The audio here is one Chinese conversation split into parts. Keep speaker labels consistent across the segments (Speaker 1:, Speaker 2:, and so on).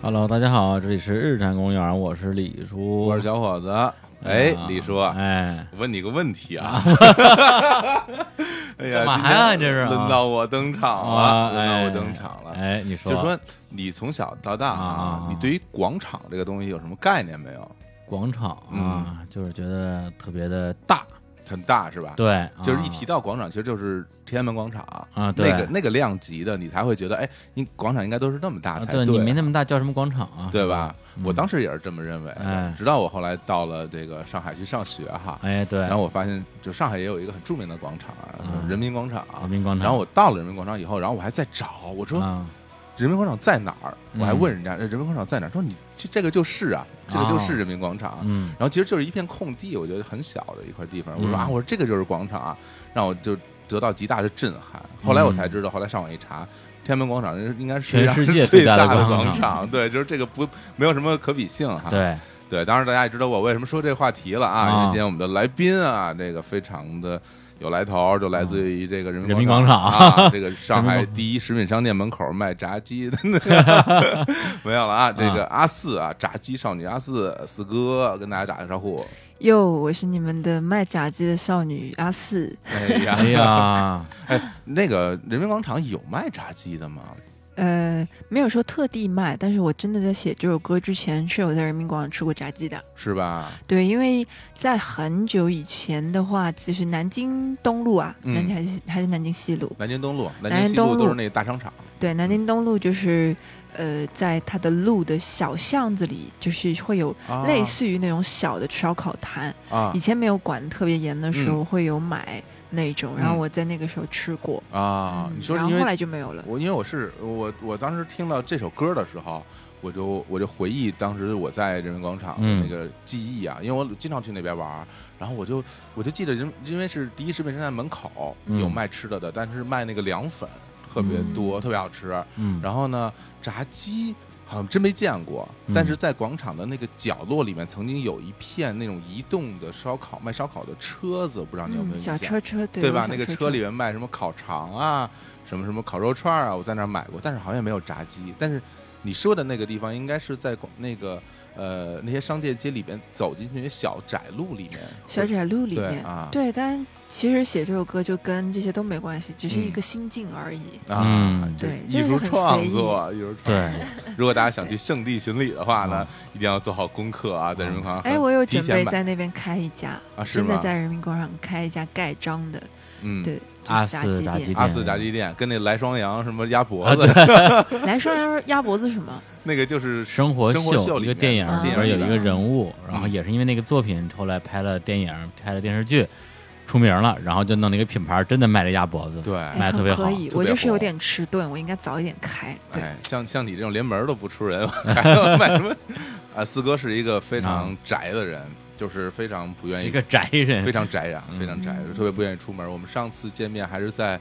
Speaker 1: Hello，大家好，这里是日坛公园，我是李叔，
Speaker 2: 我是小伙子。哎，李叔，
Speaker 1: 哎，
Speaker 2: 我问你个问题啊！ 哎呀，
Speaker 1: 干嘛呀
Speaker 2: 今天
Speaker 1: 这是啊
Speaker 2: 轮到我登场
Speaker 1: 啊，
Speaker 2: 了，轮到
Speaker 1: 哎
Speaker 2: 我登场了。
Speaker 1: 哎，你说，
Speaker 2: 就说你从小到大
Speaker 1: 啊
Speaker 2: 啊，你对于广场这个东西有什么概念没有？
Speaker 1: 广场啊，就是觉得特别的大，
Speaker 2: 很嗯大是吧？，
Speaker 1: 对，啊
Speaker 2: 就是一提
Speaker 1: 到
Speaker 2: 到广场，其实就是天安门广场
Speaker 1: 啊对
Speaker 2: 那个那个量级的，你才会觉得，哎，你广场应该都是那么大才
Speaker 1: 啊
Speaker 2: 啊
Speaker 1: 对你没那么大，叫什么广场啊？
Speaker 2: 对吧？
Speaker 1: 嗯
Speaker 2: 我当时也是这么认为的
Speaker 1: 哎
Speaker 2: 直到我后来到了这个上海去上学哈，
Speaker 1: 哎，对，
Speaker 2: 然后我发现，就上海也有一个很著名的广场啊，
Speaker 1: 嗯
Speaker 2: 人民广场。
Speaker 1: 人民广场，
Speaker 2: 然后我到了人民广场以后，然后我还在找，我说
Speaker 1: 啊，
Speaker 2: 人民广场在哪儿？
Speaker 1: 嗯哦
Speaker 2: 我还问人家，人民广场在哪儿？说你这这个就是啊，这个就是人民广场。啊
Speaker 1: 嗯，
Speaker 2: 然后其实就是一片空地，我觉得很小的一块地方。我
Speaker 1: 嗯
Speaker 2: 说啊，我说这个就是广场啊，让我就得到极大的震撼。后来我才知道，后来上网一查。天安门广场应该是
Speaker 1: 嗯全世界最
Speaker 2: 最
Speaker 1: 大的
Speaker 2: 的
Speaker 1: 广
Speaker 2: 广
Speaker 1: 场
Speaker 2: 场，对，就是这个不没有什么可比性哈。
Speaker 1: 对，
Speaker 2: 对，当然大家也知道我为什么说这个话题了啊，
Speaker 1: 啊
Speaker 2: 因为今天我们的来宾啊，这个非常的有来头，就来自于这个人
Speaker 1: 人民
Speaker 2: 广
Speaker 1: 广
Speaker 2: 啊，这个上
Speaker 1: 人
Speaker 2: 海
Speaker 1: 民广
Speaker 2: 第一食品商店门口卖炸鸡的，没有了啊，这个阿四啊，炸鸡少女阿四四哥跟大家打个招呼，
Speaker 3: 哟，我是你们的卖炸鸡的少女阿四。
Speaker 2: 哎呀，
Speaker 1: 哎呀，
Speaker 2: 哎，那个人民广场有卖炸鸡的吗？
Speaker 3: 呃，没有说特地卖，但是我真的在写这首歌之前是有在人民广场吃过炸鸡的。
Speaker 2: 是吧？
Speaker 3: 对，因为在很久以前的话，就是南京东路啊，
Speaker 2: 嗯
Speaker 3: 南京还是还是南京西路。
Speaker 2: 南京东路、南
Speaker 3: 南
Speaker 2: 京
Speaker 3: 京
Speaker 2: 西
Speaker 3: 东
Speaker 2: 路都
Speaker 3: 路
Speaker 2: 是那大商场，
Speaker 3: 对，南京东路就是呃，在它的路的小巷子里，就是会有
Speaker 2: 啊
Speaker 3: 类似于那种小的烧烤摊。
Speaker 2: 啊
Speaker 3: 以前没有管得特别严的时候，
Speaker 2: 嗯
Speaker 3: 会有买那种，然后
Speaker 2: 嗯
Speaker 3: 我在那个时候吃过。
Speaker 2: 啊，
Speaker 3: 嗯
Speaker 2: 你说是
Speaker 3: 然
Speaker 2: 因
Speaker 3: 后
Speaker 2: 为
Speaker 3: 后来就没有了。
Speaker 2: 我因为我是我我当时听到这首歌的时候，我就我就回忆当时我在人民广场的
Speaker 1: 嗯
Speaker 2: 那个记忆啊，因为我经常去那边玩儿，然后我就我就记得人因为是第一食品商店门口
Speaker 1: 嗯
Speaker 2: 有卖吃的的，但是卖那个凉粉特别多，特别好吃。
Speaker 1: 嗯，
Speaker 2: 然后呢，炸鸡。好像真没见过，
Speaker 1: 嗯
Speaker 2: 但是在广场的那个角落里面，曾经有一片那种移动的烧烤卖烧烤的车子，不知道你有没有
Speaker 3: 嗯、
Speaker 2: 印
Speaker 3: 小
Speaker 2: 象？
Speaker 3: 车车对
Speaker 2: 对
Speaker 3: 有
Speaker 2: 吧？
Speaker 3: 小
Speaker 2: 那个
Speaker 3: 车
Speaker 2: 车里面卖什么烤肠啊，什么什么烤肉串啊，我在那儿买过，但是好像也没有炸鸡。但是你说的那个地方，应该是在广那个呃那些商店街里边走进去那些小窄路里面。
Speaker 3: 小窄路里
Speaker 2: 对
Speaker 3: 面，
Speaker 2: 啊
Speaker 3: 对，但其实写这首歌就跟这些都没关系，只是一
Speaker 2: 嗯
Speaker 3: 个心境而已。
Speaker 2: 啊，
Speaker 1: 嗯
Speaker 2: 这
Speaker 3: 对
Speaker 2: 艺
Speaker 3: 就是
Speaker 2: 术
Speaker 3: 很
Speaker 2: 创
Speaker 3: 随意
Speaker 2: 作，艺术创
Speaker 1: 对嗯
Speaker 2: 作。如果大家想去圣地巡礼的话呢，一定要做好功课啊，在人民广场。
Speaker 3: 哎，我有
Speaker 2: 提
Speaker 3: 准
Speaker 2: 前
Speaker 3: 备
Speaker 2: 买
Speaker 3: 在那边开一家，
Speaker 2: 啊是
Speaker 3: 真的
Speaker 2: 吗
Speaker 3: 在人民广场开一家盖章的，
Speaker 2: 嗯，
Speaker 3: 对，
Speaker 1: 阿
Speaker 3: 就是炸
Speaker 1: 四
Speaker 3: 鸡
Speaker 1: 炸鸡
Speaker 3: 店。
Speaker 2: 阿四炸鸡店跟那来双羊什么鸭脖
Speaker 1: 啊
Speaker 2: 子，
Speaker 3: 来说来说鸭脖子什 么？
Speaker 2: 那个就是
Speaker 1: 生活
Speaker 2: 生活秀
Speaker 1: 秀
Speaker 2: 里
Speaker 1: 一
Speaker 2: 面
Speaker 1: 个电影
Speaker 3: 啊
Speaker 1: 里边有一个人物，
Speaker 2: 嗯
Speaker 1: 然后也是因为那个作品，后来拍了电影，拍了电视剧，出名了，然后就弄了一个品牌，真的卖这鸭脖子。
Speaker 2: 对，
Speaker 3: 哎
Speaker 1: 卖得
Speaker 3: 很
Speaker 1: 特别好
Speaker 3: 可以，
Speaker 2: 特
Speaker 3: 我
Speaker 2: 别
Speaker 3: 就是有
Speaker 2: 火
Speaker 3: 点迟钝，我应该早一点开。对，
Speaker 2: 哎，像像你这种连门儿都不出人，还要卖什么？啊，四哥是一个非常宅的人，就是非常不愿
Speaker 1: 啊是一
Speaker 2: 意，
Speaker 1: 个宅人，
Speaker 2: 哎非常宅呀，
Speaker 1: 嗯
Speaker 2: 非常宅，特别不愿意出门。我们上次见面还是在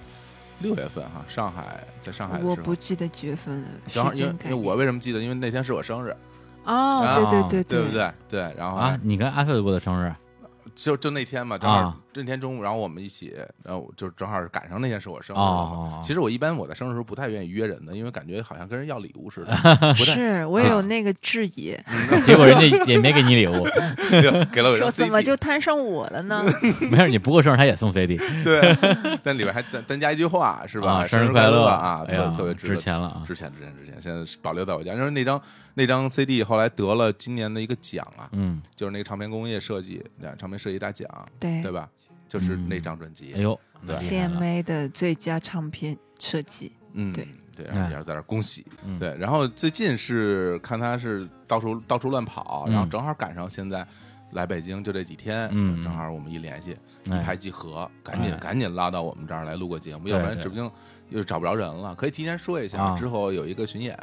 Speaker 2: 六月份哈，上海，在上海的
Speaker 3: 我
Speaker 2: 时候
Speaker 3: 不。记得几月份了，
Speaker 2: 正好
Speaker 3: 时
Speaker 2: 因为因
Speaker 3: 间改
Speaker 2: 为我
Speaker 3: 变。
Speaker 2: 为什么记得？因为那天是我生日，
Speaker 3: 哦，对
Speaker 2: 对
Speaker 3: 对对
Speaker 2: 不？对？对，然后
Speaker 1: 啊！你跟阿瑟过的生日，
Speaker 2: 就就那天嘛，正好
Speaker 1: 啊
Speaker 2: 那天中午，然后我们一起，然后就正好赶上那天是我生日
Speaker 1: 哦哦
Speaker 2: 嘛
Speaker 1: 哦。
Speaker 2: 其实我一般我在生日的时候不太愿意约人的，因为感觉好像跟人要礼物似的， 不太
Speaker 3: 是我 也有那个质疑，
Speaker 1: 结果人家也没给你礼物，
Speaker 2: 给了我一张
Speaker 3: 说
Speaker 2: CD。
Speaker 3: 怎么就摊上我了 呢？
Speaker 1: 没事，你不过生日他也送 CD
Speaker 2: 对，但里边还单单加一句话是吧？
Speaker 1: 啊
Speaker 2: 生
Speaker 1: 日
Speaker 2: 快
Speaker 1: 乐
Speaker 2: 啊，
Speaker 1: 哎
Speaker 2: 特
Speaker 1: 呀，
Speaker 2: 特别
Speaker 1: 值
Speaker 2: 值得。
Speaker 1: 钱了啊！
Speaker 2: 之前之前之前，现在是保留在我家。因为那张那张 CD 后来得了今年的一个奖啊，
Speaker 1: 嗯，
Speaker 2: 就是那个唱片工业设计啊唱片设计大奖，
Speaker 3: 对
Speaker 2: 对吧？就是
Speaker 1: 哎嗯
Speaker 2: 那张专辑，
Speaker 1: 哎呦，
Speaker 2: 对
Speaker 1: 那厉害了哎
Speaker 3: CMA 的最佳唱片设计，
Speaker 2: 嗯，
Speaker 3: 对
Speaker 2: 对，
Speaker 1: 哎
Speaker 2: 也是在这儿恭喜。
Speaker 1: 嗯
Speaker 2: 对，然后最近是看他是到处到处乱跑，
Speaker 1: 嗯
Speaker 2: 然后正好赶上现在来北京就这几天，
Speaker 1: 嗯
Speaker 2: 正好我们一联系，一
Speaker 1: 哎
Speaker 2: 拍即合，赶紧
Speaker 1: 哎
Speaker 2: 赶紧拉到我们这儿来录个节目，
Speaker 1: 对
Speaker 2: 要不然
Speaker 1: 对
Speaker 2: 指不定又找不着人了。可以提前说一下
Speaker 1: 啊，
Speaker 2: 之后有一个巡演，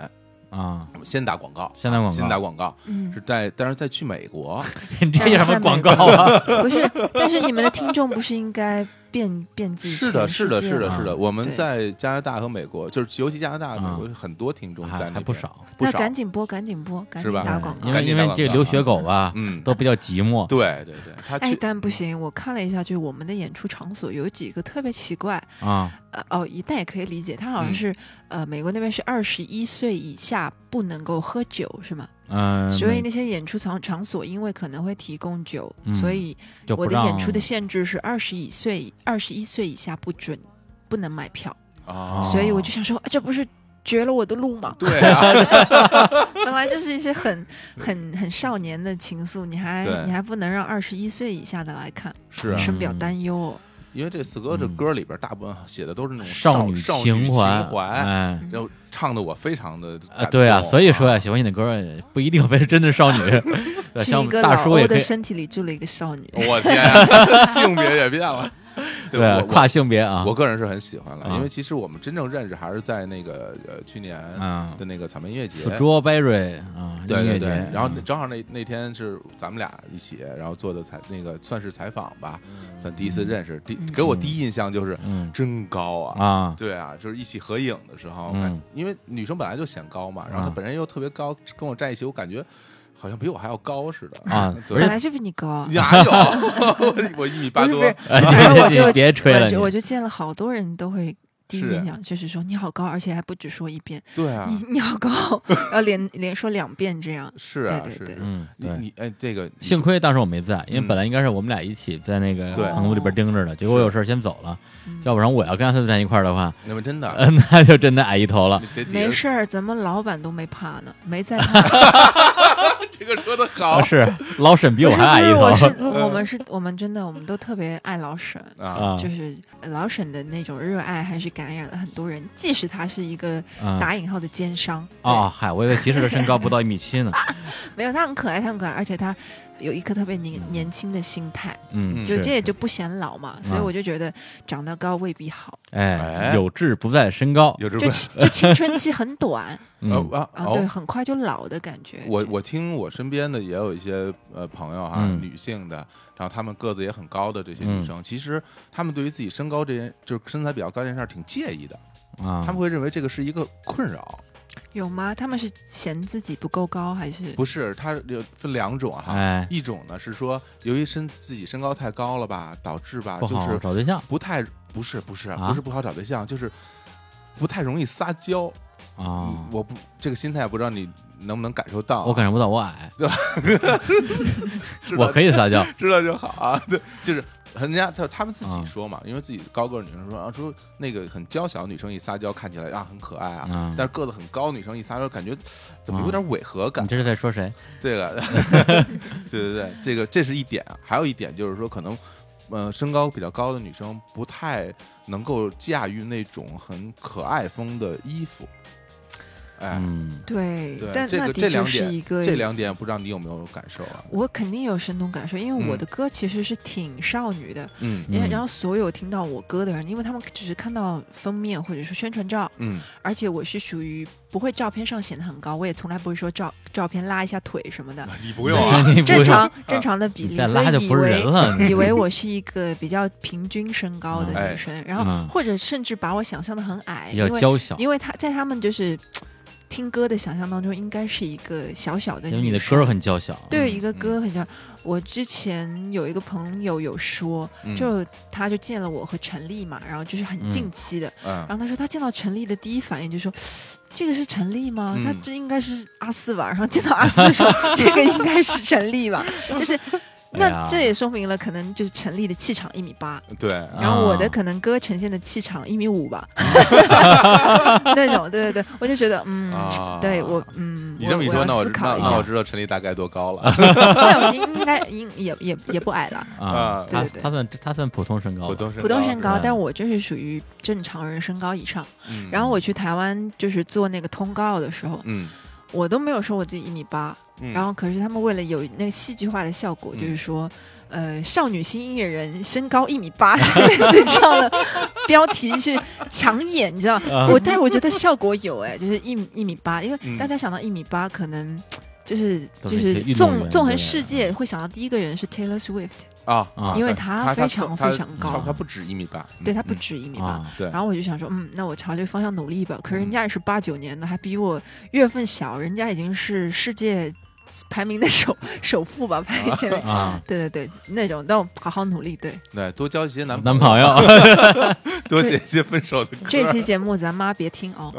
Speaker 1: 啊！
Speaker 2: 我们先打广告，
Speaker 1: 先打广告
Speaker 2: 先打广告。
Speaker 3: 嗯，
Speaker 2: 是在，但是在去美国，
Speaker 1: 你这有什么广告啊？
Speaker 3: 不是，但是你们的听众不是应该遍遍及
Speaker 2: 是的，
Speaker 3: 全
Speaker 2: 是
Speaker 3: 世
Speaker 2: 的，
Speaker 3: 界
Speaker 2: 是的，
Speaker 3: 嘛
Speaker 2: 是
Speaker 1: 啊
Speaker 2: 的。我们
Speaker 3: 对
Speaker 2: 在加拿大和美国，就是尤其加拿大、美国，
Speaker 1: 啊
Speaker 2: 很多听众在
Speaker 1: 还
Speaker 2: 那
Speaker 1: 还
Speaker 2: 边
Speaker 1: 不，少，
Speaker 2: 不
Speaker 3: 那
Speaker 2: 少。
Speaker 3: 赶紧播，赶紧播，赶紧
Speaker 2: 吧
Speaker 3: 打
Speaker 1: 嗯
Speaker 3: 广告
Speaker 1: 因。为
Speaker 2: 赶紧
Speaker 1: 因
Speaker 2: 打
Speaker 1: 为
Speaker 2: 广
Speaker 1: 这
Speaker 2: 告
Speaker 1: 留
Speaker 2: 啊
Speaker 1: 学狗吧，
Speaker 2: 嗯，
Speaker 1: 都比较寂寞，
Speaker 2: 对对对，他
Speaker 3: 哎
Speaker 2: 去，
Speaker 3: 但不行，我看了一下，就是我们的演出场所有几个特别奇怪，
Speaker 1: 啊
Speaker 3: 呃哦，一但也可以理解，他好像
Speaker 2: 嗯
Speaker 3: 是、呃美国那边是二十一岁以下不能够喝酒，是吗？
Speaker 1: 嗯，
Speaker 3: 所以
Speaker 1: 没
Speaker 3: 那些演出场场所因为可能会提供酒，
Speaker 1: 嗯
Speaker 3: 所以
Speaker 1: 就
Speaker 3: 我
Speaker 1: 不
Speaker 3: 的
Speaker 1: 让
Speaker 3: 演出的限制是二十一岁二十一岁以下不准不能买票，
Speaker 2: 啊，？
Speaker 1: 哦
Speaker 3: 所以我就想说，啊这不是。绝了我的路吗
Speaker 2: 对啊，
Speaker 3: 本来就是一些很、很、很少年的情愫，你还
Speaker 2: 对
Speaker 3: 你还不能让二十一岁以下的来看，
Speaker 2: 是啊，
Speaker 3: 深表
Speaker 1: 嗯
Speaker 3: 担忧哦。
Speaker 2: 因为这四哥这
Speaker 1: 嗯
Speaker 2: 歌里边大部分写的都是那种
Speaker 1: 少
Speaker 2: 女嗯少
Speaker 1: 情
Speaker 2: 怀，嗯
Speaker 1: 哎。
Speaker 2: 然后唱的我非常的
Speaker 1: 啊，对啊，所以说
Speaker 2: 呀，
Speaker 1: 呀，喜欢你的歌儿也不一定非是真的少 女，对
Speaker 3: 嗯是
Speaker 1: 像
Speaker 3: 一
Speaker 1: 我们
Speaker 3: 个
Speaker 1: 大
Speaker 3: 老
Speaker 1: 叔也
Speaker 3: 欧
Speaker 1: 可
Speaker 3: 的
Speaker 1: 以，
Speaker 3: 身体里住了一个少女。
Speaker 2: 我天啊， 性别也变了，对
Speaker 1: 对
Speaker 2: 我
Speaker 1: 跨性别啊
Speaker 2: 我，我个人是很喜欢了，
Speaker 1: 啊
Speaker 2: 因为其实我们真正认识还是在那个呃去年
Speaker 1: 嗯
Speaker 2: 的那个草莓音乐节，
Speaker 1: ，Strawberry 啊，
Speaker 2: 对
Speaker 1: 音乐
Speaker 2: 对
Speaker 1: 节
Speaker 2: 对，然后
Speaker 1: 嗯
Speaker 2: 正好那那天是咱们俩一起，然后做的采那个算是采访吧，算第一次认识，第
Speaker 3: 嗯
Speaker 2: 给我第一印象就是
Speaker 1: 嗯
Speaker 2: 真高啊。
Speaker 1: 啊，
Speaker 2: 对啊，就是一起合影的时候，
Speaker 1: 嗯
Speaker 2: 感因为女生本来就显高嘛，然后她
Speaker 1: 啊
Speaker 2: 本人又特别高，跟我站一起，我感觉好像比我还要高似的
Speaker 1: 啊
Speaker 2: 对
Speaker 1: 而
Speaker 3: 本
Speaker 1: 且
Speaker 3: 来就比你高啊，
Speaker 2: 哪有？ 我我一米八
Speaker 3: 不是
Speaker 2: 多
Speaker 3: 不是，
Speaker 1: 哎
Speaker 3: 反正我
Speaker 1: 你
Speaker 3: 就
Speaker 1: 别吹了
Speaker 3: 我就我
Speaker 1: 你，
Speaker 3: 就见了好多人都会第一
Speaker 2: 是
Speaker 3: 印象就是说你好高，而且还不止说一遍，
Speaker 2: 对啊，
Speaker 3: 你你好高，然后连连说两遍这 样。
Speaker 2: 是啊，
Speaker 3: 对对
Speaker 2: 是
Speaker 3: 对
Speaker 2: 是。
Speaker 1: 嗯，
Speaker 2: 你
Speaker 1: 对，
Speaker 2: 你哎，这个你
Speaker 1: 幸亏当时我没在，因为
Speaker 2: 嗯
Speaker 1: 本来应该是我们俩一起在那个
Speaker 2: 对
Speaker 1: 棚屋里边盯着的，结果我有事儿先走了，
Speaker 3: 嗯
Speaker 1: 要不然我要跟他们在一块儿的话，
Speaker 2: 那么真的，
Speaker 1: 嗯，那就真的矮一头了
Speaker 2: 你得
Speaker 3: 没事，儿，咱们老板都没怕呢，没 在怕。
Speaker 2: 得 这个说的好
Speaker 1: 啊，是老沈比我还矮一
Speaker 3: 不是
Speaker 1: 头
Speaker 3: 不 是，我是我们是我们真的我们都特别爱老沈，
Speaker 2: 啊，
Speaker 1: 啊
Speaker 3: 就是老沈的那种热爱还是感染了很多人，即使他是一个
Speaker 1: 嗯
Speaker 3: 打引号的奸商对
Speaker 1: 啊，嗨，我以为骑士的身高不到一米七呢，
Speaker 3: 没有他很可爱，他很可爱，而且他有一颗特别年年轻的心态。
Speaker 1: 嗯，
Speaker 2: 嗯
Speaker 3: 就是这也就不显老嘛，所以我就觉得长得高未必好，
Speaker 1: 哎，
Speaker 2: 哎
Speaker 1: 有志不在身高，
Speaker 2: 有这
Speaker 3: 就
Speaker 2: 个
Speaker 3: 青就青春期很 短
Speaker 1: 嗯
Speaker 2: 啊
Speaker 3: 啊，对，
Speaker 2: 哦。
Speaker 3: 很快就老的感觉。
Speaker 2: 我
Speaker 3: 对
Speaker 2: 我听我身边的也有一些呃朋友哈，
Speaker 1: 嗯
Speaker 2: 女性的，然后她们个子也很高的这些女生，其实她们对于自己身高这件，就是身材比较高这件事儿挺介意的，
Speaker 1: 啊，
Speaker 2: 她呃们会认为这个是一个困扰，
Speaker 3: 有吗？他们是嫌自己不够高，还是
Speaker 2: 不是？它有分两种哈，
Speaker 1: 哎
Speaker 2: 一种呢是说由于身自己身高太高了吧，导致吧
Speaker 1: 不
Speaker 2: 啊就
Speaker 1: 好
Speaker 2: 是
Speaker 1: 找对象
Speaker 2: 不太不是不是、
Speaker 1: 啊
Speaker 2: 不是不好找对象，就是不太容易撒娇。
Speaker 1: 啊
Speaker 2: 嗯，我不这个心态不知道你能不能感受到啊、
Speaker 1: 我感受不到我矮，
Speaker 2: 知道
Speaker 1: 我可以撒 娇，
Speaker 2: 知道就好啊。对，就是人家他他们自
Speaker 1: 嗯
Speaker 2: 己说嘛，因为自己高个儿女生说啊，说那个很娇小的女生一撒娇看起来啊很可爱啊，
Speaker 1: 嗯，啊
Speaker 2: 但是个子很高的女生一撒娇感觉怎么有点违和感
Speaker 1: 你。这是在说谁？
Speaker 2: 这个， 对对对，这个这是一点啊，还有一点就是说可能。呃，身高比较高的女生不太能够驾驭那种很可爱风的衣服，哎，
Speaker 1: 嗯，
Speaker 3: 对
Speaker 2: 对，
Speaker 3: 但
Speaker 2: 这
Speaker 3: 那
Speaker 2: 个
Speaker 3: 的
Speaker 2: 这
Speaker 3: 确
Speaker 2: 两
Speaker 3: 是一
Speaker 2: 点，
Speaker 3: 个
Speaker 2: 这两点不知道你有没有感受啊？
Speaker 3: 我肯定有深同感受，因为我的歌其实是挺少女的，
Speaker 2: 嗯
Speaker 1: 嗯
Speaker 3: 因为然后所有听到我歌的人，因为他们只是看到封面或者说宣传照，
Speaker 2: 嗯
Speaker 3: 而且我是属于不会照片上显得很高，我也从来不会说照照片拉一下腿什么的，
Speaker 2: 你不
Speaker 1: 不
Speaker 2: 用
Speaker 3: 所
Speaker 2: 啊，
Speaker 3: 以
Speaker 1: 你不
Speaker 3: 正
Speaker 1: 用
Speaker 3: 常正常的比
Speaker 1: 嗯你
Speaker 3: 例，
Speaker 1: 再
Speaker 3: 所
Speaker 1: 拉就
Speaker 3: 以以
Speaker 1: 不是人
Speaker 3: 为
Speaker 1: 了，你
Speaker 3: 以为我是一个比较平均身高的
Speaker 2: 哎
Speaker 3: 女生，然后
Speaker 1: 嗯
Speaker 3: 或者甚至把我想象的很矮，
Speaker 1: 比较
Speaker 3: 因为
Speaker 1: 娇小，
Speaker 3: 因为她在他们就是听歌的想象当中，应该是一个小小的
Speaker 1: 因
Speaker 3: 女
Speaker 1: 为
Speaker 3: 生。
Speaker 1: 你的歌儿很娇小，
Speaker 2: 嗯
Speaker 3: 对一个歌很像。我之前有一个朋友有说，
Speaker 2: 嗯
Speaker 3: 就他就见了我和陈丽嘛，然后就是很
Speaker 1: 嗯
Speaker 3: 近期的，
Speaker 2: 嗯
Speaker 3: 然后他说他见到陈丽的第一反应就说。这个是陈丽吗？
Speaker 2: 嗯
Speaker 3: 他这应该是阿四吧？然后见到阿四的 时候，这个应该是陈丽吧？就是，
Speaker 1: 哎呀
Speaker 3: 那这也说明了，可能就是陈丽的气场一米八，
Speaker 2: 对，
Speaker 3: 然后我的
Speaker 1: 啊
Speaker 3: 可能歌呈现的气场一米 五吧，那种。对对对，我就觉得，嗯，
Speaker 2: 啊
Speaker 3: 对我，嗯，
Speaker 2: 你这么一
Speaker 3: 我
Speaker 2: 说，那
Speaker 3: 我
Speaker 2: 我
Speaker 3: 要
Speaker 2: 知
Speaker 3: 思考
Speaker 2: 那
Speaker 3: 一
Speaker 2: 那我
Speaker 3: 下，
Speaker 2: 知道陈丽大概多高了
Speaker 3: 那我应该应 也也也不矮了，
Speaker 1: 啊
Speaker 2: 啊，
Speaker 1: 他
Speaker 3: 对对对
Speaker 1: 他算他算普通身高吧，
Speaker 2: 普通身
Speaker 3: 普通身
Speaker 2: 是吧
Speaker 3: 高
Speaker 1: 嗯，
Speaker 3: 但我就是属于正常人身高以上。
Speaker 2: 嗯
Speaker 3: 然后我去台湾就是做那个通告的时候，
Speaker 2: 嗯，
Speaker 3: 我都没有说我自己一米八，
Speaker 2: 嗯
Speaker 3: 然后可是他们为了有那个戏剧化的效果，
Speaker 2: 嗯
Speaker 3: 就是说，呃，少女心音乐人身高一米八， 类似这样的标题是抢眼，你知道？
Speaker 1: 啊嗯
Speaker 3: 我但是我觉得效果有哎，就是一米一米八，因为
Speaker 2: 嗯
Speaker 3: 大家想到一米八，可能就是
Speaker 1: 都
Speaker 3: 就
Speaker 1: 一
Speaker 3: 是
Speaker 1: 些
Speaker 3: 是
Speaker 1: 运动
Speaker 3: 纵
Speaker 1: 员之
Speaker 3: 纵
Speaker 1: 类的
Speaker 3: 横世界会想到第一个人是 Taylor Swift，
Speaker 2: 啊
Speaker 1: 啊
Speaker 3: 因为
Speaker 2: 对
Speaker 3: 他
Speaker 2: 他
Speaker 3: 非常
Speaker 2: 他
Speaker 3: 非常高
Speaker 2: 他他不止一米八，嗯
Speaker 3: 对他不止一米八。
Speaker 1: 啊，
Speaker 2: 对
Speaker 3: 然后我就想说，嗯，那我朝这个方向努力吧。可
Speaker 2: 嗯
Speaker 3: 是人家也是八九年的，还比我月份小，人家已经是世界排名的首首富吧，排名 前面。
Speaker 1: 啊，
Speaker 3: 对对对，那种，但我好好努力。对，
Speaker 2: 嗯对，多交一些男
Speaker 1: 啊男朋友，
Speaker 2: 多写一些分手的歌。
Speaker 3: 这期节目咱妈别听哦。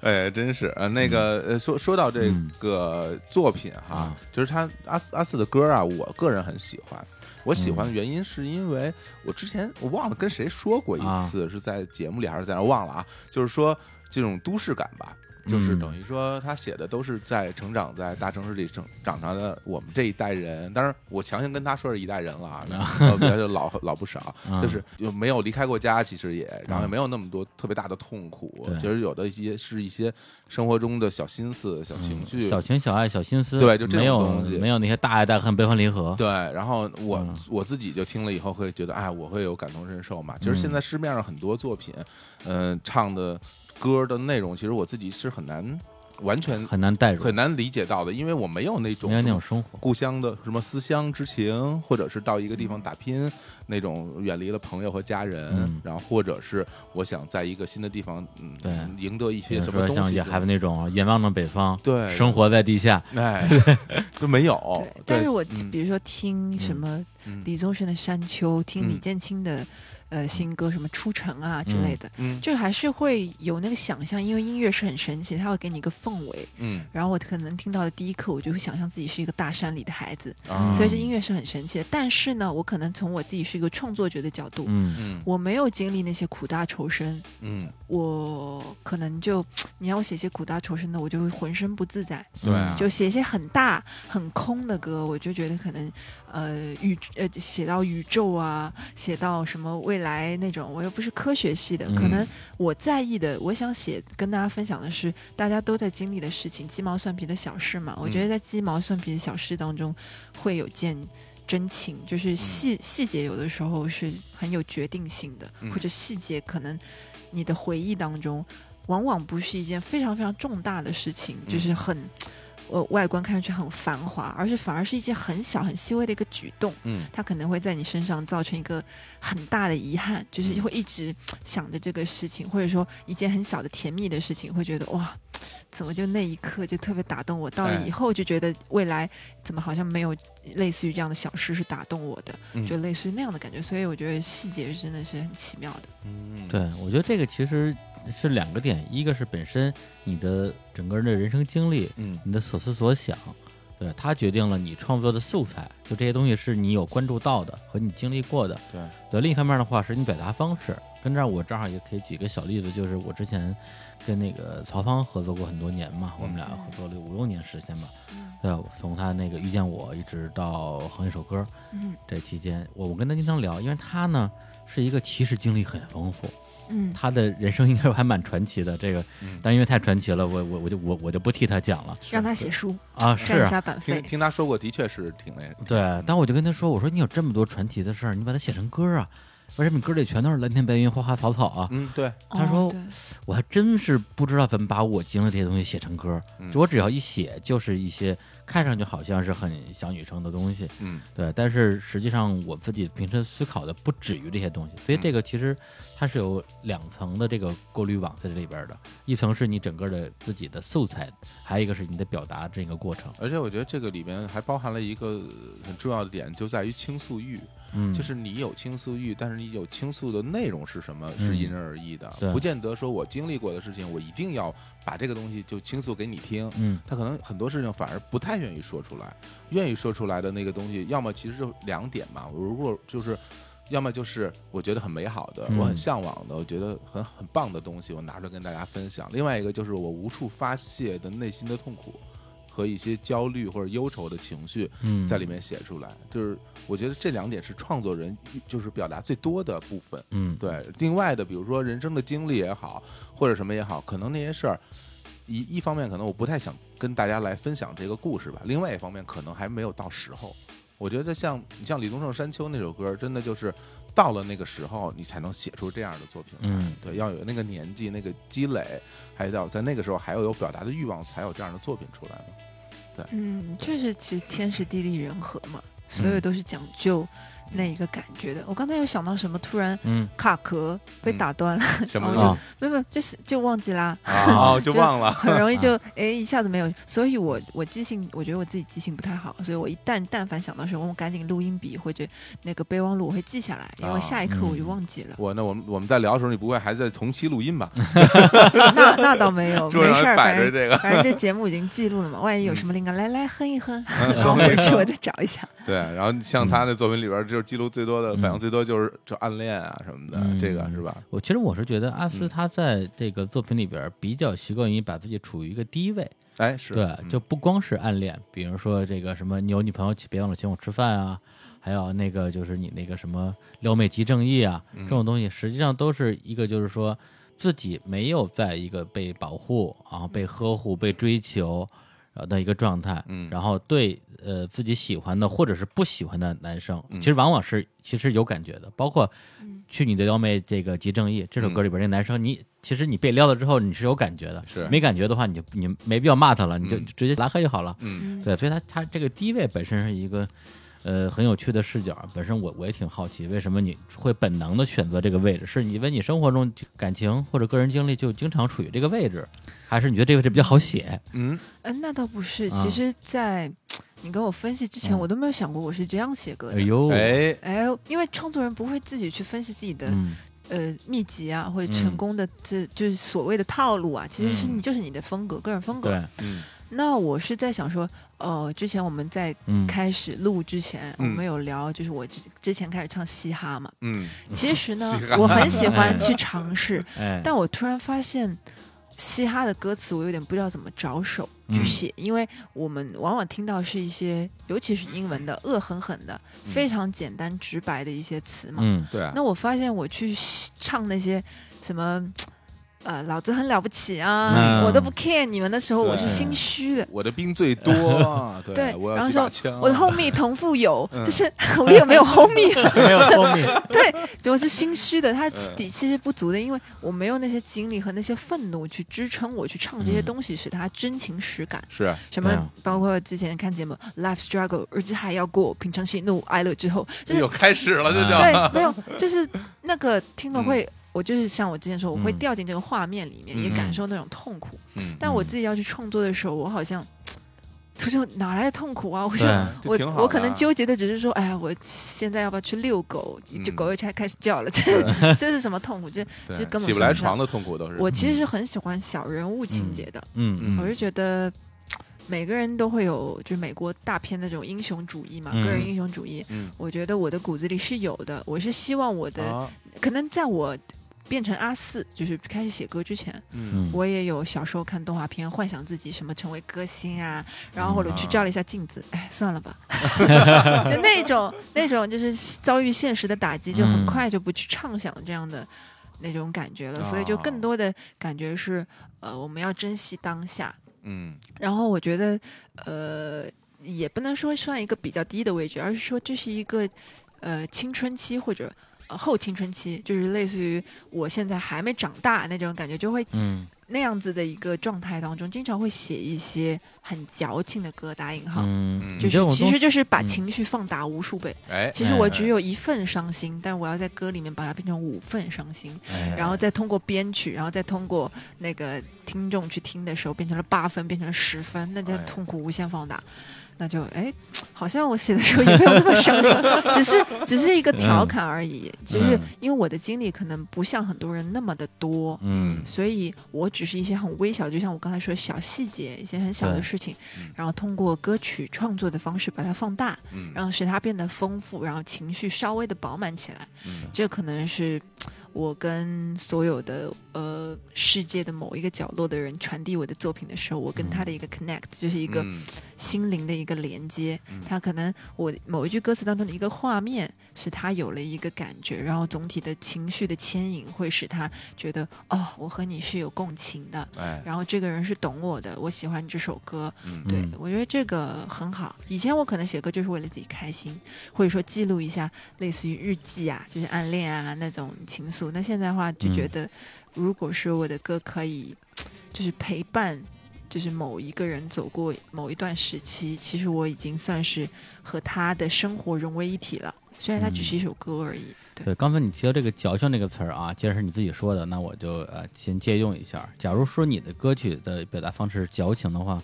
Speaker 2: 哎，真是呃，那个呃，说说到这
Speaker 1: 嗯
Speaker 2: 个作品哈
Speaker 1: 啊，
Speaker 2: 就是他阿四阿四的歌啊，我个人很喜欢。我喜
Speaker 1: 嗯
Speaker 2: 欢的原因是因为我之前我忘了跟谁说过
Speaker 1: 啊
Speaker 2: 一次，是在节目里还是在哪儿忘了啊？就是说这种都市感吧，就是
Speaker 1: 嗯
Speaker 2: 等于说他写的都是在成长在大城市里成长大的我们这一代人，当然我强行跟他说是一代人了啊，呃比他就老老不少，
Speaker 1: 啊
Speaker 2: 就是就没有离开过家，其实也，然后也
Speaker 1: 嗯
Speaker 2: 没有那么多特别大的痛苦
Speaker 1: 对。
Speaker 2: 其实有的一些是一些生活中的小心思、小 情绪。
Speaker 1: 嗯小情小爱、小心思，
Speaker 2: 对就这种
Speaker 1: 没有
Speaker 2: 东西
Speaker 1: 没有那些大爱大恨、悲欢离合，
Speaker 2: 对，然后我、
Speaker 1: 嗯
Speaker 2: 我自己就听了以后会觉得，哎，我会有感同身受嘛。其实
Speaker 1: 嗯
Speaker 2: 现在市面上很多作品，嗯、唱的歌的内容，其实我自己是很难完全
Speaker 1: 很难带入，
Speaker 2: 很难理解到的，因为我没有那种
Speaker 1: 没有
Speaker 2: 什
Speaker 1: 那种
Speaker 2: 么
Speaker 1: 生活。
Speaker 2: 故乡的什么思乡之情，或者是到一个地方打拼那种远离了朋友和家人，
Speaker 1: 嗯
Speaker 2: 然后或者是我想在一个新的地方，嗯，
Speaker 1: 对
Speaker 2: 赢得一
Speaker 1: 比
Speaker 2: 些
Speaker 1: 如
Speaker 2: 什么
Speaker 1: 说嗯
Speaker 2: 东
Speaker 1: 像
Speaker 2: 西，
Speaker 1: 野孩子那种啊眼望着北方，
Speaker 2: 对
Speaker 1: 生活在地下，
Speaker 2: 哎，都没有
Speaker 3: 对，，但是我
Speaker 2: 嗯
Speaker 3: 比如说听什么
Speaker 2: 嗯
Speaker 3: 李宗盛的《山丘》，听李
Speaker 2: 嗯
Speaker 3: 健清的呃新歌，什么《出城》啊之
Speaker 1: 嗯
Speaker 3: 类的，
Speaker 2: 嗯
Speaker 3: 就还是会有那个想象，因为音乐是很神奇，它会给你一个氛围。
Speaker 2: 嗯
Speaker 3: 然后我可能听到的第一刻，我就会想象自己是一个大山里的孩子，
Speaker 2: 啊，
Speaker 3: 所以这音乐是很神奇的。但是呢，我可能从我自己是一个创作者的角度，
Speaker 1: 嗯
Speaker 2: 嗯
Speaker 3: 我没有经历那些苦大仇深，
Speaker 2: 嗯，
Speaker 3: 我可能就你要我写些苦大仇深的，我就会浑身不自在。
Speaker 2: 对
Speaker 1: 嗯
Speaker 2: 啊，
Speaker 3: 就写一些很大很空的歌，我就觉得可能，呃，宇呃写到宇宙啊，写到什么未来那种，我又不是科学系的，可
Speaker 1: 嗯
Speaker 3: 能我在意的，我想写跟大家分享的是大家都在经历的事情，鸡毛蒜皮的小事
Speaker 2: 嗯
Speaker 3: 嘛。我觉得在鸡毛蒜皮的小事当中，会有见。真情就是细细节，有的时候是很有决定性的，
Speaker 2: 嗯
Speaker 3: 或者细节可能你的回忆当中，往往不是一件非常非常重大的事情，
Speaker 2: 嗯
Speaker 3: 就是很，呃，外观看上去很繁华，而是反而是一件很小很细微的一个举动，
Speaker 2: 嗯
Speaker 3: 它可能会在你身上造成一个很大的遗憾，就是
Speaker 2: 嗯
Speaker 3: 会一直想着这个事情，或者说一件很小的甜蜜的事情，会觉得哇，怎么就那一刻就特别打动我？到了
Speaker 2: 哎
Speaker 3: 以后就觉得未来怎么好像没有类似于这样的小事是打动我的，
Speaker 2: 嗯
Speaker 3: 就类似于那样的感觉。所以我觉得细节真的是很奇妙的。
Speaker 2: 嗯，
Speaker 1: 对，我觉得这个其实是两个点，一个是本身你的整个人的人生经历，
Speaker 2: 嗯
Speaker 1: 你的所思所想，对它决定了你创作的素材，就这些东西是你有关注到的和你经历过的。
Speaker 2: 对，
Speaker 1: 对，另一方面的话是你表达方式。跟这儿我正好也可以举个小例子，就是我之前跟那个曹芳合作过很多年嘛，我们
Speaker 2: 嗯
Speaker 1: 俩合作了有五六年时间吧。对，从他那个遇见我一直到哼一首歌，
Speaker 3: 嗯
Speaker 1: 这期间我我跟他经常聊，因为他呢是一个其实经历很丰富，
Speaker 3: 嗯
Speaker 1: 他的人生应该还蛮传奇的。这个
Speaker 2: 嗯，
Speaker 1: 但因为太传奇了，我我我就我我就不替他讲了
Speaker 3: 让他写书
Speaker 1: 啊。是
Speaker 3: 赚一
Speaker 1: 啊
Speaker 3: 下版
Speaker 2: 听
Speaker 3: 费。
Speaker 2: 听他说过，的确是挺那，
Speaker 1: 对，但我就跟他说，我说你有这么多传奇的事儿，你把它写成歌啊，为什么你歌里全都是蓝天白云、花花草草啊？
Speaker 2: 嗯，对，
Speaker 1: 他
Speaker 3: 哦
Speaker 1: 说
Speaker 3: 对
Speaker 1: 我还真是不知道怎么把我经历这些东西写成歌，
Speaker 2: 嗯
Speaker 1: 就我只要一写，就是一些看上去好像是很小女生的东西，
Speaker 2: 嗯
Speaker 1: 对，但是实际上我自己平时思考的不止于这些东西，所以
Speaker 2: 嗯
Speaker 1: 这个其实它是有两层的这个过滤网在这里边的，一层是你整个的自己的素材，还有一个是你的表达这个过程，
Speaker 2: 而且我觉得这个里面还包含了一个很重要的点，就在于倾诉欲。
Speaker 1: 嗯，
Speaker 2: 就是你有倾诉欲，但是你有倾诉的内容是什么，
Speaker 1: 嗯
Speaker 2: 是因人而异的，
Speaker 1: 对
Speaker 2: 不见得说我经历过的事情，我一定要把这个东西就倾诉给你听。
Speaker 1: 嗯
Speaker 2: 他可能很多事情反而不太愿意说出来，愿意说出来的那个东西，要么其实就两点嘛。我如果就是，要么就是我觉得很美好的，
Speaker 1: 嗯
Speaker 2: 我很向往的，我觉得很很棒的东西，我拿出来跟大家分享；另外一个就是我无处发泄的内心的痛苦和一些焦虑或者忧愁的情绪，
Speaker 1: 嗯
Speaker 2: 在里面写出来，就是我觉得这两点是创作人就是表达最多的部分。
Speaker 1: 嗯
Speaker 2: 对，另外的比如说人生的经历也好，或者什么也好，可能那些事儿，一一方面可能我不太想跟大家来分享这个故事吧，另外一方面可能还没有到时候。我觉得像你像李宗盛《山丘》那首歌，真的就是到了那个时候，你才能写出这样的作品来。
Speaker 1: 嗯
Speaker 2: 对，要有那个年纪、那个积累，还要在那个时候还要有表达的欲望，才有这样的作品出来嘛。
Speaker 3: 嗯，确实，其实天时地利人和嘛。所有都是讲究那一个感觉的。我刚才有想到什么，突然
Speaker 1: 嗯
Speaker 3: 卡壳被
Speaker 2: 嗯
Speaker 3: 打断了，
Speaker 2: 什
Speaker 3: 我
Speaker 2: 么
Speaker 3: 就
Speaker 2: 都
Speaker 1: 啊
Speaker 3: 没有没有，就是就忘记啦，
Speaker 2: 啊，就忘了。
Speaker 3: 很容易就哎一下子没有。所以我我记性，我觉得我自己记性不太好，所以我一旦但凡想到什么，我赶紧录音笔或者那个备忘录，我会记下来，因为
Speaker 2: 啊
Speaker 3: 下一刻我就
Speaker 1: 嗯
Speaker 3: 忘记 了。
Speaker 2: 我那我们我们在聊的时候，你不会还在同期录音吧？
Speaker 3: 那那倒没有，
Speaker 2: 桌
Speaker 3: 哦没
Speaker 2: 上
Speaker 3: 事
Speaker 2: 还
Speaker 3: 儿，
Speaker 2: 摆
Speaker 3: 反
Speaker 2: 着
Speaker 3: 正
Speaker 2: 这个，
Speaker 3: 反正这节目已经记录了嘛，万一有什么灵感，来来哼一哼，然后
Speaker 2: 装
Speaker 3: 回去我再找一下。
Speaker 2: 对，然后像他的作品里边，就是记录最多的、反应最多就是就暗恋啊什么的，
Speaker 1: 嗯
Speaker 2: 这个是吧？
Speaker 1: 我其实我是觉得阿斯
Speaker 2: 嗯
Speaker 1: 他在这个作品里边儿比较习惯于把自己处于一个低位，
Speaker 2: 哎，是
Speaker 1: 对，
Speaker 2: 嗯
Speaker 1: 就不光是暗恋，比如说这个什么你有女朋友请别忘了请我吃饭啊，还有那个就是你那个什么撩妹即正义啊，这
Speaker 2: 嗯
Speaker 1: 种东西实际上都是一个就是说自己没有在一个被保护啊、被呵护、被追求呃的一个状态，
Speaker 2: 嗯
Speaker 1: 然后对呃自己喜欢的或者是不喜欢的男生，
Speaker 2: 嗯
Speaker 1: 其实往往是其实有感觉的，包括
Speaker 3: 嗯
Speaker 1: 去你的撩妹这个即正义这首
Speaker 2: 嗯
Speaker 1: 歌里边那男生，你其实你被撩了之后你是有感觉的，
Speaker 2: 是
Speaker 1: 没感觉的话你就你没必要骂他了，你就
Speaker 2: 嗯
Speaker 1: 直接拉黑就好了。
Speaker 2: 嗯
Speaker 3: 嗯
Speaker 1: 对，所以他他这个低位本身是一个呃很有趣的视角，本身我我也挺好奇，为什么你会本能的选择这个位置？是因为你生活中感情或者个人经历就经常处于这个位置，还是你觉得这个位置比较好写？
Speaker 2: 嗯，
Speaker 3: 嗯，那倒不是，
Speaker 1: 啊
Speaker 3: 其实，在你跟我分析之前，
Speaker 1: 嗯
Speaker 3: 我都没有想过我是这样写歌
Speaker 1: 哎
Speaker 3: 的。
Speaker 1: 呦，
Speaker 2: 哎，
Speaker 3: 哎，因为创作人不会自己去分析自己的
Speaker 1: 嗯
Speaker 3: 呃秘籍啊，或
Speaker 1: 嗯
Speaker 3: 者成功的这就是所谓的套路啊，其实是
Speaker 1: 嗯
Speaker 3: 你就是你的风格，个人风格。
Speaker 1: 对，
Speaker 2: 嗯
Speaker 3: 那我是在想说，呃，之前我们在
Speaker 1: 嗯，
Speaker 3: 开始录之前，我
Speaker 2: 嗯
Speaker 3: 们有聊，就是我之之前开始唱嘻 哈嘛，
Speaker 2: 嗯，
Speaker 3: 其实呢
Speaker 2: 嘻哈，
Speaker 3: 我很喜欢
Speaker 1: 哎
Speaker 3: 去尝试，
Speaker 1: 哎，
Speaker 3: 但我突然发现，嘻哈的歌词我有点不知道怎么着手去
Speaker 1: 嗯
Speaker 3: 写，因为我们往往听到是一些，尤其是英文的恶狠狠的、非常简单直白的一些词嘛。
Speaker 1: 嗯
Speaker 2: 对啊，
Speaker 3: 那我发现我去唱那些什么。呃，老子很了不起啊！
Speaker 1: 嗯
Speaker 3: 我都不 care 你们的时候，我是
Speaker 2: 对
Speaker 3: 心虚的。
Speaker 2: 我的兵最多， 对
Speaker 3: 对
Speaker 2: 我
Speaker 3: 然
Speaker 2: 要
Speaker 3: 后
Speaker 2: 几
Speaker 3: 说
Speaker 2: 把
Speaker 1: 嗯
Speaker 2: 枪，啊
Speaker 3: 我的 homie 同父有，
Speaker 2: 嗯
Speaker 3: 就是 我也没 有 homie，
Speaker 1: 没有后 面，
Speaker 3: 对，我是心虚的，他
Speaker 2: 嗯
Speaker 3: 底气是不足的，因为我没有那些精力和那些愤怒去支撑我去唱这些
Speaker 1: 嗯
Speaker 3: 东西，使它真情实感。
Speaker 2: 是
Speaker 3: 什么、
Speaker 1: 对啊
Speaker 3: 包括之前看节目《Life Struggle》，日子还要过，品尝喜怒哀乐之后，就是
Speaker 2: 又开始了，这叫
Speaker 3: 对，没有，就是那个听了会，我就是像我之前说，我会
Speaker 1: 嗯
Speaker 3: 掉进这个画面里面，也
Speaker 1: 嗯
Speaker 3: 感受那种痛苦。
Speaker 2: 嗯，
Speaker 3: 但我自己要去创作的时候，我好像。就就哪来的痛苦啊！我就
Speaker 1: 对
Speaker 2: 这
Speaker 3: 我
Speaker 2: 挺好的啊
Speaker 3: 我可能纠结的只是说，哎呀，我现在要不要去遛狗？这
Speaker 2: 嗯
Speaker 3: 狗又开开始叫了，这 这是什么痛苦？这
Speaker 2: 对
Speaker 3: 就根本
Speaker 2: 起不
Speaker 3: 上
Speaker 2: 来
Speaker 3: 不
Speaker 2: 床的痛苦都是
Speaker 3: 我其实是很喜欢小人物情节的，
Speaker 1: 嗯
Speaker 3: 我
Speaker 1: 嗯
Speaker 3: 是觉得每个人都会有，就是美国大片的这种英雄主义嘛，
Speaker 1: 嗯
Speaker 3: 个人英雄主义。
Speaker 2: 嗯
Speaker 3: 我觉得我的骨子里是有的，我是希望我的，
Speaker 2: 啊，
Speaker 3: 可能在我变成阿四，就是开始写歌之前，
Speaker 2: 嗯
Speaker 1: 嗯，
Speaker 3: 我也有小时候看动画片，幻想自己什么成为歌星啊，然后或者
Speaker 2: 嗯
Speaker 3: 去照了一下镜子，哎，算了吧，就那种那种就是遭遇现实的打击，就很
Speaker 1: 嗯
Speaker 3: 快就不去畅想这样的那种感觉了，所以就更多的感觉是，呃，我们要珍惜当下。
Speaker 2: 嗯
Speaker 3: 然后我觉得，呃，也不能说算一个比较低的位置，而是说这是一个，呃，青春期或者。呃后青春期就是类似于我现在还没长大那种感觉，就会
Speaker 1: 嗯
Speaker 3: 那样子的一个状态当中，经常会写一些很矫情的歌，打引号，
Speaker 1: 嗯，
Speaker 3: 就
Speaker 1: 你这
Speaker 3: 是
Speaker 1: 种
Speaker 3: 其
Speaker 1: 东
Speaker 3: 实就是把
Speaker 1: 嗯
Speaker 3: 情绪放大无数倍。
Speaker 2: 哎，
Speaker 3: 其实我只有一份伤心，但我要在歌里面把它变成五份伤心，
Speaker 1: 哎
Speaker 3: 然后再通过编曲，然后再通过那个听众去听的时候，变成了八分，变成了十分，那就
Speaker 2: 哎
Speaker 3: 痛苦无限放大。那就哎，好像我写的时候也没有那么伤心，啊只是只是一个调侃而已。就是
Speaker 1: 嗯
Speaker 3: 因为我的经历可能不像很多人那么的多，
Speaker 1: 嗯
Speaker 3: 所以我只是一些很微小，就像我刚才说的小细节，一些很小的
Speaker 1: 对
Speaker 3: 事情
Speaker 2: 嗯，
Speaker 3: 然后通过歌曲创作的方式把它放大，
Speaker 2: 嗯
Speaker 3: 然后使它变得丰富，然后情绪稍微的饱满起来。
Speaker 2: 嗯
Speaker 3: 这可能是我跟所有的呃世界的某一个角落的人传递我的作品的时候，我跟他的一个 connect，就是一个
Speaker 2: 嗯
Speaker 3: 心灵的一个连接
Speaker 2: 嗯。
Speaker 3: 他可能我某一句歌词当中的一个画面，使他有了一个感觉，然后总体的情绪的牵引，会使他觉得哦，我和你是有共情的。
Speaker 2: 哎，
Speaker 3: 然后这个人是懂我的，我喜欢这首歌，
Speaker 2: 嗯
Speaker 3: 对、
Speaker 1: 嗯
Speaker 3: 我觉得这个很好。以前我可能写歌就是为了自己开心，或者说记录一下类似于日记啊，就是暗恋啊那种情
Speaker 1: 嗯
Speaker 3: 愫。那现在的话就觉得，如果说我的歌可以就是陪伴。就是某一个人走过某一段时期，其实我已经算是和他的生活融为一体了。虽然它
Speaker 1: 嗯
Speaker 3: 只是一首歌而已。对，
Speaker 1: 对，刚才你提到这个“矫情”这个词儿啊，既然是你自己说的，那我就呃先借用一下。假如说你的歌曲的表达方式是矫情的话，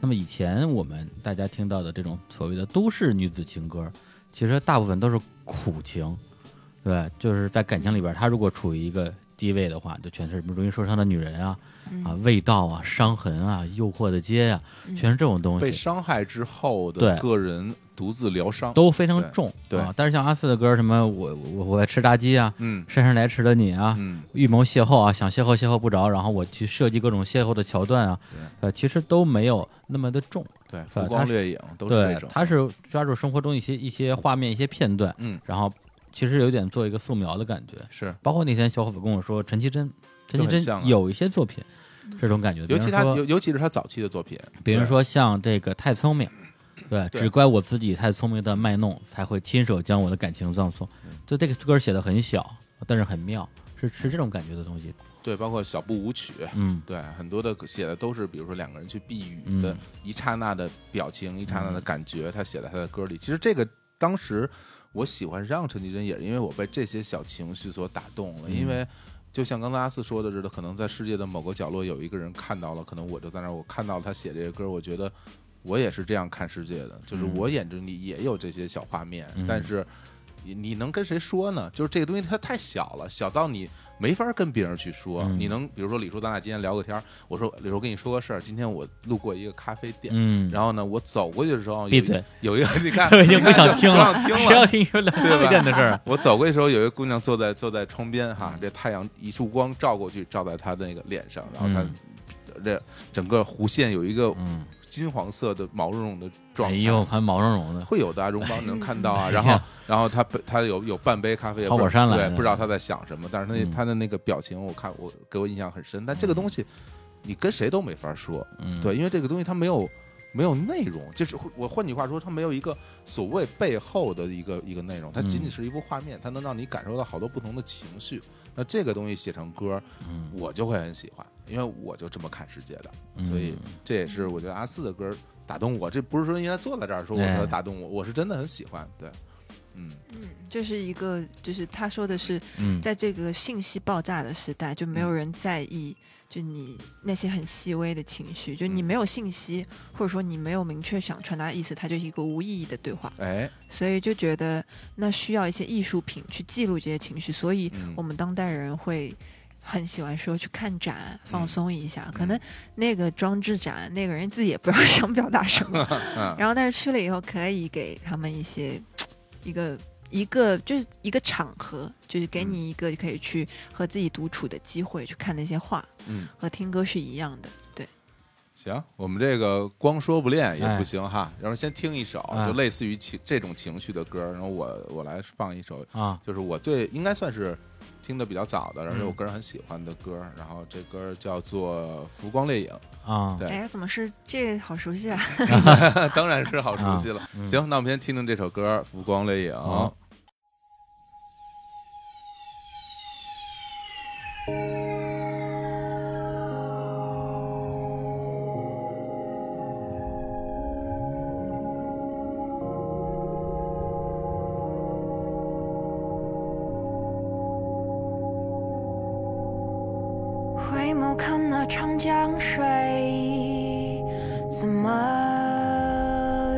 Speaker 1: 那么以前我们大家听到的这种所谓的都市女子情歌，其实大部分都是苦情，对，就是在感情里边，她如果处于一个低位的话，就全是什么容易受伤的女人啊，
Speaker 3: 嗯
Speaker 1: 啊，味道啊，伤痕啊，诱惑的街啊，全是这种东
Speaker 2: 嗯被
Speaker 1: 西，
Speaker 2: 伤害之后的
Speaker 1: 对
Speaker 2: 个人独自疗伤，
Speaker 1: 都非常
Speaker 2: 对
Speaker 1: 重。
Speaker 2: 对
Speaker 1: 啊，但是像阿四的歌，什么我我我爱吃炸鸡啊，
Speaker 2: 嗯
Speaker 1: 姗姗来迟的你啊，
Speaker 2: 嗯，
Speaker 1: 预谋邂逅啊，想邂逅邂逅不着，然后我去设计各种邂逅的桥段啊
Speaker 2: 对，
Speaker 1: 呃，其实都没有那么的重，
Speaker 2: 对，
Speaker 1: 它
Speaker 2: 浮光掠影都是
Speaker 1: 呃对
Speaker 2: 这，种，
Speaker 1: 它是抓住生活中一些一些画面、一些片段，
Speaker 2: 嗯
Speaker 1: 然后其实有点做一个素描的感觉。
Speaker 2: 是，
Speaker 1: 包括那天小伙伴跟我说，陈绮贞，陈
Speaker 2: 就
Speaker 1: 绮
Speaker 2: 很像啊
Speaker 1: 贞有一些作品这种感觉，
Speaker 2: 尤其他
Speaker 1: 比如
Speaker 2: 尤
Speaker 1: 说，
Speaker 2: 尤其是他早期的作品，
Speaker 1: 比如
Speaker 2: 对
Speaker 1: 说像这个太聪明。对，
Speaker 2: 对
Speaker 1: 只怪我自己太聪明的卖弄，才会亲手将我的感情葬送。
Speaker 2: 嗯
Speaker 1: 就这个歌写的很小，但是很妙，是是这种感觉的东西。
Speaker 2: 对，包括小步舞曲，
Speaker 1: 嗯，
Speaker 2: 对，很多的写的都是，比如说两个人去避雨的
Speaker 1: 嗯
Speaker 2: 一刹那的表情，一刹那的感觉，他写在他的歌里。其实这个当时我喜欢上陈绮贞，也是因为我被这些小情绪所打动了，
Speaker 1: 嗯
Speaker 2: 因为。就像刚才阿四说的似的，可能在世界的某个角落有一个人看到了，可能我就在那儿，我看到了他写这个歌，我觉得我也是这样看世界的，就是
Speaker 1: 嗯
Speaker 2: 我眼中里也有这些小画面，
Speaker 1: 嗯
Speaker 2: 但是你你能跟谁说呢？就是这个东西它太小了，小到你没法跟别人去说。
Speaker 1: 嗯
Speaker 2: 你能比如说李叔，咱俩今天聊个天儿，我说李叔我跟你说个事儿，今天我路过一个咖啡店。
Speaker 1: 嗯，
Speaker 2: 然后呢，我走过去的时候，有一
Speaker 1: 闭嘴，
Speaker 2: 有一个 你看，
Speaker 1: 我已经不想听
Speaker 2: 了，
Speaker 1: 了，
Speaker 2: 不想听
Speaker 1: 谁要听说聊
Speaker 2: 对吧
Speaker 1: 推荐的事 儿？
Speaker 2: 我走过去的时候，有一个姑娘坐在坐在窗边哈，
Speaker 1: 嗯
Speaker 2: 这太阳一束光照过去，照在她的那个脸上，然后她
Speaker 1: 嗯
Speaker 2: 这整个弧线有一个
Speaker 1: 嗯，
Speaker 2: 金黄色的毛茸茸的状
Speaker 1: 哎
Speaker 2: 态，
Speaker 1: 呦，还毛茸茸的，
Speaker 2: 会有的、啊，荣邦你能看 到啊。
Speaker 1: 哎
Speaker 2: 然后
Speaker 1: 呀，
Speaker 2: 然后他他有有半杯咖啡，也不
Speaker 1: 跑火山来
Speaker 2: 对，
Speaker 1: 的
Speaker 2: 不知道他在想什么，但是
Speaker 1: 嗯
Speaker 2: 他那他的那个表情，我看我给我印象很深。但这个东西，你跟谁都没法说，
Speaker 1: 嗯，
Speaker 2: 对，因为这个东西它没有没有内容，就是我换句话说，它没有一个所谓背后的一个一个内容，它仅仅
Speaker 1: 嗯
Speaker 2: 是一幅画面，它能让你感受到好多不同的情绪。那这个东西写成歌，
Speaker 1: 嗯，
Speaker 2: 我就会很喜欢，因为我就这么看世界的。
Speaker 1: 嗯，
Speaker 2: 所以这也是我觉得阿四的歌打动我。这不是说因为他坐在这儿说
Speaker 1: 哎
Speaker 2: 我说打动我，我是真的很喜欢。对，嗯，
Speaker 3: 就是一个，就是他说的是，
Speaker 1: 嗯，
Speaker 3: 在这个信息爆炸的时代，就没有人在意，就你那些很细微的情绪，就你
Speaker 2: 嗯
Speaker 3: 没有信息，或者说你没有明确想传达的意思，它就是一个无意义的对话。
Speaker 2: 哎，
Speaker 3: 所以就觉得那需要一些艺术品去记录这些情绪，所以
Speaker 2: 嗯
Speaker 3: 我们当代人会。很喜欢说去看展，
Speaker 2: 嗯
Speaker 3: 放松一下。可能那个装置展，那个人自己也不知道想表达什么，
Speaker 2: 嗯，
Speaker 3: 然后但是去了以后，可以给他们一些一个一个就是一个场合，就是给你
Speaker 2: 嗯
Speaker 3: 一个可以去和自己独处的机会，去看那些画，
Speaker 2: 嗯，
Speaker 3: 和听歌是一样的。对，
Speaker 2: 行，我们这个光说不练也
Speaker 1: 哎
Speaker 2: 不行哈，然后先听一首
Speaker 1: 啊
Speaker 2: 就类似于情这种情绪的歌，然后我我来放一首，
Speaker 1: 啊，
Speaker 2: 就是我最应该算是。听的比较早的，而且
Speaker 1: 嗯
Speaker 2: 我个人很喜欢的歌，然后这歌叫做《浮光掠影
Speaker 1: 啊，
Speaker 2: 对
Speaker 3: 哎，怎么是这好熟悉啊？》，
Speaker 2: 当然是好熟悉了。
Speaker 1: 嗯
Speaker 2: 行，那我们先听听这首歌《浮光掠影》。
Speaker 1: 好
Speaker 4: 回眸看那长江水怎么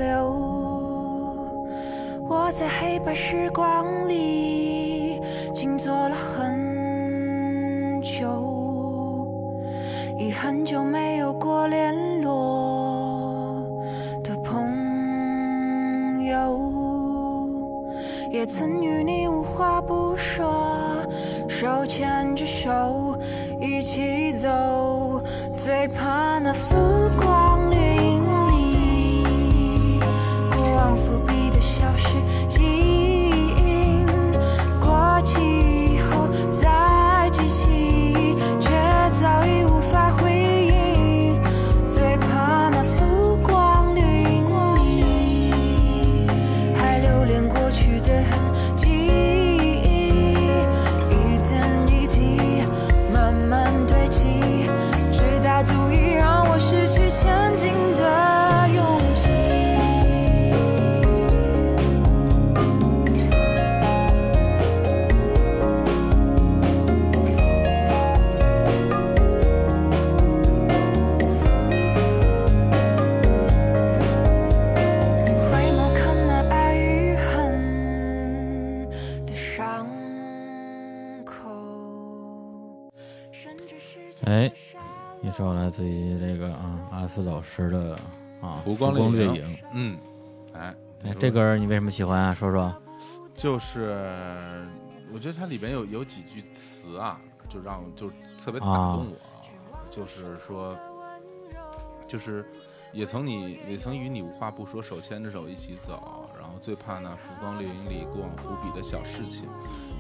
Speaker 4: 流，我在黑白时光里静坐了很久，已很久没有过联络的朋友，也曾与你无话不说，手牵着手一起走，最怕那浮光掠影里，过往伏笔的消失记忆，过期以后再记起，却早已无法回应，最怕那浮光掠
Speaker 1: 哎
Speaker 4: 影里。还留恋过去的痕迹，一点一滴慢慢堆积，直到足以让我失去哎，
Speaker 1: 一首来自于这个啊阿斯老师的啊《
Speaker 2: 浮光
Speaker 1: 光掠
Speaker 2: 掠
Speaker 1: 影》
Speaker 2: 影嗯，哎
Speaker 1: 哎。这歌儿你为什么喜欢啊？说说。
Speaker 2: 就是，我觉得它里边有有几句词啊，就让就特别打
Speaker 1: 啊
Speaker 2: 动我，就是说，就是也曾你也曾与你无话不说，手牵着手一起走，然后最怕那浮光掠影里过往伏笔的小事情，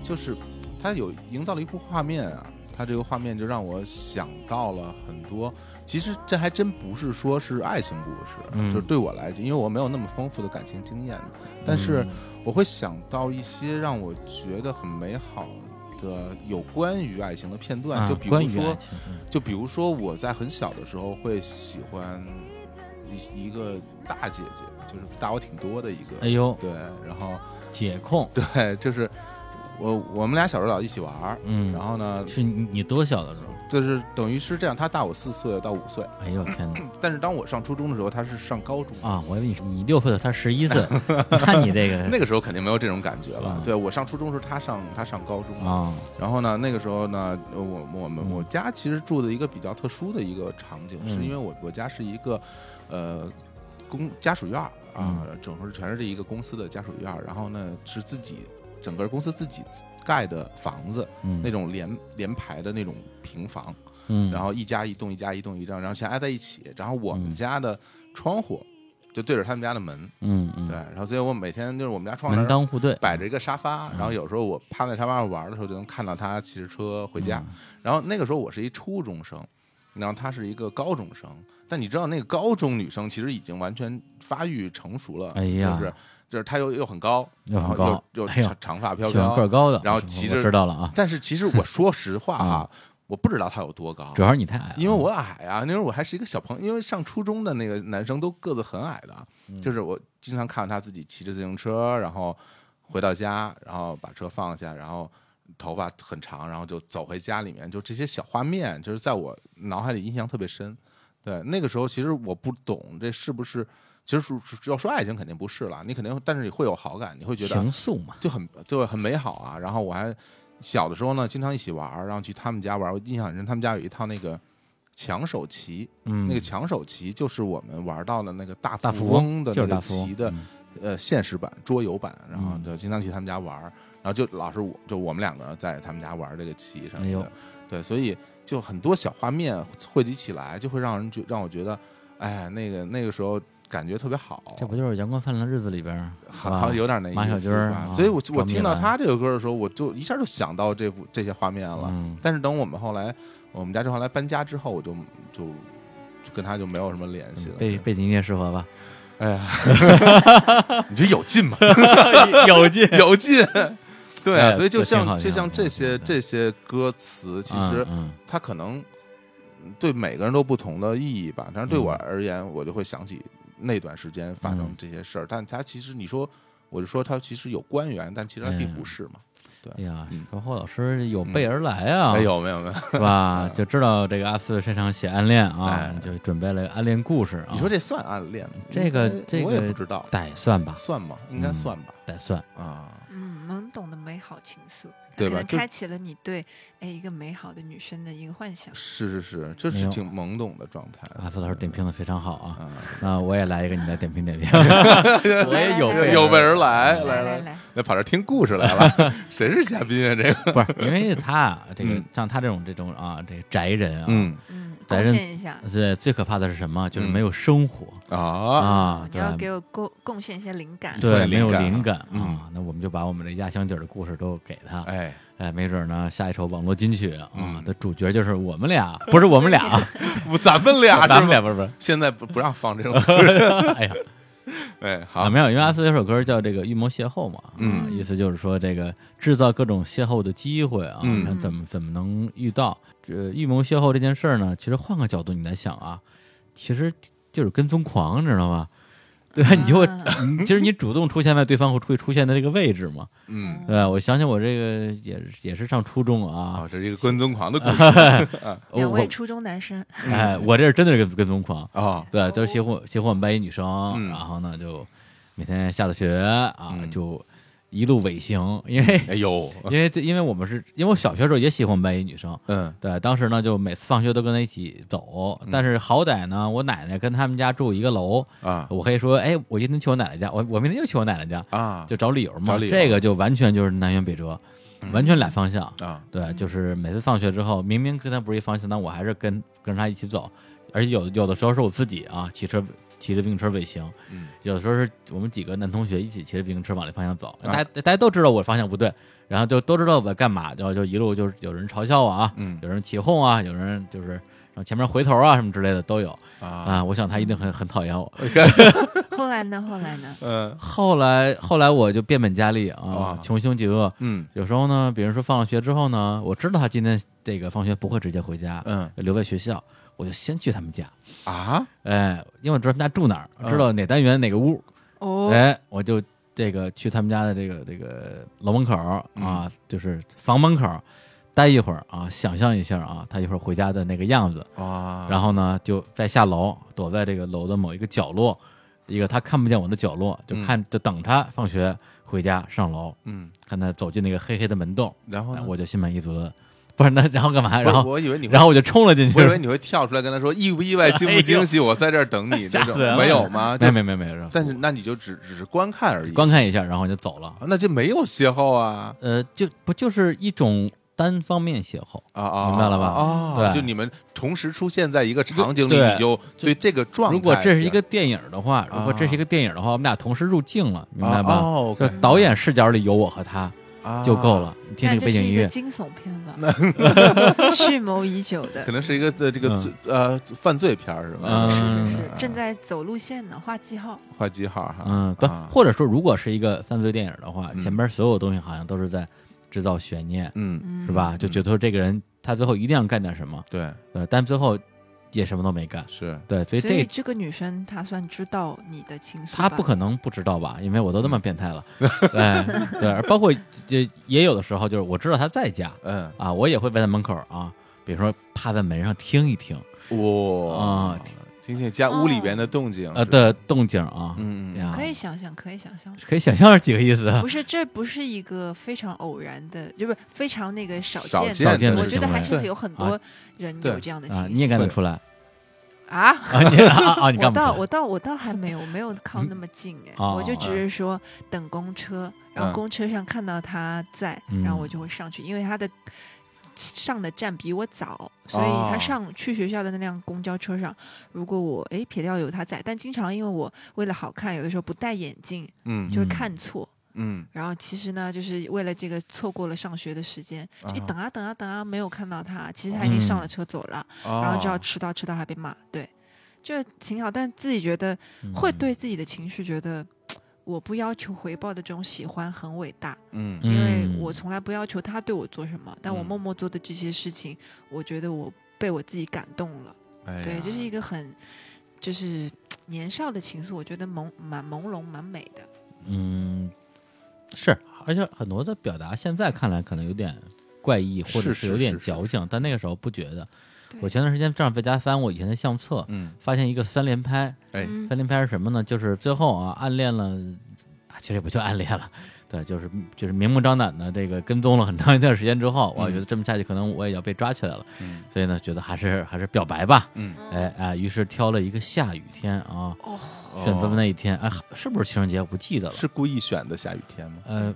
Speaker 2: 就是它有营造了一幅画面啊。它这个画面就让我想到了很多，其实这还真不是说是爱情故事，
Speaker 1: 嗯
Speaker 2: 就是对我来，因为我没有那么丰富的感情经验，但是、我会想到一些让我觉得很美好的有关于爱情的片
Speaker 1: 嗯
Speaker 2: 段，
Speaker 1: 啊
Speaker 2: 就比
Speaker 1: 关
Speaker 2: 如
Speaker 1: 于爱
Speaker 2: 说，
Speaker 1: 情，嗯
Speaker 2: 就比如说我在很小的时候会喜欢一一个大姐姐，就是大我挺多的一个，
Speaker 1: 哎呦，
Speaker 2: 对，然后
Speaker 1: 解控，
Speaker 2: 对，就是我我们俩小时候老一起玩儿，
Speaker 1: 嗯，
Speaker 2: 然后呢，
Speaker 1: 是你你多小的时候？
Speaker 2: 就是等于是这样，她大我四岁到五岁，
Speaker 1: 哎呦天哪！
Speaker 2: 但是当我上初中的时候，她是上高中，
Speaker 1: 啊，我以为你是你六岁的，他十一 岁，那你这个
Speaker 2: 那个时候肯定没有这种感觉了
Speaker 1: 嗯。
Speaker 2: 对我上初中的时候，她上她上高中
Speaker 1: 啊，
Speaker 2: 然后呢，那个时候呢，呃我我们
Speaker 1: 嗯
Speaker 2: 我家其实住的一个比较特殊的一个场景，
Speaker 1: 嗯
Speaker 2: 是因为我我家是一个，呃，公家属院儿啊，
Speaker 1: 嗯
Speaker 2: 整个全是这一个公司的家属院儿。然后呢，是自己整个公司自己盖的房子，
Speaker 1: 嗯，
Speaker 2: 那种连连排的那种平房，
Speaker 1: 嗯，
Speaker 2: 然后一家一栋，一家一栋，一张，然后全挨在一起。然后我
Speaker 1: 嗯
Speaker 2: 们家的窗户就对着他们家的门，
Speaker 1: 嗯嗯，
Speaker 2: 对。，然后所以我每天就是我们家窗户那
Speaker 1: 门
Speaker 2: 儿
Speaker 1: 当户对，
Speaker 2: 摆着一个沙发，
Speaker 1: 嗯
Speaker 2: 然后有时候我趴在沙发上玩的时候，就能看到他骑着车回
Speaker 1: 嗯
Speaker 2: 家。然后那个时候我是一初中生，然后她是一个高中生，但你知道那个高中女生其实已经完全发育成熟了，
Speaker 1: 哎呀
Speaker 2: 就是就是她又又很高，
Speaker 1: 又
Speaker 2: 然
Speaker 1: 很
Speaker 2: 后
Speaker 1: 高
Speaker 2: 又又
Speaker 1: 哎呦
Speaker 2: 长长发飘
Speaker 1: 喜欢个儿
Speaker 2: 飘。
Speaker 1: 高的，
Speaker 2: 然后
Speaker 1: 我
Speaker 2: 骑
Speaker 1: 我
Speaker 2: 着
Speaker 1: 知道了啊，
Speaker 2: 但是其实我说实话啊，
Speaker 1: 嗯
Speaker 2: 我不知道她有多高
Speaker 1: 主。要是你太矮了，
Speaker 2: 因为我矮啊，那时候我还是一个小朋友，因为上初中的那个男生都个子很矮的啊，就是我经常看到他自己骑着自行车，然后回到家，然后把车放下，然后头发很长，然后就走回家里面，就这些小画面，就是在我脑海里印象特别深。对，那个时候其实我不懂这是不是，其实说要说爱情肯定不是了，你肯定但是你会有好感，你会觉得
Speaker 1: 情愫嘛，
Speaker 2: 就很就很美好啊。然后我还小的时候呢，经常一起玩儿，然后去他们家玩儿。我印象很深，他们家有一套那个抢手棋，
Speaker 1: 嗯，
Speaker 2: 那个抢手棋就是我们玩到了那个大
Speaker 1: 大
Speaker 2: 富
Speaker 1: 富
Speaker 2: 翁的
Speaker 1: 就
Speaker 2: 那
Speaker 1: 是大
Speaker 2: 个
Speaker 1: 富翁
Speaker 2: 棋的、
Speaker 1: 嗯
Speaker 2: 呃现实版、桌游版，然后
Speaker 1: 嗯
Speaker 2: 就经常去他们家玩儿。然后就老是我就我们两个在他们家玩儿这个棋什
Speaker 1: 哎
Speaker 2: 么
Speaker 1: 呦
Speaker 2: 的，对，所以就很多小画面汇集起来，就会让人觉让我觉得，哎，那个那个时候感觉特别好。
Speaker 1: 这不就是阳光灿烂的日子里边儿，是
Speaker 2: 哦好
Speaker 1: 吧
Speaker 2: 像有点那意思
Speaker 1: 啊马小军儿
Speaker 2: 吧
Speaker 1: 啊
Speaker 2: 所以我
Speaker 1: 张
Speaker 2: 我
Speaker 1: 米
Speaker 2: 听到
Speaker 1: 兰
Speaker 2: 他这个歌的时候，我就一下就想到这幅这些画面了。
Speaker 1: 嗯
Speaker 2: 但是等我们后来，我们家这后来搬家之后，我就就就跟他就没有什么联系了。
Speaker 1: 背背景音乐适合吧？
Speaker 2: 哎呀， 你觉得 有劲吗？
Speaker 1: 有劲，
Speaker 2: 有劲。 对啊，
Speaker 1: 哎
Speaker 2: 所以就
Speaker 1: 这挺好
Speaker 2: 像
Speaker 1: 挺
Speaker 2: 就
Speaker 1: 好
Speaker 2: 像
Speaker 1: 挺好
Speaker 2: 这些
Speaker 1: 挺好
Speaker 2: 这些歌词，其实
Speaker 1: 嗯嗯
Speaker 2: 它可能对每个人都不同的意义吧。但是对我而言，我就会想起那段时间发生
Speaker 1: 嗯
Speaker 2: 这些事儿。但它其实你说，我就说它其实有关联，但其实它并不是嘛。
Speaker 1: 哎呀
Speaker 2: 嗯，
Speaker 1: 说霍老师有备而来啊，
Speaker 2: 哎，有没有没有？
Speaker 1: 是吧？就知道这个阿四擅长写暗恋啊
Speaker 2: 哎，
Speaker 1: 就准备了个暗恋故事啊。
Speaker 2: 你说这算暗恋吗？
Speaker 1: 这个
Speaker 2: 应该
Speaker 1: 这个
Speaker 2: 我也不知道，
Speaker 1: 得算吧？
Speaker 2: 算吗？应该算吧。
Speaker 1: 得算，
Speaker 2: 啊，
Speaker 3: 嗯，懵懂的美好情愫，它
Speaker 2: 对
Speaker 3: 可
Speaker 2: 吧
Speaker 3: 能
Speaker 2: 就
Speaker 3: 开启了你对哎一个美好的女生的一个幻想。
Speaker 2: 是是是，这
Speaker 1: 没
Speaker 2: 是
Speaker 1: 有
Speaker 2: 挺懵懂的状态。
Speaker 1: 阿四老师点评的非常好啊。
Speaker 2: 啊，
Speaker 1: 那我也来一个，你来点评点 评。我也
Speaker 3: 来
Speaker 1: 有
Speaker 3: 来来
Speaker 2: 有备而来，
Speaker 3: 来
Speaker 2: 来
Speaker 3: 来，
Speaker 2: 那跑这儿听故事来了，谁是嘉宾啊？这个，
Speaker 1: 不是因为他啊，这个
Speaker 2: 嗯
Speaker 1: 像他这种这种啊，这宅人啊，
Speaker 2: 嗯
Speaker 3: 嗯，
Speaker 1: 来
Speaker 3: 贡
Speaker 1: 人啊
Speaker 3: 献一下。
Speaker 1: 对，最可怕的是什么？就是
Speaker 2: 嗯
Speaker 1: 没有生活
Speaker 2: 啊，
Speaker 1: 啊，
Speaker 3: 嗯你要给
Speaker 1: 对。
Speaker 3: 我贡贡献一些灵感。
Speaker 1: 对，
Speaker 2: 灵
Speaker 1: 没有
Speaker 2: 感
Speaker 1: 灵感
Speaker 2: 嗯
Speaker 1: 啊，那我们就把我们这压箱底儿的故事都给他，
Speaker 2: 哎，
Speaker 1: 哎，没准儿呢，下一首网络金曲啊
Speaker 2: 嗯
Speaker 1: 的主角就是我们俩，不是我们 俩，啊
Speaker 2: 不，咱们俩是吧，
Speaker 1: 咱们俩不是不是，
Speaker 2: 现在不不让放这种，
Speaker 1: 哎呀，
Speaker 2: 哎，
Speaker 1: 啊，
Speaker 2: 好，
Speaker 1: 没有，因为阿斯有首歌叫这个预谋邂逅嘛，啊
Speaker 2: 嗯
Speaker 1: 意思就是说这个制造各种邂逅的机会啊，
Speaker 2: 嗯
Speaker 1: 看怎么怎么能遇到。这预谋邂逅这件事儿呢，其实换个角度你来想啊，其实就是跟踪狂，你知道吗？对吧？你就会，
Speaker 3: 啊
Speaker 1: 你其实你主动出现在对方会会出现的这个位置嘛，
Speaker 2: 嗯，
Speaker 1: 对吧？我想想，我这个也是也是上初中啊哦
Speaker 2: 哦，，这是一个跟踪狂的故 事
Speaker 3: 两
Speaker 1: 我
Speaker 3: 位初中男生，
Speaker 1: 哎，我这是真的是跟跟踪狂，
Speaker 2: 哦，
Speaker 1: 对，都是喜欢喜欢我们班一女生，
Speaker 2: 嗯
Speaker 1: 然后呢就每天下了学啊、
Speaker 2: 嗯
Speaker 1: 就一路尾行，因为
Speaker 2: 哎呦，
Speaker 1: 因为这因为我们是因为我小学时候也喜欢我们班一女生，
Speaker 2: 嗯
Speaker 1: 对，当时呢就每次放学都跟她一起走，但是好歹呢我奶奶跟他们家住一个楼，
Speaker 2: 啊
Speaker 1: 我可以说，哎，我今天去我奶奶家，我我明天又去我奶奶家，
Speaker 2: 啊，
Speaker 1: 就找理由嘛。
Speaker 2: 找理由嗯
Speaker 1: 这个就完全就是南辕北辙，完全俩方向。
Speaker 2: 啊，
Speaker 1: 对，就是每次放学之后，明明跟他不是一方向，但我还是跟跟着他一起走，而且有有的时候是我自己啊，骑车骑着自行车尾行，
Speaker 2: 嗯
Speaker 1: 有的时候是我们几个男同学一起骑着自行车往那方向走，
Speaker 2: 啊
Speaker 1: 大家大家都知道我方向不对，然后就都知道我在干嘛，然后就一路就是有人嘲笑我啊，
Speaker 2: 嗯
Speaker 1: 有人起哄啊，有人就是然后前面回头啊什么之类的都有
Speaker 2: 啊，
Speaker 1: 啊，我想他一定很很讨厌我。
Speaker 3: 后来呢？后来呢？
Speaker 2: 嗯
Speaker 1: 后来后来我就变本加厉啊
Speaker 2: 啊，
Speaker 1: 穷凶极恶。
Speaker 2: 嗯
Speaker 1: 有时候呢，比如说放了学之后呢，我知道他今天这个放学不会直接回家，
Speaker 2: 嗯
Speaker 1: 留在学校，我就先去他们家。
Speaker 2: 啊，
Speaker 1: 哎，因为我知道他们家住哪儿，
Speaker 2: 嗯
Speaker 1: 知道哪单元哪个屋，
Speaker 3: 哦，
Speaker 1: 哎，我就这个去他们家的这个这个楼门口儿啊，就是房门口儿待一会儿啊，想象一下啊，他一会儿回家的那个样子，
Speaker 2: 啊，
Speaker 1: 然后呢就再下楼，躲在这个楼的某一个角落，一个他看不见我的角落，就看、就等他放学回家上楼，
Speaker 2: 嗯，
Speaker 1: 看他走进那个黑黑的门洞，
Speaker 2: 然后
Speaker 1: 哎
Speaker 2: 呢
Speaker 1: 我就心满意足的，不是那然后干嘛？
Speaker 2: 嗯我
Speaker 1: 然后
Speaker 2: 我以为你会
Speaker 1: 然后我就冲了进去
Speaker 2: 我以，为你会跳出来跟他说意不意外、惊不惊喜，我在这儿等 你，这
Speaker 1: 哎吓
Speaker 2: 种
Speaker 1: 死人了
Speaker 2: 没有吗？
Speaker 1: 没
Speaker 2: 就
Speaker 1: 有没有没有没有，然后
Speaker 2: 但是那你就只只是观看而已，
Speaker 1: 观看一下，然后我就走了。
Speaker 2: 啊那这没有邂逅啊
Speaker 1: 呃，就不就是一种单方面邂逅，
Speaker 2: 啊啊！
Speaker 1: 明白了吧
Speaker 2: 啊，
Speaker 1: 对
Speaker 2: 就你们同时出现在一个场景里，
Speaker 1: 对
Speaker 2: 你就对这个状态。
Speaker 1: 如果这是一个电影的话，如果这是一个电影的话，我们俩同时入境了，明白吧？
Speaker 2: 啊哦
Speaker 1: 就
Speaker 2: ，OK
Speaker 1: 导演视角里有我和他
Speaker 2: 啊
Speaker 1: 就够了，你听
Speaker 3: 那
Speaker 1: 这
Speaker 3: 这
Speaker 1: 背
Speaker 3: 是
Speaker 1: 景音
Speaker 3: 一个
Speaker 1: 乐，
Speaker 3: 惊悚片 吧？蓄谋已久的
Speaker 2: 可，能是一个呃这个
Speaker 1: 嗯
Speaker 2: 罪呃犯罪片儿是吧？
Speaker 1: 嗯
Speaker 3: 是是
Speaker 1: 嗯
Speaker 3: 是，正在走路线呢，画记号。
Speaker 2: 画记号哈，
Speaker 1: 嗯，不，
Speaker 2: 啊
Speaker 1: 或者说如果是一个犯罪电影的话，
Speaker 2: 嗯
Speaker 1: 前面所有东西好像都是在制造悬念，
Speaker 2: 嗯，
Speaker 3: 嗯，
Speaker 1: 是？吧？就觉得说这个人他最后一定要干点什么，
Speaker 2: 对，
Speaker 1: 呃，但最后也什么都没干，
Speaker 2: 是
Speaker 1: 对，所以
Speaker 3: 所以
Speaker 1: 这。
Speaker 3: 这个女生她算知道你的情愫吧，
Speaker 1: 他不可能不知道吧？因为我都那
Speaker 2: 嗯
Speaker 1: 么变态了， 对对，而包括也也有的时候就是我知道他在家，
Speaker 2: 嗯，
Speaker 1: 啊，我也会在门口啊，比如说趴在门上听一听
Speaker 2: 哇
Speaker 1: 啊，
Speaker 2: 听听家屋里边嗯的动静
Speaker 1: 呃，的动静啊，
Speaker 2: 嗯嗯
Speaker 1: 呀
Speaker 3: 可以想象，可以想象。
Speaker 1: 可以想象是几个意思 啊
Speaker 3: 不？是，这不是一个非常偶然的，就是非常那个少
Speaker 2: 少
Speaker 3: 见的。
Speaker 2: 见
Speaker 1: 的
Speaker 3: 我
Speaker 1: 事
Speaker 3: 觉得
Speaker 1: 情
Speaker 3: 还
Speaker 1: 对
Speaker 3: 是有很多人
Speaker 2: 对
Speaker 3: 有这样的情
Speaker 1: 啊，
Speaker 3: 形
Speaker 1: 你也干得出 来
Speaker 3: 啊
Speaker 1: 啊？你啊啊，你
Speaker 3: 我
Speaker 1: 干不出
Speaker 3: 倒
Speaker 1: 来
Speaker 3: 我倒我倒还没有没有靠那么近哎，
Speaker 1: 哦
Speaker 3: 我就只是说等公车，然后公车上看到他在，
Speaker 1: 嗯
Speaker 3: 然后我就会上去，因为他的上的站比我早，所以
Speaker 1: 哦
Speaker 3: 他上去学校的那辆公交车上，如果我哎撇掉有他在，但经常因为我为了好看，有的时候不戴眼镜
Speaker 2: 嗯
Speaker 3: 就会看错。
Speaker 2: 嗯
Speaker 3: 然后其实呢，就是为了这个错过了上学的时间，就一
Speaker 2: 啊
Speaker 3: 等啊等啊等啊，没有看到他，其实他已经上了车走了。
Speaker 2: 嗯，
Speaker 3: 然后就
Speaker 2: 哦
Speaker 3: 要迟到，迟到还被骂，对，这挺好。但自己觉得会
Speaker 2: 嗯
Speaker 3: 对自己的情绪觉得，我不要求回报的这种喜欢很伟大，
Speaker 2: 嗯
Speaker 1: 嗯
Speaker 3: 因为我从来不要求他对我做什么，但我默默做的这些事情，我觉得我被我自己感动了。
Speaker 2: 哎呀
Speaker 3: 对，这是一个很就是年少的情愫，我觉得朦蛮朦胧、蛮美的。
Speaker 1: 嗯，是，而且很多的表达现在看来可能有点怪异，或者
Speaker 2: 是是
Speaker 1: 有点
Speaker 2: 是是
Speaker 1: 矫情，但那个时候不觉得。
Speaker 3: 对
Speaker 1: 我前段时间正好在家翻我以前的相册，
Speaker 2: 嗯
Speaker 1: 发现一个三连拍，
Speaker 2: 哎
Speaker 3: 嗯
Speaker 1: 三连拍是什么呢？就是最后啊，暗恋了，啊其实也不叫暗恋了， 对，就是就是明目张胆的这个跟踪了很长一段时间之后，我
Speaker 2: 嗯
Speaker 1: 觉得这么下去可能我也要被抓起来了，
Speaker 2: 嗯
Speaker 1: 所以呢，觉得还是还是表白吧，
Speaker 2: 嗯，
Speaker 1: 哎啊、于是挑了一个下雨天啊，
Speaker 3: 哦，
Speaker 1: 选择的那一天，哎，是不是情人节？我不记得了，
Speaker 2: 是故意选的下雨天吗？
Speaker 1: 呃，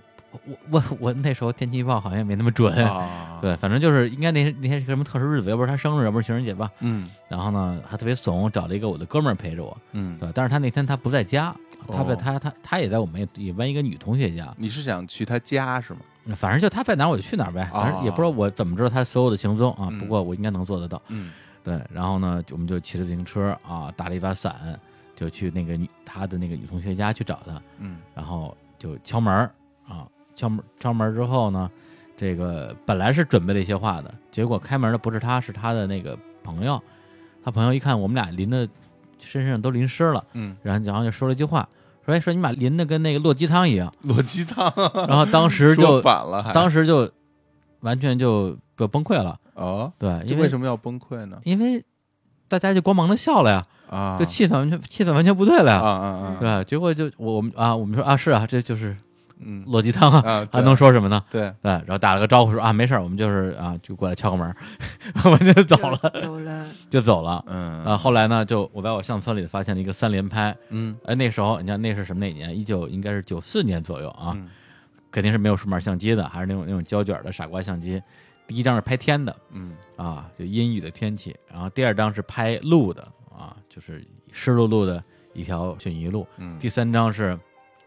Speaker 1: 我我我那时候天气预报好像也没那么准。
Speaker 2: 啊，
Speaker 1: 对，反正就是应该那天那天是个什么特殊日子，要不是他生日，要不是情人节吧。
Speaker 2: 嗯
Speaker 1: 然后呢，还特别怂，找了一个我的哥们儿陪着我。
Speaker 2: 嗯，
Speaker 1: 对，但是他那天他不在家，他在
Speaker 2: 哦
Speaker 1: 他他他也在我们也班一个女同学家，
Speaker 2: 你是想去他家是吗？
Speaker 1: 反正就他在哪儿我就去哪儿呗，
Speaker 2: 哦
Speaker 1: 反正也不知道我怎么知道他所有的行踪啊，
Speaker 2: 嗯
Speaker 1: 不过我应该能做得到。
Speaker 2: 嗯
Speaker 1: 对，然后呢，就我们就骑着自行车啊，打了一把伞，就去那个女他的那个女同学家去找他，
Speaker 2: 嗯
Speaker 1: 然后就敲门儿啊，敲门敲门儿之后呢，这个本来是准备了一些话的，结果开门的不是他，是他的那个朋友，他朋友一看我们俩淋的身上都淋湿了。
Speaker 2: 嗯，
Speaker 1: 然后然后就说了一句话，说哎说你把淋的跟那个落鸡汤一 样，
Speaker 2: 裸嗯鸡汤
Speaker 1: 然后当时
Speaker 2: 说
Speaker 1: 就
Speaker 2: 反了还，
Speaker 1: 当时就完全就就崩溃了，
Speaker 2: 哦，
Speaker 1: 对，
Speaker 2: 这
Speaker 1: 因
Speaker 2: 为
Speaker 1: 为
Speaker 2: 什么要崩溃呢？
Speaker 1: 因为大家就光芒的笑了呀，
Speaker 2: 啊，
Speaker 1: 就气氛完全气氛完全不对了
Speaker 2: 啊
Speaker 1: 呀，
Speaker 2: 啊啊，
Speaker 1: 对，结果就我我们啊我们说啊是啊这就是
Speaker 2: 嗯
Speaker 1: 落鸡汤啊，
Speaker 2: 啊，
Speaker 1: 还
Speaker 2: 对
Speaker 1: 能说什么呢？
Speaker 2: 对，
Speaker 1: 对，然后打了个招呼说啊，没事儿，我们就是啊，就过来敲个门儿， 我就走 了，
Speaker 3: 了，走了，
Speaker 1: 就走了。
Speaker 2: 嗯
Speaker 1: 啊，后来呢，就我在我相册里发现了一个三连拍，
Speaker 2: 嗯
Speaker 1: 哎，那时候你看那是什么哪年？一九应该是九四年左右啊，
Speaker 2: 嗯
Speaker 1: 肯定是没有数码相机的，还是那种那种胶卷的傻瓜相机。第一张是拍天的
Speaker 2: 嗯
Speaker 1: 啊，就阴雨的天气，然后第二张是拍路的啊，就是湿漉漉的一条盱眙路，
Speaker 2: 嗯
Speaker 1: 第三张是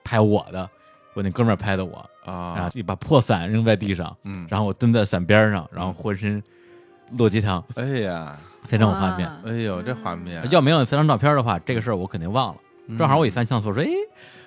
Speaker 1: 拍我的，我那哥们儿拍的我啊
Speaker 2: 啊，，
Speaker 1: 就把破伞扔在地上，
Speaker 2: 嗯，
Speaker 1: 然后我蹲在伞边上，然后浑身落鸡汤，
Speaker 2: 哎呀，
Speaker 1: 非常有画面。
Speaker 3: 哇
Speaker 2: 哎呦，这画面，
Speaker 1: 啊要没有三张照片的话，这个事儿我肯定忘了。正好我一翻相册，说，哎，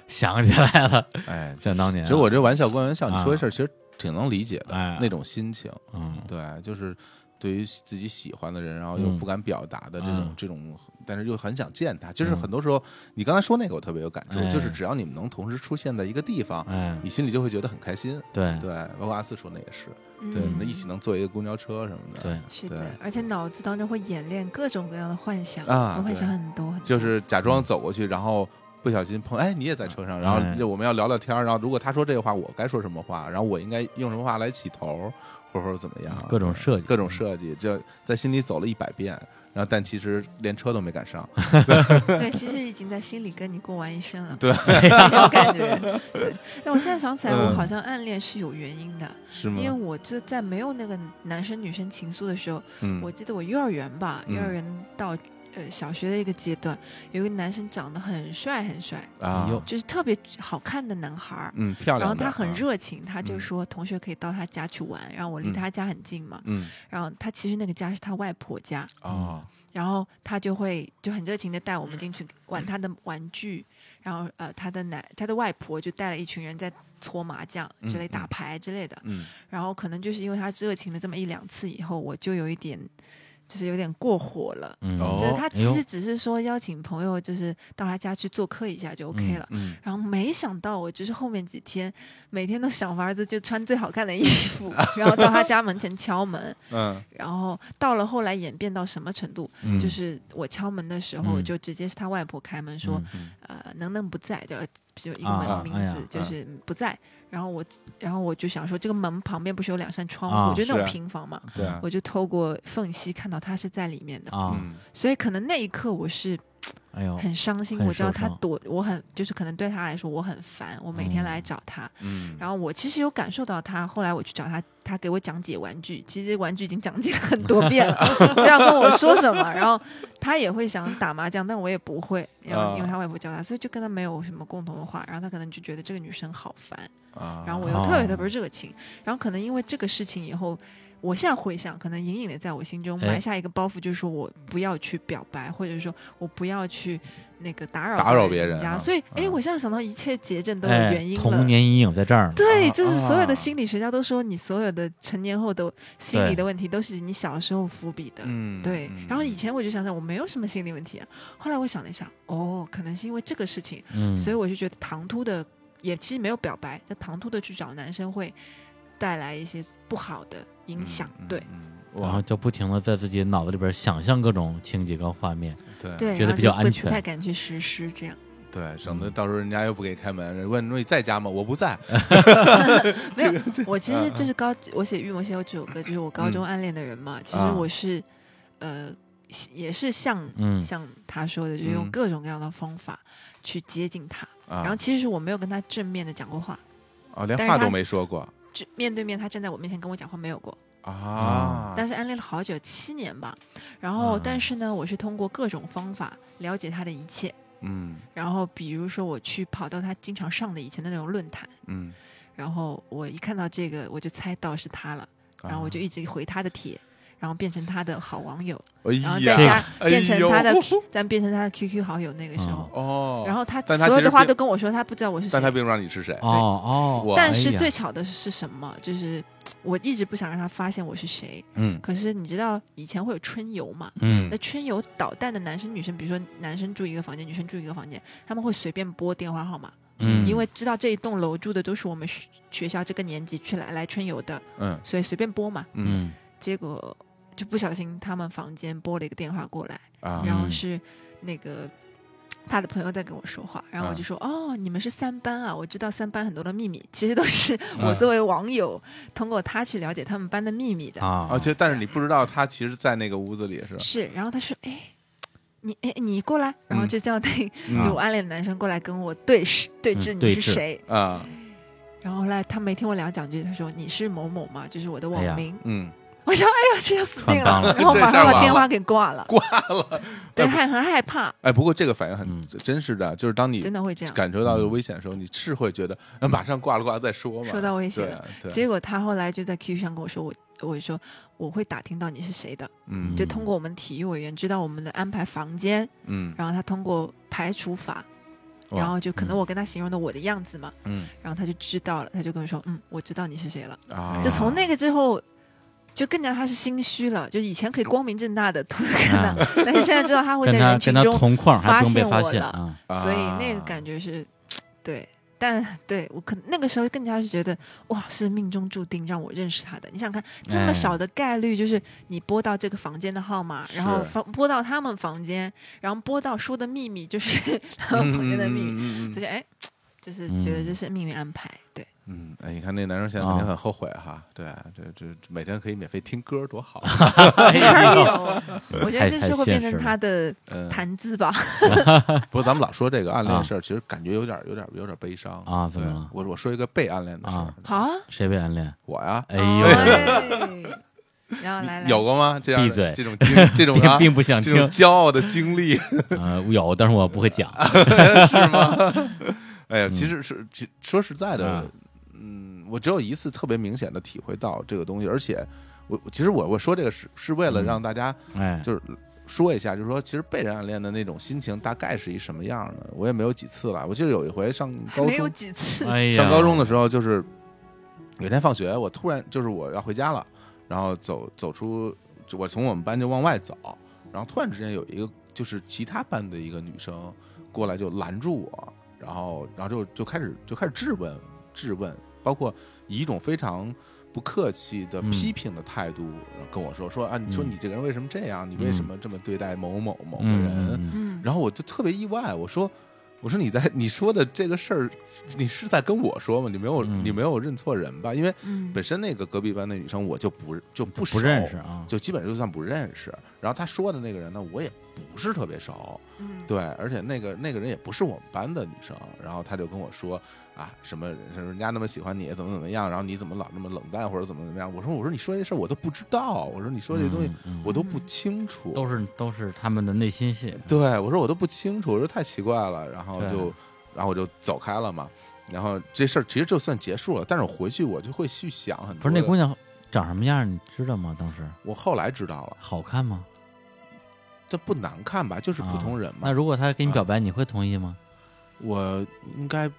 Speaker 1: 想起来了，
Speaker 2: 嗯哎，
Speaker 1: 想当年啊。
Speaker 2: 其实我这玩笑归玩笑，你
Speaker 1: 啊
Speaker 2: 说这事儿其实挺能理解的
Speaker 1: 哎，
Speaker 2: 那种心情，
Speaker 1: 嗯，
Speaker 2: 对，就是对于自己喜欢的人，然后又
Speaker 1: 嗯
Speaker 2: 不敢表达的这
Speaker 1: 嗯
Speaker 2: 种这种，但是又很想见他。就是
Speaker 1: 嗯
Speaker 2: 很多时候，你刚才说那个我特别有感触
Speaker 1: 哎，
Speaker 2: 就是只要你们能同时出现在一个地方，
Speaker 1: 哎，
Speaker 2: 你心里就会觉得很开心。
Speaker 1: 对
Speaker 2: 对，包括阿四说那也是，
Speaker 3: 嗯
Speaker 2: 对，那一起能坐一个公交车什么的。，
Speaker 1: 对，
Speaker 3: 是
Speaker 2: 对
Speaker 3: 的，而且脑子当中会演练各种各样的幻想
Speaker 2: 啊
Speaker 3: 我幻想
Speaker 2: 对
Speaker 3: 很多，很多
Speaker 2: 就是假装走过去，然后。不小心碰，哎，你也在车上，然
Speaker 1: 哎
Speaker 2: 后就我们要聊聊天儿，然后如果他说这个话，我该说什么话，然后我应该用什么话来起头，或者说怎么样，
Speaker 1: 各种设计，
Speaker 2: 啊
Speaker 1: 嗯
Speaker 2: 各种设计，这在心里走了一百遍，然后但其实连车都没 赶上。
Speaker 3: 对，其实已经在心里跟你过完一生了，
Speaker 2: 对，
Speaker 3: 有感觉。对，但我现在想起来，我
Speaker 2: 嗯
Speaker 3: 好像暗恋是有原因的，
Speaker 2: 是
Speaker 3: 因为
Speaker 2: 吗？
Speaker 3: 我就在没有那个男生女生情愫的时候，
Speaker 2: 嗯，
Speaker 3: 我记得我幼儿园吧，
Speaker 2: 嗯
Speaker 3: 幼儿园到呃小学的一个阶段，有一个男生长得很帅很帅，
Speaker 2: 啊
Speaker 1: 哎呦，
Speaker 3: 就是特别好看的男孩儿。
Speaker 2: 嗯，漂
Speaker 3: 然
Speaker 2: 亮
Speaker 3: 后
Speaker 2: 的。
Speaker 3: 他很
Speaker 2: 啊，
Speaker 3: 热情，他就
Speaker 2: 嗯
Speaker 3: 说同学可以到他家去玩，然后我离
Speaker 2: 嗯
Speaker 3: 他家很近嘛，
Speaker 2: 嗯
Speaker 3: 然后他其实那个家是他外婆家，
Speaker 2: 啊，
Speaker 3: 然后他就会就很热情的带
Speaker 2: 嗯
Speaker 3: 我们进去玩他的玩具，然后呃，他的奶他的外婆就带了一群人在搓麻将之类、
Speaker 2: 嗯嗯
Speaker 3: 打牌之类的。
Speaker 2: 嗯
Speaker 3: 然后可能就是因为他热情了这么一两次以后，我就有一点就是有点过火了。
Speaker 1: 嗯，
Speaker 2: 哦
Speaker 3: 就是他其
Speaker 1: 哎呦
Speaker 3: 实只是说邀请朋友，就是到他家去做客一下就 OK 了。
Speaker 2: 嗯，
Speaker 3: 然后没想到，我就是后面几天每天都想法子就穿最好看的衣 服，然后到他家门前敲门，
Speaker 2: 嗯
Speaker 3: 然后到了后来演变到什么程度？
Speaker 1: 嗯
Speaker 3: 就是我敲门的时候，
Speaker 1: 嗯
Speaker 3: 就直接是他外婆开门说，呃，能能不在，就就一个
Speaker 1: 啊
Speaker 3: 门名
Speaker 1: 哎呀
Speaker 3: 字，就是不在。然后我，然后我就想说，这个门旁边不是有两扇窗户，
Speaker 1: 啊嗯
Speaker 3: 就那
Speaker 2: 是
Speaker 3: 种
Speaker 2: 啊
Speaker 3: 平房嘛，
Speaker 2: 对啊，
Speaker 3: 我就透过缝隙看到他是在里面的，
Speaker 1: 啊，
Speaker 2: 嗯
Speaker 3: 所以可能那一刻我是
Speaker 1: 哎呦，
Speaker 3: 很伤心，
Speaker 1: 很
Speaker 3: 我知道
Speaker 1: 受
Speaker 3: 他
Speaker 1: 伤
Speaker 3: 躲，我很就是可能对他来说我很烦，我每天来找他，
Speaker 2: 嗯，
Speaker 3: 然后我其实有感受到他，后来我去找他，他给我讲解玩具，其实玩具已经讲解了很多遍 了，不要跟我说什么。然后他也会想打麻将，但我也不会，因为
Speaker 2: 啊
Speaker 3: 因为他外婆教他，所以就跟他没有什么共同的话。然后他可能就觉得这个女生好烦，
Speaker 2: 啊，
Speaker 3: 然后我又特别特别热情，然后可能因为这个事情以后。我现在回想，可能隐隐的在我心中
Speaker 1: 哎
Speaker 3: 埋下一个包袱，就是说我不要去表白，或者说我不要去那个打扰
Speaker 2: 打扰别人
Speaker 3: 家。
Speaker 2: 啊
Speaker 3: 所以，哎，
Speaker 2: 嗯
Speaker 3: 我现在想到一切结症都有
Speaker 1: 哎
Speaker 3: 原因了。
Speaker 1: 童年阴影在这儿呢，
Speaker 3: 对，
Speaker 2: 啊
Speaker 3: 就是所有的
Speaker 2: 啊
Speaker 3: 心理学家都说，你所有的成年后的心理的问题都是你小时候伏笔的。
Speaker 2: 嗯，
Speaker 3: 对，然后以
Speaker 2: 前
Speaker 3: 前我就想想，我没有什么心理问题、啊。后来我想了一下，哦，可能是因为这个事情，
Speaker 1: 嗯，
Speaker 3: 所以我就觉得唐突的也其实没有表白，那唐突的去找男生会带来一些不好的影响。
Speaker 1: 嗯
Speaker 3: 对，，
Speaker 1: 然后
Speaker 2: 嗯哇，
Speaker 1: 就不停的在自己脑子里边想象各种情节跟画面，
Speaker 2: 对
Speaker 3: 对，
Speaker 1: 觉得
Speaker 3: 然后
Speaker 1: 比较
Speaker 3: 就
Speaker 1: 安
Speaker 3: 会
Speaker 1: 全
Speaker 3: 不太敢去实施 这样。
Speaker 2: 对，省
Speaker 1: 嗯
Speaker 2: 得到时候人家又不给开门，问说你在家吗？我不在。
Speaker 3: 没有，我其实就是高，我写《预谋先后》这首歌，就是我高中暗恋的人嘛。其实
Speaker 2: 啊
Speaker 3: 我是，呃，也是像
Speaker 1: 嗯
Speaker 3: 像他说的，就是用
Speaker 2: 嗯
Speaker 3: 各种各样的方法去接近他。
Speaker 2: 然
Speaker 1: 啊
Speaker 3: 然后其实我没有跟他正面的讲过话，
Speaker 2: 啊，连
Speaker 3: 但是
Speaker 2: 话
Speaker 3: 他
Speaker 2: 都没说过
Speaker 3: 就面对面他站在我面前跟我讲话没有过。
Speaker 1: 嗯
Speaker 2: 啊。嗯
Speaker 3: 但是暗恋了好久，七年吧。然后
Speaker 1: 啊
Speaker 3: 但是呢，我是通过各种方法了解他的一切。
Speaker 2: 嗯
Speaker 3: 然后比如说我去跑到他经常上的以前的那种论坛，
Speaker 2: 嗯，
Speaker 3: 然后我一看到这个我就猜到是他了。然后我就
Speaker 2: 啊
Speaker 3: 一直回他的帖，然后变成他的好网友，
Speaker 2: 哎
Speaker 3: 然
Speaker 2: 呀，
Speaker 3: 后在家
Speaker 2: 哎
Speaker 3: 变成他的
Speaker 2: 呦
Speaker 3: Q，咱变成他的 QQ 好友那个时候，
Speaker 2: 哦，
Speaker 3: 然后他
Speaker 2: 但他
Speaker 3: 所有
Speaker 2: 其实
Speaker 3: 的话
Speaker 2: 并
Speaker 3: 都跟我说他不知道我是谁
Speaker 2: 但，他并不知道你是谁
Speaker 1: 哦哦，
Speaker 2: 我
Speaker 3: 但
Speaker 1: 哎
Speaker 3: 是
Speaker 1: 呀
Speaker 3: 最巧的是什么？就是我一直不想让他发现我是谁，
Speaker 2: 嗯
Speaker 3: 可是你知道以前会有春游嘛？
Speaker 1: 嗯
Speaker 3: 那春游导弹的男生女生，比如说男生住一个房间，女生住一个房间，他们会随便拨电话号码，
Speaker 1: 嗯，
Speaker 3: 因为知道这一栋楼住的都是我们学学校这个年级去来来春游的，
Speaker 2: 嗯
Speaker 3: 所以随便拨嘛。
Speaker 2: 嗯
Speaker 1: 嗯
Speaker 3: 结果就不小心他们房间拨了一个电话过来，
Speaker 2: 啊
Speaker 3: 然后
Speaker 1: 嗯
Speaker 3: 是那个他的朋友在跟我说话，然后我就说、哦，你们是三班啊，我知道三班很多的秘密，其实都是
Speaker 1: 嗯
Speaker 3: 我作为网友、通过他去了解他们班的秘密的。
Speaker 1: 啊，
Speaker 2: 而且但是你不知道他其实，在那个屋子里是吧？
Speaker 3: 是，然后他说，哎。你哎，你过来，然后就 叫那、
Speaker 1: 嗯
Speaker 3: 就我暗恋的男生过来跟我对视对峙，
Speaker 1: 嗯
Speaker 3: 你
Speaker 1: 对
Speaker 3: 是
Speaker 1: 峙
Speaker 3: 谁？
Speaker 2: 啊，
Speaker 3: 然后后来他没听我聊两句，他说你是某某嘛，就是我的
Speaker 1: 哎呀
Speaker 3: 网名。
Speaker 2: 嗯，
Speaker 3: 我想哎呀，这要死 定
Speaker 1: 穿帮了
Speaker 3: 然后
Speaker 2: 这事
Speaker 3: 马
Speaker 2: 儿
Speaker 3: 上
Speaker 2: 完
Speaker 3: 把
Speaker 2: 了
Speaker 3: 电话给挂了。
Speaker 2: 挂了。
Speaker 3: 对，
Speaker 2: 哎
Speaker 3: 还很害怕，
Speaker 2: 哎，不过这个反应很
Speaker 1: 嗯
Speaker 2: 真实的，就是当你
Speaker 3: 真的会这样。
Speaker 2: 感受到有危险的时候，你是会觉得，那马上挂了挂了再说嘛。
Speaker 3: 受到威胁
Speaker 2: 对
Speaker 3: 了
Speaker 2: 对，
Speaker 3: 结果他后来就在 QQ 上跟我说，我我说我会打听到你是谁的，
Speaker 2: 嗯
Speaker 3: 就通过我们体育委员知道我们的安排房间，
Speaker 2: 嗯，
Speaker 3: 然后他通过排除法，
Speaker 2: 哇
Speaker 3: 然后就可能
Speaker 1: 嗯
Speaker 3: 我跟他形容的我的样子嘛，
Speaker 2: 嗯
Speaker 3: 然后他就知道了，他就跟我说，嗯，我知道你是谁了。
Speaker 2: 啊，
Speaker 3: 就从那个之后，就更加他是心虚了，就以前可以光明正大的偷偷看他， 但是现在知道他会在
Speaker 1: 跟他
Speaker 3: 人
Speaker 1: 啊跟
Speaker 3: 群
Speaker 1: 他
Speaker 3: 中，
Speaker 1: 同框还不用被
Speaker 3: 发
Speaker 1: 发
Speaker 3: 现
Speaker 1: 现
Speaker 3: 我
Speaker 1: 啊，
Speaker 2: 啊
Speaker 3: 所以那个感觉是，对。但对我可能那个时候更加是觉得，哇，是命中注定让我认识他的。你想看这么
Speaker 1: 哎
Speaker 3: 少的概率，就是你拨到这个房间的号码，然后
Speaker 2: 是
Speaker 3: 房拨到他们房间，然后拨到说的秘密，就是 他
Speaker 2: 嗯
Speaker 3: 们房间的秘密，
Speaker 2: 嗯嗯嗯
Speaker 3: 就是哎，就是觉
Speaker 1: 嗯
Speaker 3: 得这是命运安排。对，
Speaker 2: 嗯，哎，你看那男生现在肯定很后悔哈，对，这这每天可以免费听歌多好，
Speaker 3: 哪有？哎我觉
Speaker 1: 哎太
Speaker 3: 得这
Speaker 1: 哦太
Speaker 3: 是会
Speaker 1: 现
Speaker 3: 变
Speaker 1: 实
Speaker 3: 成
Speaker 1: 了
Speaker 3: 他的
Speaker 2: 嗯，
Speaker 3: 谈资吧。
Speaker 2: 不过咱们老说这个暗恋
Speaker 1: 啊
Speaker 2: 事儿，其实感觉有点有点有点悲伤
Speaker 1: 啊怎
Speaker 2: 对
Speaker 1: 么了，
Speaker 2: 我我说一个被暗恋的事儿
Speaker 1: 啊，
Speaker 3: 好啊，
Speaker 1: 谁被暗恋？
Speaker 2: 我呀，
Speaker 1: 哎
Speaker 3: 哦
Speaker 1: 呦，
Speaker 3: 呦， 然后来来，
Speaker 2: 有过吗？这样的
Speaker 1: 闭嘴
Speaker 2: 这种经这种啊
Speaker 1: 并并不想
Speaker 2: 这种
Speaker 1: 听，
Speaker 2: 骄傲的经历
Speaker 1: 呃，有，但是我不会 讲，
Speaker 2: 是吗？哎呀，其实是其说实在的
Speaker 1: 啊，
Speaker 2: 嗯，我只有一次特别明显的体会到这个东西，而且我其实我我说这个是是为了
Speaker 1: 嗯
Speaker 2: 让大家
Speaker 1: 哎，
Speaker 2: 就是说一下，就是说，其实被人暗恋的那种心情大概是一什么样的？我也没有几次了。我记得有一回上高
Speaker 3: 没有
Speaker 2: 中，
Speaker 3: 几次。
Speaker 1: 哎呀，
Speaker 2: 上高中的时候，就是有一天放学，我突然就是我要回家了，然后走走出，就我从我们班就往外走，然后突然之间有一个就是其他班的一个女生过来就拦住我，然后然后就就开始就开始质问质问，包括以一种非常。不客气的
Speaker 1: 嗯
Speaker 2: 批评的态度跟我说说啊，你说
Speaker 1: 嗯
Speaker 2: 你这个人为什么这样？你为什
Speaker 1: 嗯
Speaker 2: 么这么对待某某某个
Speaker 1: 嗯
Speaker 2: 人？
Speaker 1: 嗯，嗯
Speaker 3: 嗯，
Speaker 2: 然后我就特别意外，我说。我说你在你说的这个事儿，你是在跟我说吗？你没有、
Speaker 1: 嗯
Speaker 2: 你没有认错人吧？因为
Speaker 3: 嗯
Speaker 2: 本身那个隔壁班的女生我就不就不
Speaker 1: 不
Speaker 2: 熟
Speaker 1: 认识，啊，
Speaker 2: 就基本就算不认识。然后她说的那个人呢，我也不是特别熟，
Speaker 3: 嗯
Speaker 2: 对，而且那个那个人也不是我们班的女生。然后她就跟我说啊，什么什么人家那么喜欢你，怎么怎么样，然后你怎么老那么冷淡或者怎么怎么样？我说我说你说这事儿我都不知道，我说你说这东西
Speaker 1: 嗯，嗯
Speaker 2: 我都不清楚，
Speaker 1: 都是都是他们的内心戏，
Speaker 2: 对，我说我都不清楚，我说太奇怪了，然后
Speaker 1: 对
Speaker 2: 就，然后我就走开了嘛。然后这事儿其实就算结束了，但是我回去我就会去想很
Speaker 1: 不
Speaker 2: 多的。
Speaker 1: 是那姑娘长什么样，你知道吗？当时
Speaker 2: 我后来知道了，
Speaker 1: 好看吗？
Speaker 2: 这不难看吧？就是普通人嘛。
Speaker 1: 那如果她给你表白，你会同意吗？
Speaker 2: 我应该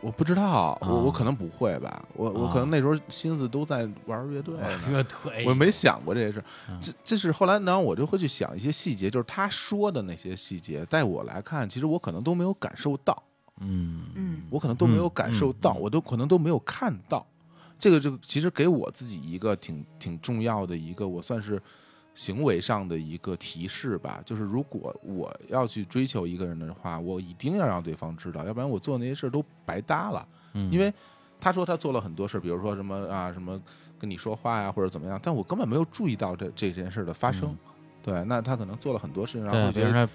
Speaker 2: 我不知道，我我
Speaker 1: 啊
Speaker 2: 可能不会吧。我我
Speaker 1: 啊
Speaker 2: 可能那时候心思都在玩乐队呢。
Speaker 1: 腿
Speaker 2: 啊我没想过这些事儿
Speaker 1: 嗯，
Speaker 2: 这这是后来呢，我就会去想一些细节，就是他说的那些细节，在我来看，其实我可能都没有感受到。
Speaker 1: 嗯
Speaker 3: 嗯
Speaker 2: 我可能都没有感受到，
Speaker 1: 嗯嗯嗯
Speaker 2: 我都可能都没有看到。这个就其实给我自己一个挺挺重要的一个，我算是行为上的一个提示吧。就是如果我要去追求一个人的话，我一定要让对方知道，要不然我做那些事儿都白搭了。
Speaker 1: 嗯，
Speaker 2: 因为他说他做了很多事，比如说什么啊什么跟你说话呀、或者怎么样，但我根本没有注意到这这件事儿的发生。
Speaker 1: 嗯
Speaker 2: 对，那他可能做了很多事情，然
Speaker 1: 对，
Speaker 2: 后会
Speaker 1: 比
Speaker 2: 觉
Speaker 1: 如
Speaker 2: 得
Speaker 1: 说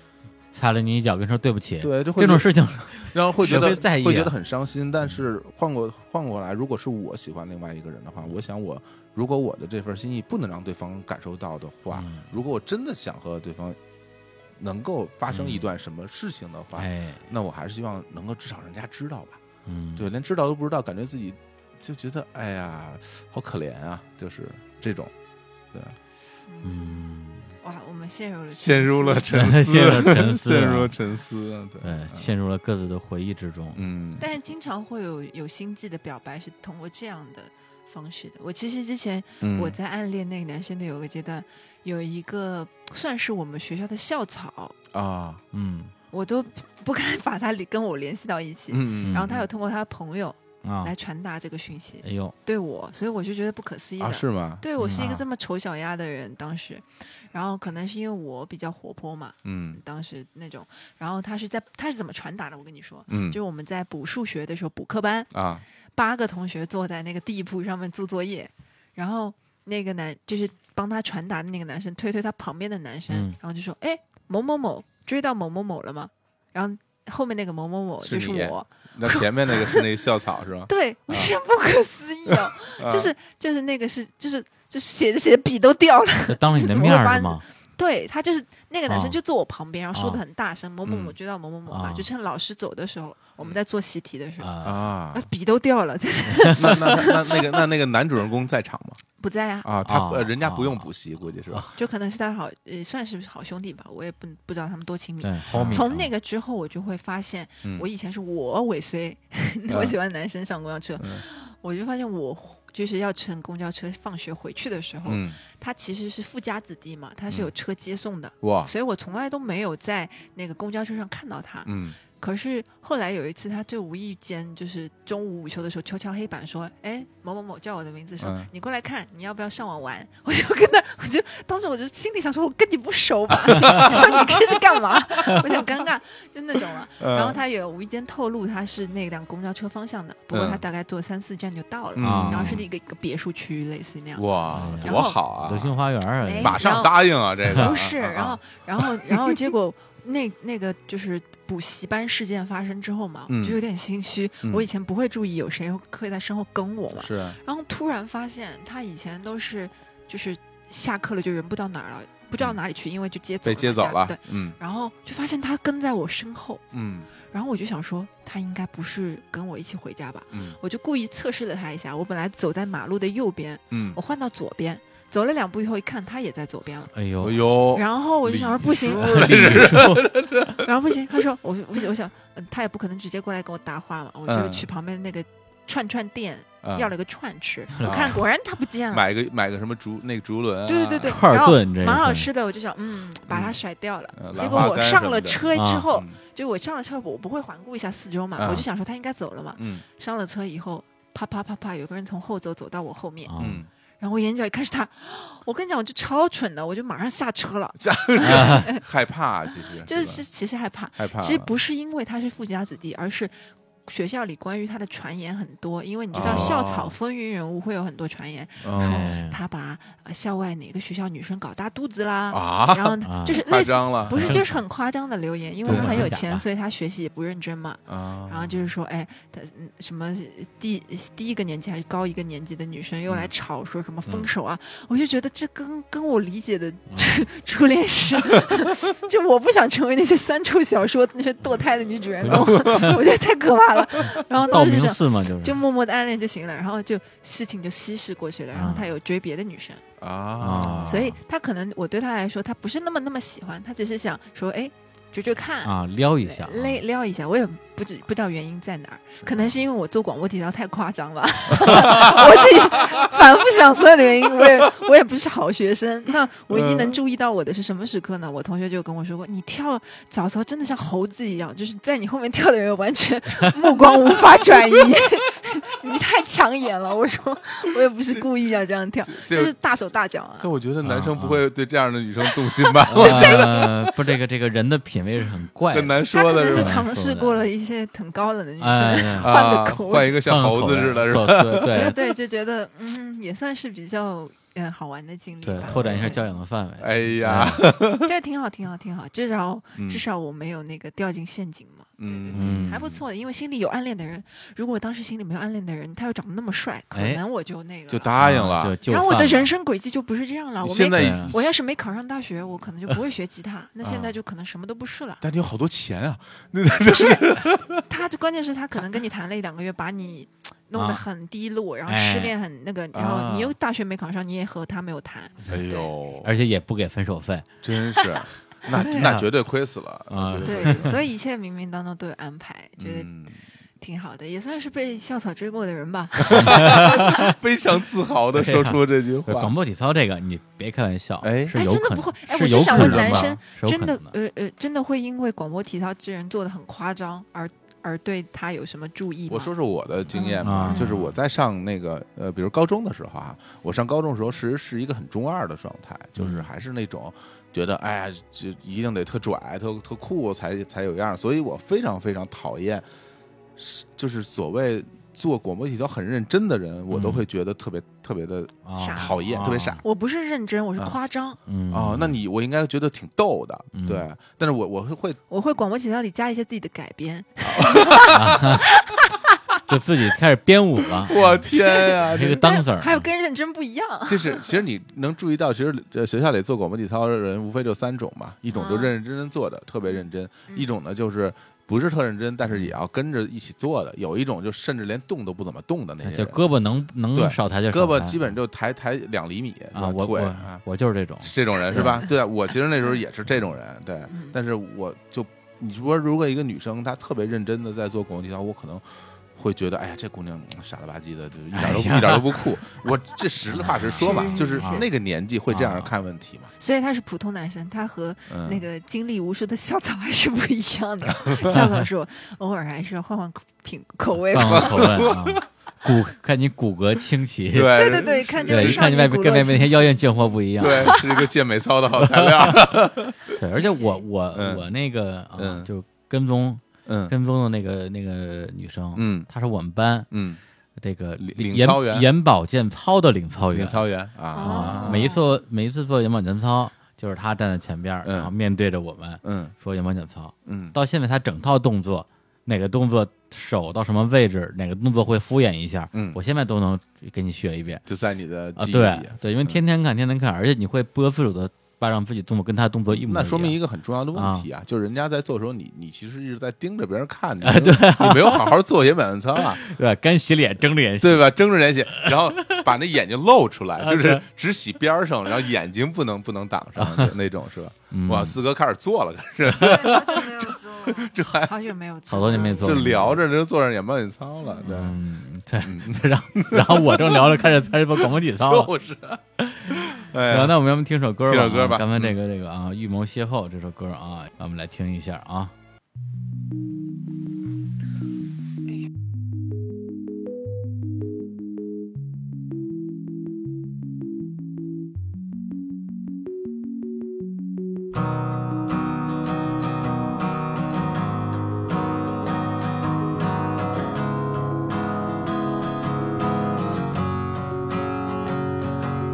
Speaker 1: 踩了你一脚，跟你说对不起，
Speaker 2: 对就会
Speaker 1: 这种
Speaker 2: 觉得
Speaker 1: 事情
Speaker 2: 然后会觉得
Speaker 1: 谁会在意啊嗯
Speaker 2: 觉得很伤心。但是换过换过来，如果是我喜欢另外一个人的话，我想我如果我的这份心意不能让对方感受到的话，
Speaker 1: 嗯
Speaker 2: 如果我真的想和对方能够发生一段什么事情的话，
Speaker 1: 嗯哎，
Speaker 2: 那我还是希望能够至少人家知道吧。
Speaker 1: 嗯，
Speaker 2: 对，连知道都不知道，感觉自己就觉得哎呀，好可怜啊，就是 这种。对，
Speaker 1: 嗯，
Speaker 3: 哇，我们陷入了
Speaker 2: 陷入了
Speaker 3: 沉思。
Speaker 2: 沉思，
Speaker 1: 陷入了沉思哎啊
Speaker 2: 陷入了沉思啊。对，
Speaker 1: 对，陷入了各自的回忆之中。
Speaker 2: 嗯，
Speaker 3: 但是经常会有有心计的表白是通过这样的方式的。我其实之前
Speaker 2: 嗯
Speaker 3: 我在暗恋那个男生的有个阶段，有一个算是我们学校的校草，
Speaker 2: 啊，
Speaker 1: 嗯
Speaker 3: 我都不敢把他跟我联系到一起。
Speaker 2: 嗯嗯嗯
Speaker 3: 然后他有通过他的朋友
Speaker 1: 啊
Speaker 3: 来传达这个讯息，
Speaker 1: 哎呦，
Speaker 3: 对我，所以我就觉得不可思议的。
Speaker 2: 啊，是吗？
Speaker 3: 对我是一
Speaker 1: 嗯
Speaker 3: 个
Speaker 1: 啊
Speaker 3: 这么丑小鸭的人，当时，然后可能是因为我比较活泼嘛，
Speaker 2: 嗯
Speaker 3: 当时那种，然后他是在他是怎么传达的？我跟你说，
Speaker 2: 嗯
Speaker 3: 就是我们在补数学的时候，补课班，
Speaker 2: 啊，
Speaker 3: 八个同学坐在那个地铺上面做作业，然后那个男就是帮他传达的那个男生推推他旁边的男生，
Speaker 1: 嗯
Speaker 3: 然后就说：“哎，某某某追到某某某了吗？”然后后面那个某某某
Speaker 2: 是
Speaker 3: 就是
Speaker 2: 你
Speaker 3: 我，
Speaker 2: 那前面那个是那个校草是吧？
Speaker 3: 对，我是不可思议哦，
Speaker 2: 啊
Speaker 3: 就是就是那个是就是就是写着写着笔都掉了，
Speaker 1: 这当着 你的面儿是吗？
Speaker 3: 对他就是那个男生
Speaker 1: 啊
Speaker 3: 就坐我旁边，然后说的
Speaker 1: 啊
Speaker 3: 很大声：“某某某
Speaker 2: 哦嗯
Speaker 3: 追到某某某嘛。
Speaker 1: 啊
Speaker 3: 就趁老师走的时候，我们在做习题的时 候，
Speaker 1: 啊，
Speaker 2: 啊
Speaker 3: 啊，，笔都掉了，就是
Speaker 2: 那那那那个那那个男主人公在场吗？
Speaker 3: 不在啊，
Speaker 2: 啊，他
Speaker 1: 啊
Speaker 2: 呃人家不用
Speaker 1: 啊
Speaker 2: 补习，估计是吧？
Speaker 3: 就可能是他好，呃，算是好兄弟吧，我也不不知道他们多亲密。
Speaker 1: 对，homie
Speaker 3: 从那
Speaker 1: 啊
Speaker 3: 个之后，我就会发现，
Speaker 2: 嗯
Speaker 3: 我以前是我尾随 我喜欢的男生上公交车，
Speaker 2: 嗯
Speaker 3: 我就发现我就是要乘公交车放学回去的时候，
Speaker 2: 嗯，
Speaker 3: 他其实是富家子弟嘛，他是有车接送的，
Speaker 2: 哇，
Speaker 3: 所以我从来都没有在那个公交车上看到他。
Speaker 2: 嗯
Speaker 3: 可是后来有一次，他就无意间就是中午午休的时候敲敲黑板说：“哎，某某某叫我的名字，说、
Speaker 2: 嗯
Speaker 3: 你过来看，你要不要上网玩？” 我就跟他，我就当时我就心里想说：“我跟你不熟 吧？你这是干嘛？” 我想尴尬，就那种了。
Speaker 2: 嗯
Speaker 3: 然后他也无意间透露他是那辆公交车方向的，不过
Speaker 2: 嗯
Speaker 3: 他大概坐三四站就到了，
Speaker 2: 嗯
Speaker 1: 啊
Speaker 3: 然后是一个一个别墅区，类似于那样。
Speaker 2: 哇
Speaker 1: 哎，
Speaker 3: 呀
Speaker 2: 多好啊
Speaker 1: 流！星花园儿
Speaker 3: 哎
Speaker 1: 啊，
Speaker 2: 马上答应啊，这个
Speaker 3: 不是，
Speaker 2: 啊啊
Speaker 3: 然后，然后，然后，结果那那个就是补习班事件发生之后嘛，
Speaker 2: 嗯
Speaker 3: 我就有点心虚。
Speaker 2: 嗯
Speaker 3: 我以前不会注意有谁会在身后跟我嘛，
Speaker 2: 是啊
Speaker 3: 然后突然发现他以前都是就是下课了就人不到哪儿了，不知道哪里去，因为就接走
Speaker 2: 嗯被
Speaker 3: 了
Speaker 2: 接
Speaker 3: 嘛
Speaker 2: 走
Speaker 3: 家
Speaker 2: 了
Speaker 3: 对，，
Speaker 2: 嗯
Speaker 3: 然后就发现他跟在我身后，
Speaker 2: 嗯
Speaker 3: 然后我就想说他应该不是跟我一起回家吧，
Speaker 2: 嗯
Speaker 3: 我就故意测试了他一下。我本来走在马路的右边，
Speaker 2: 嗯
Speaker 3: 我，换到左边，走了两步以后一看他也在左边了。
Speaker 1: 哎呦
Speaker 2: 哎，呦，
Speaker 3: 然后我就想说不行， 然后不行，他说我我我想，嗯，他也不可能直接过来跟我搭话嘛，我就
Speaker 2: 嗯
Speaker 3: 去旁边那个串串店
Speaker 2: 嗯
Speaker 3: 要了个串吃，
Speaker 2: 啊
Speaker 3: 我看果然他不见了。
Speaker 2: 买个买个什么竹那个竹轮啊，
Speaker 3: 对对对对，
Speaker 1: 串
Speaker 3: 然
Speaker 1: 儿
Speaker 3: 后
Speaker 1: 炖这
Speaker 3: 蛮好
Speaker 1: 个
Speaker 3: 吃的，我就想嗯把它甩掉了
Speaker 2: 嗯。
Speaker 3: 结
Speaker 2: 兰
Speaker 3: 果
Speaker 2: 花
Speaker 3: 我
Speaker 2: 干
Speaker 3: 上
Speaker 2: 什么
Speaker 3: 了
Speaker 2: 的
Speaker 3: 车之
Speaker 1: 啊
Speaker 3: 后，
Speaker 2: 嗯
Speaker 3: 就我上了车，我不会环顾一下四周嘛，
Speaker 2: 嗯
Speaker 3: 我就想说他应该走了嘛。
Speaker 2: 嗯
Speaker 3: 上了车以后，啪啪啪啪，有个人从后走走到我后面，
Speaker 1: 啊，
Speaker 2: 嗯，
Speaker 3: 然后我眼角一看是他，我跟你讲，我就超蠢的，我就马上下车了，
Speaker 2: 这样是嗯 害怕，其实
Speaker 3: 就是
Speaker 2: 啊吧
Speaker 3: 是其实害怕。
Speaker 2: 害怕了，
Speaker 3: 其实不是因为他是富家子弟，而是学校里关于他的传言很多。因为你知道
Speaker 2: 哦
Speaker 3: 校草风云人物会有很多传言，
Speaker 2: 嗯
Speaker 1: 哎
Speaker 3: 他把、呃、校外哪个学校女生搞大肚子啦，
Speaker 2: 啊，
Speaker 3: 然后
Speaker 1: 啊
Speaker 3: 就是
Speaker 2: 夸
Speaker 3: 类似、
Speaker 2: 张了，
Speaker 3: 不是就是很夸张的留言，因为
Speaker 2: 对
Speaker 3: 他很有
Speaker 1: 真假
Speaker 3: 钱，
Speaker 1: 吧
Speaker 3: 所以他学习也不认真嘛。
Speaker 2: 啊，
Speaker 3: 然后就是说，哎，他嗯什么第低一个年级还是高一个年级的女生又来
Speaker 2: 嗯
Speaker 3: 吵说什么分
Speaker 2: 嗯
Speaker 3: 手啊，我就觉得这跟跟我理解的初初恋是， 就我不想成为那些酸臭小说那些堕胎的女主人公，我觉得太可怕了。然后
Speaker 1: 道
Speaker 3: 当时就
Speaker 1: 明
Speaker 3: 想
Speaker 1: 寺嘛，就是
Speaker 3: 就默默的暗恋就行了，然后就事情就稀释过去了。然后
Speaker 1: 啊
Speaker 3: 他有追别的女生，
Speaker 2: 啊，
Speaker 3: 所以他可能我对他来说，他不是那么那么喜欢，他只是想说，哎，追追看
Speaker 1: 啊，撩一下啊，
Speaker 3: 勒撩一下，我也不知不知道原因在哪儿，可能是因为我做广播体操太夸 张了，我自己反复想所有的原因，我也我也不是好学生。那唯
Speaker 2: 嗯
Speaker 3: 一能注意到我的是什么时刻呢？我同学就跟我说过，你跳早操真的像猴子一样，就是在你后面跳的人完 全目光无法转移， 你太抢眼了。我说我也不是故意要这样跳，
Speaker 2: 这
Speaker 3: 就是大手大脚啊。
Speaker 2: 但我觉得男生
Speaker 1: 啊
Speaker 2: 不会对这样的女生动心吧？
Speaker 1: 呃，不，这个这个人的品味是很怪的，
Speaker 2: 很难
Speaker 3: 他
Speaker 2: 说
Speaker 3: 可
Speaker 2: 的
Speaker 3: 能
Speaker 2: 是
Speaker 3: 是
Speaker 2: 吧？
Speaker 3: 尝试过了一些很高冷的女
Speaker 1: 哎
Speaker 3: 生，，
Speaker 1: 哎
Speaker 2: 啊，
Speaker 3: 换个口味
Speaker 2: 换一个像
Speaker 1: 换个
Speaker 2: 猴
Speaker 1: 口
Speaker 2: 子
Speaker 1: 味
Speaker 2: 似的，是吧？
Speaker 1: 对
Speaker 3: 对
Speaker 1: 对
Speaker 3: 对，就觉得嗯，也算是比较嗯好玩的经历
Speaker 1: 对，
Speaker 3: 吧，
Speaker 1: 拓展一下
Speaker 3: 对
Speaker 1: 教养的范围。
Speaker 2: 哎呀，
Speaker 3: 这挺好，挺好，挺好，至少、
Speaker 2: 嗯
Speaker 3: 至少我没有那个掉进陷阱嘛，对对对，
Speaker 1: 嗯
Speaker 3: 还不错的，因为心里有暗恋的人，如果我当时心里没有暗恋的人，他又长得那么帅，可
Speaker 1: 哎
Speaker 3: 能我就那个
Speaker 2: 就
Speaker 3: 了。
Speaker 2: 答应
Speaker 1: 啊就
Speaker 2: 了。
Speaker 1: 就
Speaker 3: 然后我
Speaker 1: 范
Speaker 3: 的
Speaker 1: 了
Speaker 3: 人生轨迹就不是这样了。
Speaker 2: 你
Speaker 3: 我
Speaker 2: 现
Speaker 3: 没，
Speaker 2: 在
Speaker 1: 对啊
Speaker 3: 我要是没考上大学，我可能就不会学吉他。那现在就可能什么都不是了。
Speaker 2: 但你有好多钱啊！
Speaker 3: 他就关键是他可能跟你谈了一两个月，把你弄
Speaker 1: 啊
Speaker 3: 得很低落，然后
Speaker 1: 哎
Speaker 3: 失恋很那个，然后你
Speaker 2: 啊
Speaker 3: 又大学没考上，你也和他没有谈。
Speaker 2: 哎呦，
Speaker 1: 而且也不给分手费，
Speaker 2: 真是， 那
Speaker 3: 对啊
Speaker 2: 那绝对亏死了
Speaker 1: 啊
Speaker 2: 绝亏
Speaker 3: 对， 所以一切冥冥当中都有安排，觉得
Speaker 2: 嗯
Speaker 3: 挺好的，也算是被校草追过的人吧。
Speaker 2: 非常自豪的说出这句话
Speaker 1: 广。播体操这个你别开玩笑，
Speaker 2: 哎
Speaker 1: 是
Speaker 3: 哎
Speaker 1: 有
Speaker 3: 真的
Speaker 1: 可能
Speaker 3: 不会哎我
Speaker 1: 是
Speaker 3: 就
Speaker 1: 有
Speaker 3: 想
Speaker 1: 可
Speaker 2: 问
Speaker 1: 能
Speaker 2: 男
Speaker 1: 的
Speaker 3: 生
Speaker 1: 是有
Speaker 3: 真
Speaker 1: 可
Speaker 3: 的
Speaker 1: 能，啊
Speaker 3: 呃呃，真的会因为广播体操之人做的很夸张而而对他有什么注意吗？
Speaker 2: 我说说我的经验吧，
Speaker 1: 嗯
Speaker 2: 就是我在上那个呃，比如高中的时候啊，我上高中的时候其实是一个很中二的状态，就是
Speaker 1: 嗯
Speaker 2: 还是那种觉得哎呀，就一定得特拽、特特酷才才有样儿，所以我非常非常讨厌，是就是所谓做广播体操很认真的人，我都
Speaker 1: 嗯
Speaker 2: 会觉得特别特别的
Speaker 1: 啊
Speaker 2: 讨厌，特别傻。。
Speaker 3: 我不是认真，我是夸张。
Speaker 1: 嗯
Speaker 2: 哦，那你我应该觉得挺逗的，
Speaker 1: 嗯
Speaker 2: 对。但是我我会，
Speaker 3: 我会广播体操里加一些自己的改编，
Speaker 1: 就自己开始编舞了
Speaker 2: 我天 呀、
Speaker 1: 这个
Speaker 3: 但
Speaker 1: 当啊 sir
Speaker 3: 还有跟认真不一样。
Speaker 2: 就是其实你能注意到，其实这学校里做广播体操的人无非就三种嘛，一种就
Speaker 3: 啊
Speaker 2: 认认真真做的，特别认真；
Speaker 3: 嗯
Speaker 2: 一种呢就是不是特认真，但是也要跟着一起做的；有一种就甚至连动都不怎么动的那些
Speaker 1: 哎就
Speaker 2: 人，
Speaker 1: 胳膊能
Speaker 2: 对
Speaker 1: 能少抬就少
Speaker 2: 胳膊
Speaker 1: 抬
Speaker 2: 基本就抬抬两厘米是吧
Speaker 1: 啊，我
Speaker 2: 腿
Speaker 1: 我
Speaker 2: 啊，
Speaker 1: 我就是这种，
Speaker 2: 这种人是吧？对啊，我其实那时候也是这种人，对，
Speaker 3: 嗯
Speaker 2: 但是我就你说，如果一个女生她特别认真的在做广播体操，我可能会觉得，哎呀，这姑娘嗯傻了吧唧的，就一点都不、
Speaker 1: 哎呀
Speaker 2: 一点都不酷。我这实话实说嘛，
Speaker 3: 是
Speaker 2: 就是
Speaker 1: 是
Speaker 2: 那个年纪会这样
Speaker 1: 啊
Speaker 2: 看问题嘛。
Speaker 3: 所以他是普通男生，他和
Speaker 2: 嗯，
Speaker 3: 那个经历无数的校草还是不一样 的。校草说，偶尔还是要换换口品口 味吧。
Speaker 1: 放放口问啊， 骨看你骨骼清奇，
Speaker 2: 对
Speaker 3: 对对对，看就是
Speaker 1: 对，一
Speaker 3: 少
Speaker 1: 看你
Speaker 3: 女
Speaker 1: 外
Speaker 3: 骨
Speaker 1: 面跟外
Speaker 3: 骼
Speaker 1: 面那些
Speaker 3: 清
Speaker 1: 妖艳贱货不一样，
Speaker 2: 对，是一个健美操的好材 料。
Speaker 1: 对，而且我我
Speaker 2: 嗯
Speaker 1: 我那个啊
Speaker 2: 嗯，
Speaker 1: 就跟踪
Speaker 2: 嗯
Speaker 1: 跟踪的那个那个女生，
Speaker 2: 嗯
Speaker 1: 她是我们班
Speaker 2: 嗯，
Speaker 1: 这个
Speaker 2: 领
Speaker 1: 眼
Speaker 2: 领操员
Speaker 1: 眼保健操的领操
Speaker 2: 领
Speaker 1: 员
Speaker 2: 操员
Speaker 3: 哦
Speaker 2: 啊，
Speaker 1: 啊
Speaker 3: 啊，
Speaker 1: 每一次每一次做眼保健操，就是她站在前边儿，
Speaker 2: 嗯
Speaker 1: 然后面对着我们
Speaker 2: 嗯
Speaker 1: 说眼保健操。
Speaker 2: 嗯，
Speaker 1: 到现在她整套动作，哪个动作手到什么位置，哪个动作会敷衍一下，
Speaker 2: 嗯
Speaker 1: 我现在都能给你学一遍
Speaker 2: 就在你的
Speaker 1: 啊。
Speaker 2: 记忆嗯
Speaker 1: 对
Speaker 2: 里。
Speaker 1: 对，因为天天看，天天看，而且你会不由自主的把让自己动作跟她的动作一模一样。
Speaker 2: 那说明一个很重要的问题啊，就是人家在做的时候，你你其实一直在盯着别人看，你
Speaker 1: 啊
Speaker 2: 没有
Speaker 1: 对
Speaker 2: 你没有好好做眼保健操啊，
Speaker 1: 对，干洗脸，睁着眼洗，
Speaker 2: 对吧？睁着眼写，然后把那眼睛露出来，
Speaker 1: 啊
Speaker 2: 就是
Speaker 1: 对
Speaker 2: 只洗边儿上，然后眼睛不能不能挡上对那种，是吧？
Speaker 1: 嗯
Speaker 2: 哇，四哥开始做了， 开始这还
Speaker 3: 好久没有做
Speaker 1: 好多
Speaker 3: 了，
Speaker 1: 年没做
Speaker 2: 就
Speaker 1: 了
Speaker 2: 聊着就坐上眼保健操了，对。
Speaker 1: 嗯，对， 然后然后我正聊着，开始开始播广播体操了。
Speaker 2: 就是，哎
Speaker 1: 然后
Speaker 2: 呀，
Speaker 1: 那我们要不听首歌吧？
Speaker 2: 听首歌吧嗯
Speaker 1: 啊咱们这个这个啊，《预谋邂逅》这首歌啊，让我们来听一下啊。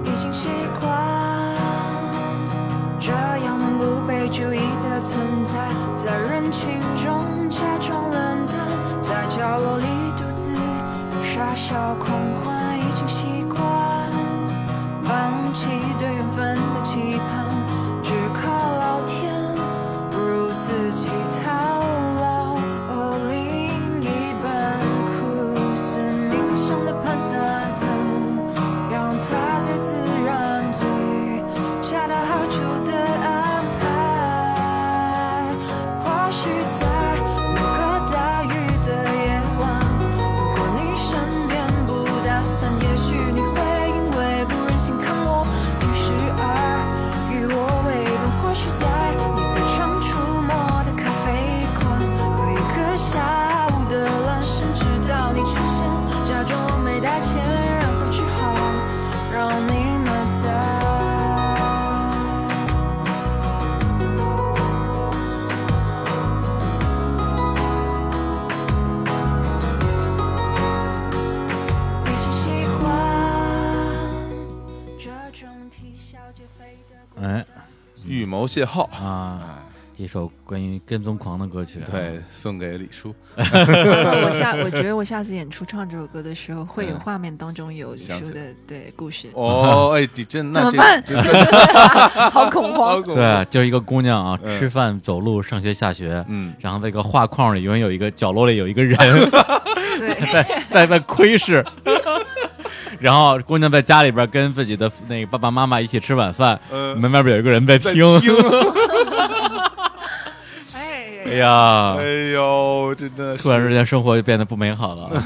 Speaker 4: 已经习惯这样不被注意的存在，在人群中假装冷淡，在角落里独自傻笑狂欢，已经习惯放弃对缘分的期盼，只靠老天不如自己套牢。哦，另一半苦思冥想的盘算怎。让它最自然、最恰到好处的安排。或许在某个大雨的夜晚，如果你身边不打伞，也许你会因为不忍心看我淋湿而与我为伴。或许在你最常出没的咖啡馆，喝一个下午的阑珊，直到你出现，假装我没带钱，然后去好让你买单。已经习惯这种啼笑皆非的孤单
Speaker 1: 哎
Speaker 2: 预谋邂逅，
Speaker 1: 啊，
Speaker 2: 哎，
Speaker 1: 一首关于跟踪狂的歌曲。
Speaker 2: 对，，送给李 叔，
Speaker 3: 我下我觉得我下次演出唱这首歌的时候，会有
Speaker 2: 嗯
Speaker 3: 画面当中有李
Speaker 2: 想
Speaker 3: 叔
Speaker 2: 起
Speaker 3: 的对故事，
Speaker 2: 哦，哎，你真
Speaker 3: 怎
Speaker 2: 那
Speaker 3: 么
Speaker 2: 这
Speaker 3: 办？好恐
Speaker 2: 好
Speaker 3: 慌。
Speaker 2: 恐怖
Speaker 1: 对，就是一个姑娘啊，
Speaker 2: 嗯
Speaker 1: 吃饭、走路、上学、下学，
Speaker 2: 嗯，
Speaker 1: 然后那个画框里永远有一个角落里有一个人
Speaker 3: 对，
Speaker 1: 在在窥视。然后姑娘在家里边跟自己的那个爸爸妈妈一起吃晚饭，
Speaker 2: 嗯
Speaker 1: 门外边有一个人在
Speaker 2: 在
Speaker 1: 听。
Speaker 2: 听，
Speaker 1: 哎
Speaker 3: 哎，
Speaker 1: 呀，
Speaker 2: 哎呦，真的是
Speaker 1: 突然之间生活就变得不美好了。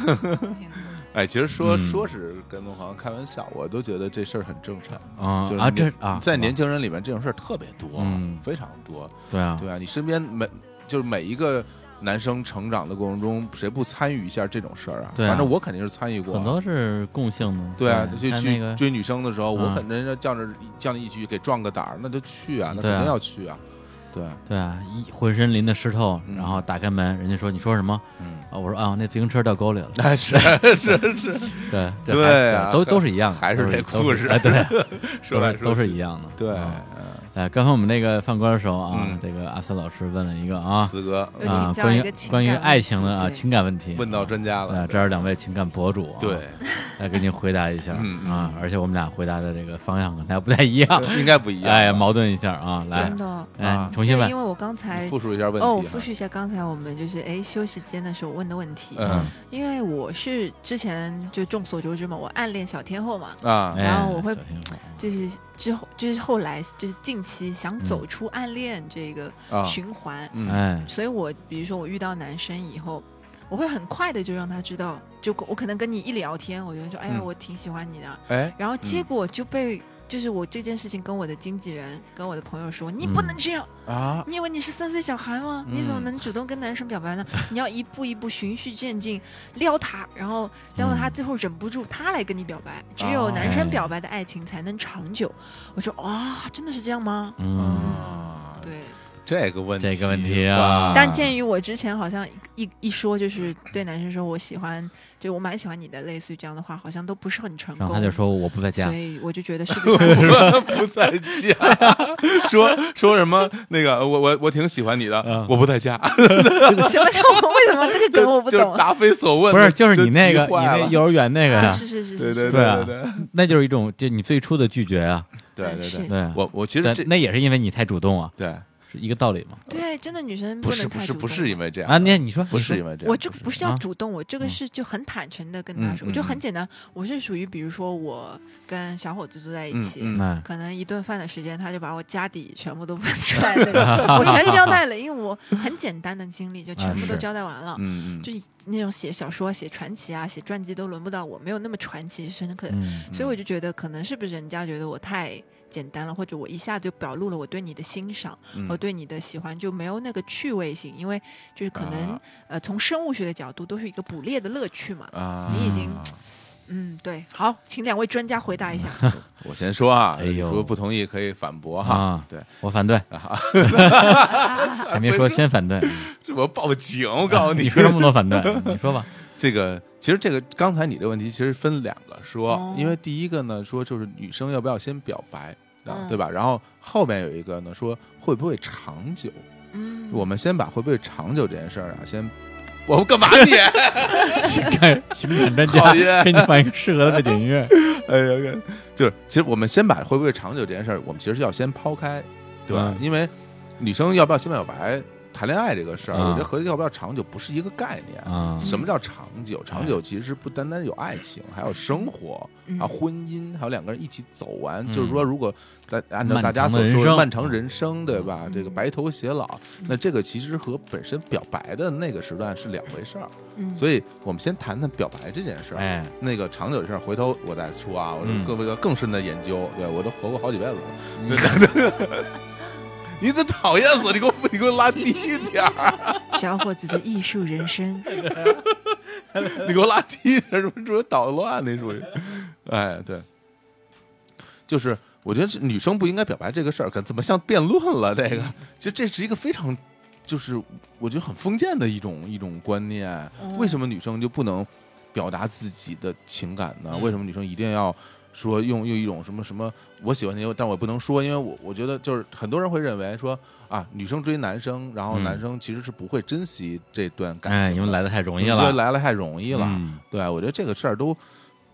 Speaker 2: 哎，其实说
Speaker 1: 嗯
Speaker 2: 说是跟东航开玩笑，我都觉得这事儿很正常。
Speaker 1: 啊
Speaker 2: 就是
Speaker 1: 啊，
Speaker 2: 年
Speaker 1: 这啊，
Speaker 2: 在年轻人里面这种事儿特别多，
Speaker 1: 嗯
Speaker 2: 非常多。
Speaker 1: 对啊，
Speaker 2: 对啊，你身边每就是每一个男生成长的过程中，谁不参与一下这种事儿啊？
Speaker 1: 对啊
Speaker 2: 反正我肯定是参与过啊。
Speaker 1: 很多是共性的，
Speaker 2: 对啊，就
Speaker 1: 对他那
Speaker 2: 去
Speaker 1: 个
Speaker 2: 追女生的时候，我
Speaker 1: 嗯
Speaker 2: 肯定要叫着叫你一起给壮个胆儿，那就去啊，那
Speaker 1: 对啊
Speaker 2: 肯定要去啊。对，
Speaker 1: 对啊，一浑身淋的湿透，
Speaker 2: 嗯
Speaker 1: 然后打开门，人家说你说什么
Speaker 2: 嗯，
Speaker 1: 啊？我说啊，那自行车掉沟里 了。
Speaker 2: 但是
Speaker 1: 对这
Speaker 2: 对
Speaker 1: 还
Speaker 2: 啊
Speaker 1: 都
Speaker 2: 还
Speaker 1: 都是一样的，
Speaker 2: 还是
Speaker 1: 嗯都
Speaker 2: 这故事
Speaker 1: 哎对，都
Speaker 2: 说来
Speaker 1: 是
Speaker 2: 说去
Speaker 1: 都是一样的。
Speaker 2: 对，
Speaker 1: 啊
Speaker 2: 嗯
Speaker 1: 哎，刚才我们那个放歌的时候啊
Speaker 2: 嗯，
Speaker 1: 这个阿斯老师问了一个啊
Speaker 2: 四哥
Speaker 3: 有
Speaker 1: 啊
Speaker 3: 呃请，教
Speaker 1: 关
Speaker 3: 一
Speaker 1: 于
Speaker 3: 个情
Speaker 1: 关于
Speaker 3: 感问
Speaker 1: 爱情的
Speaker 3: 题
Speaker 1: 啊
Speaker 3: 对
Speaker 1: 情感问题，
Speaker 2: 问到专家
Speaker 1: 啊，
Speaker 2: 了，
Speaker 1: 这儿两位情感博主、啊，
Speaker 2: 对，
Speaker 1: 来给您回答一下
Speaker 2: 嗯嗯
Speaker 1: 啊，而且我们俩回答的这个方向可能还不太一样，
Speaker 2: 应该不一样。
Speaker 1: 啊哎，矛盾一下啊，来
Speaker 3: 真，的。
Speaker 1: 哎，
Speaker 2: 啊
Speaker 1: 你重
Speaker 3: 对
Speaker 1: 新，问
Speaker 3: 因，为我刚才
Speaker 2: 你复述一下问题。啊
Speaker 3: 哦，我复述一下刚才我们就是哎休息间的时候问的问题，
Speaker 2: 嗯
Speaker 3: 因为我是之前就众所周知嘛，我暗恋小天后嘛，
Speaker 2: 啊，
Speaker 1: 哎
Speaker 3: 然后我会
Speaker 1: 小天后
Speaker 3: 就是之后就是后来就是近期想走出暗恋这个
Speaker 2: 嗯啊，
Speaker 3: 循环，
Speaker 2: 嗯
Speaker 1: 哎，
Speaker 3: 所以我比如说我遇到男生以后，我会很快的就让他知道，就我可能跟你一聊天，我就说哎呀
Speaker 2: 嗯
Speaker 3: 我挺喜欢你的，
Speaker 2: 哎，
Speaker 3: 然后结果就被。就是我这件事情跟我的经纪人、跟我的朋友说，你不能这样，
Speaker 2: 啊，
Speaker 3: 你以为你是三岁小孩吗？
Speaker 2: 嗯
Speaker 3: 你怎么能主动跟男生 表白呢？你要一步一步循序渐进，撩他，然后撩到他
Speaker 1: 嗯
Speaker 3: 最后忍不住，他来跟你表
Speaker 2: 嗯
Speaker 3: 白。只有男生表白的爱情才能长久。我说啊、真的是这样吗？
Speaker 1: 嗯，
Speaker 2: 啊，
Speaker 3: 对，
Speaker 2: 这个问题，
Speaker 1: 这个问题啊
Speaker 2: 哇
Speaker 3: 但鉴于我之前好像一一一说就是对男生说我喜欢，就我蛮喜欢你的，类似于这样的话，好像都不是很成
Speaker 1: 然
Speaker 3: 功。
Speaker 1: 后他就说我不在家
Speaker 3: 所，以我就觉得是不是还是
Speaker 2: 不在家， 说说什么那个，我我我挺喜欢你的，
Speaker 1: 嗯
Speaker 2: 我不在家，
Speaker 3: 什么叫为什么这个梗我不
Speaker 2: 就
Speaker 3: 懂
Speaker 2: 是
Speaker 3: 啊？
Speaker 2: 答非所问，
Speaker 1: 不是，就是你那个
Speaker 2: 急
Speaker 1: 你
Speaker 2: 坏了
Speaker 1: 那幼儿园 那个呀
Speaker 3: 啊，是是是
Speaker 2: 对
Speaker 3: 是
Speaker 2: 对
Speaker 3: 是，
Speaker 1: 对啊
Speaker 2: 对对
Speaker 1: 那就是一种就你最初的拒绝啊，
Speaker 2: 对
Speaker 3: 但
Speaker 2: 对
Speaker 3: 是
Speaker 2: 对，
Speaker 1: 对啊，
Speaker 2: 我我其实
Speaker 1: 但
Speaker 2: 这
Speaker 1: 那也是因为你太主动啊，
Speaker 2: 对，
Speaker 1: 是一个道理嘛，
Speaker 3: 对，真的女生
Speaker 2: 不
Speaker 3: 能
Speaker 2: 是不
Speaker 3: 太
Speaker 2: 是
Speaker 3: 主
Speaker 2: 不
Speaker 3: 动
Speaker 2: 是
Speaker 3: 了
Speaker 2: 因为这样
Speaker 1: 啊，你你说
Speaker 2: 不是
Speaker 1: 你
Speaker 2: 因
Speaker 1: 说
Speaker 2: 为这样，
Speaker 3: 我这个不是
Speaker 1: 啊
Speaker 3: 叫主动，我这个
Speaker 1: 嗯
Speaker 3: 是就很坦诚的跟他说，
Speaker 2: 嗯
Speaker 3: 我就很
Speaker 2: 嗯
Speaker 3: 简单，我是属于比如说我跟小伙子坐在一
Speaker 2: 嗯
Speaker 3: 起，
Speaker 2: 嗯
Speaker 1: 哎，
Speaker 3: 可能一顿饭的时间他就把我家底全部都问 出来那 种，我全交代了，因为我很简单的经历就全部都
Speaker 1: 是
Speaker 3: 交代完了。
Speaker 2: 啊嗯嗯，
Speaker 3: 就是那种写小说、写传奇啊、写传记都轮不到我，没有那么传奇深刻，
Speaker 1: 嗯，
Speaker 3: 所以我就觉得可能是不是人家觉得我太简单了，或者我一下就表露了我对你的欣赏。
Speaker 2: 嗯
Speaker 3: 我对你的喜欢就没有那个趣味性，因为就是可能、
Speaker 2: 啊
Speaker 3: 呃，从生物学的角度都是一个捕猎的乐趣嘛。
Speaker 2: 啊，
Speaker 3: 你已经嗯，对。好，请两位专家回答一下。
Speaker 2: 我先说啊，
Speaker 1: 哎
Speaker 2: 你
Speaker 1: 呦
Speaker 2: 说不同意可以反驳哈，
Speaker 1: 啊，
Speaker 2: 对，
Speaker 1: 我反对， 还没说先反对，
Speaker 2: 这我报警，我告诉
Speaker 1: 你说这么多反对，你说吧，
Speaker 2: 这个其实这个刚才你的问题其实分两个说，
Speaker 3: 哦
Speaker 2: 因为第一个呢说就是女生要不要先表白，啊
Speaker 3: 嗯
Speaker 2: 对吧？然后后面有一个呢说会不会长久，
Speaker 3: 嗯，
Speaker 2: 我们先把会不会长久这件事儿啊先。我们干嘛 你？哎
Speaker 1: 情感情感专
Speaker 2: 讨
Speaker 1: 家
Speaker 2: 厌
Speaker 1: 给你放一个适合的背景音 乐，
Speaker 2: 哎呀，就是其实我们先把会不会长久这件事儿，我们其实要先抛开，对吧？
Speaker 1: 嗯
Speaker 2: 因为女生要不要先表白谈恋爱这个事儿，
Speaker 1: 嗯
Speaker 2: 我觉得和要不要长久不是一个概念。
Speaker 1: 啊，
Speaker 2: 什么叫长久？长久其实不单单有爱情，还有生活。
Speaker 3: 嗯
Speaker 2: 啊，婚姻还有两个人一起走完，
Speaker 1: 嗯
Speaker 2: 就是说，如果大按照
Speaker 1: 漫
Speaker 2: 大家
Speaker 1: 长的
Speaker 2: 所
Speaker 1: 人
Speaker 2: 说
Speaker 1: 生嗯
Speaker 2: 的漫长人生，对吧？
Speaker 3: 嗯
Speaker 2: 这个白头偕老，那这个其实和本身表白的那个时段是两回事儿，
Speaker 3: 嗯，
Speaker 2: 所以我们先谈谈表白这件事儿。
Speaker 1: 哎，
Speaker 2: 那个长久的事儿，回头我再说啊。我
Speaker 1: 嗯
Speaker 2: 更更更深的研究，对我都活过好几辈子了。
Speaker 1: 嗯
Speaker 2: 你这讨厌死！你给我你给我拉低一点儿，
Speaker 3: 小伙子的艺术 人生，
Speaker 2: 你给我拉低一点儿，什么属于捣乱？那属于，哎，对，就是我觉得是女生不应该表白这个事儿，可怎么像辩论了？这个，其实这是一个非常，就是我觉得很封建的一种一种观念。
Speaker 1: 嗯
Speaker 2: 为什么女生就不能表达自己的情感呢？
Speaker 1: 嗯
Speaker 2: 为什么女生一定要说用用一种什么什么我喜欢你，但我不能说，因为我我觉得就是很多人会认为说啊，女生追男生，然后
Speaker 1: 嗯
Speaker 2: 男生其实是不会珍惜这段感
Speaker 1: 哎，
Speaker 2: 情的，
Speaker 1: 因为来的太容易
Speaker 2: 我觉得
Speaker 1: 了，
Speaker 2: 来了太容易了。
Speaker 1: 嗯
Speaker 2: 对，我觉得这个事儿都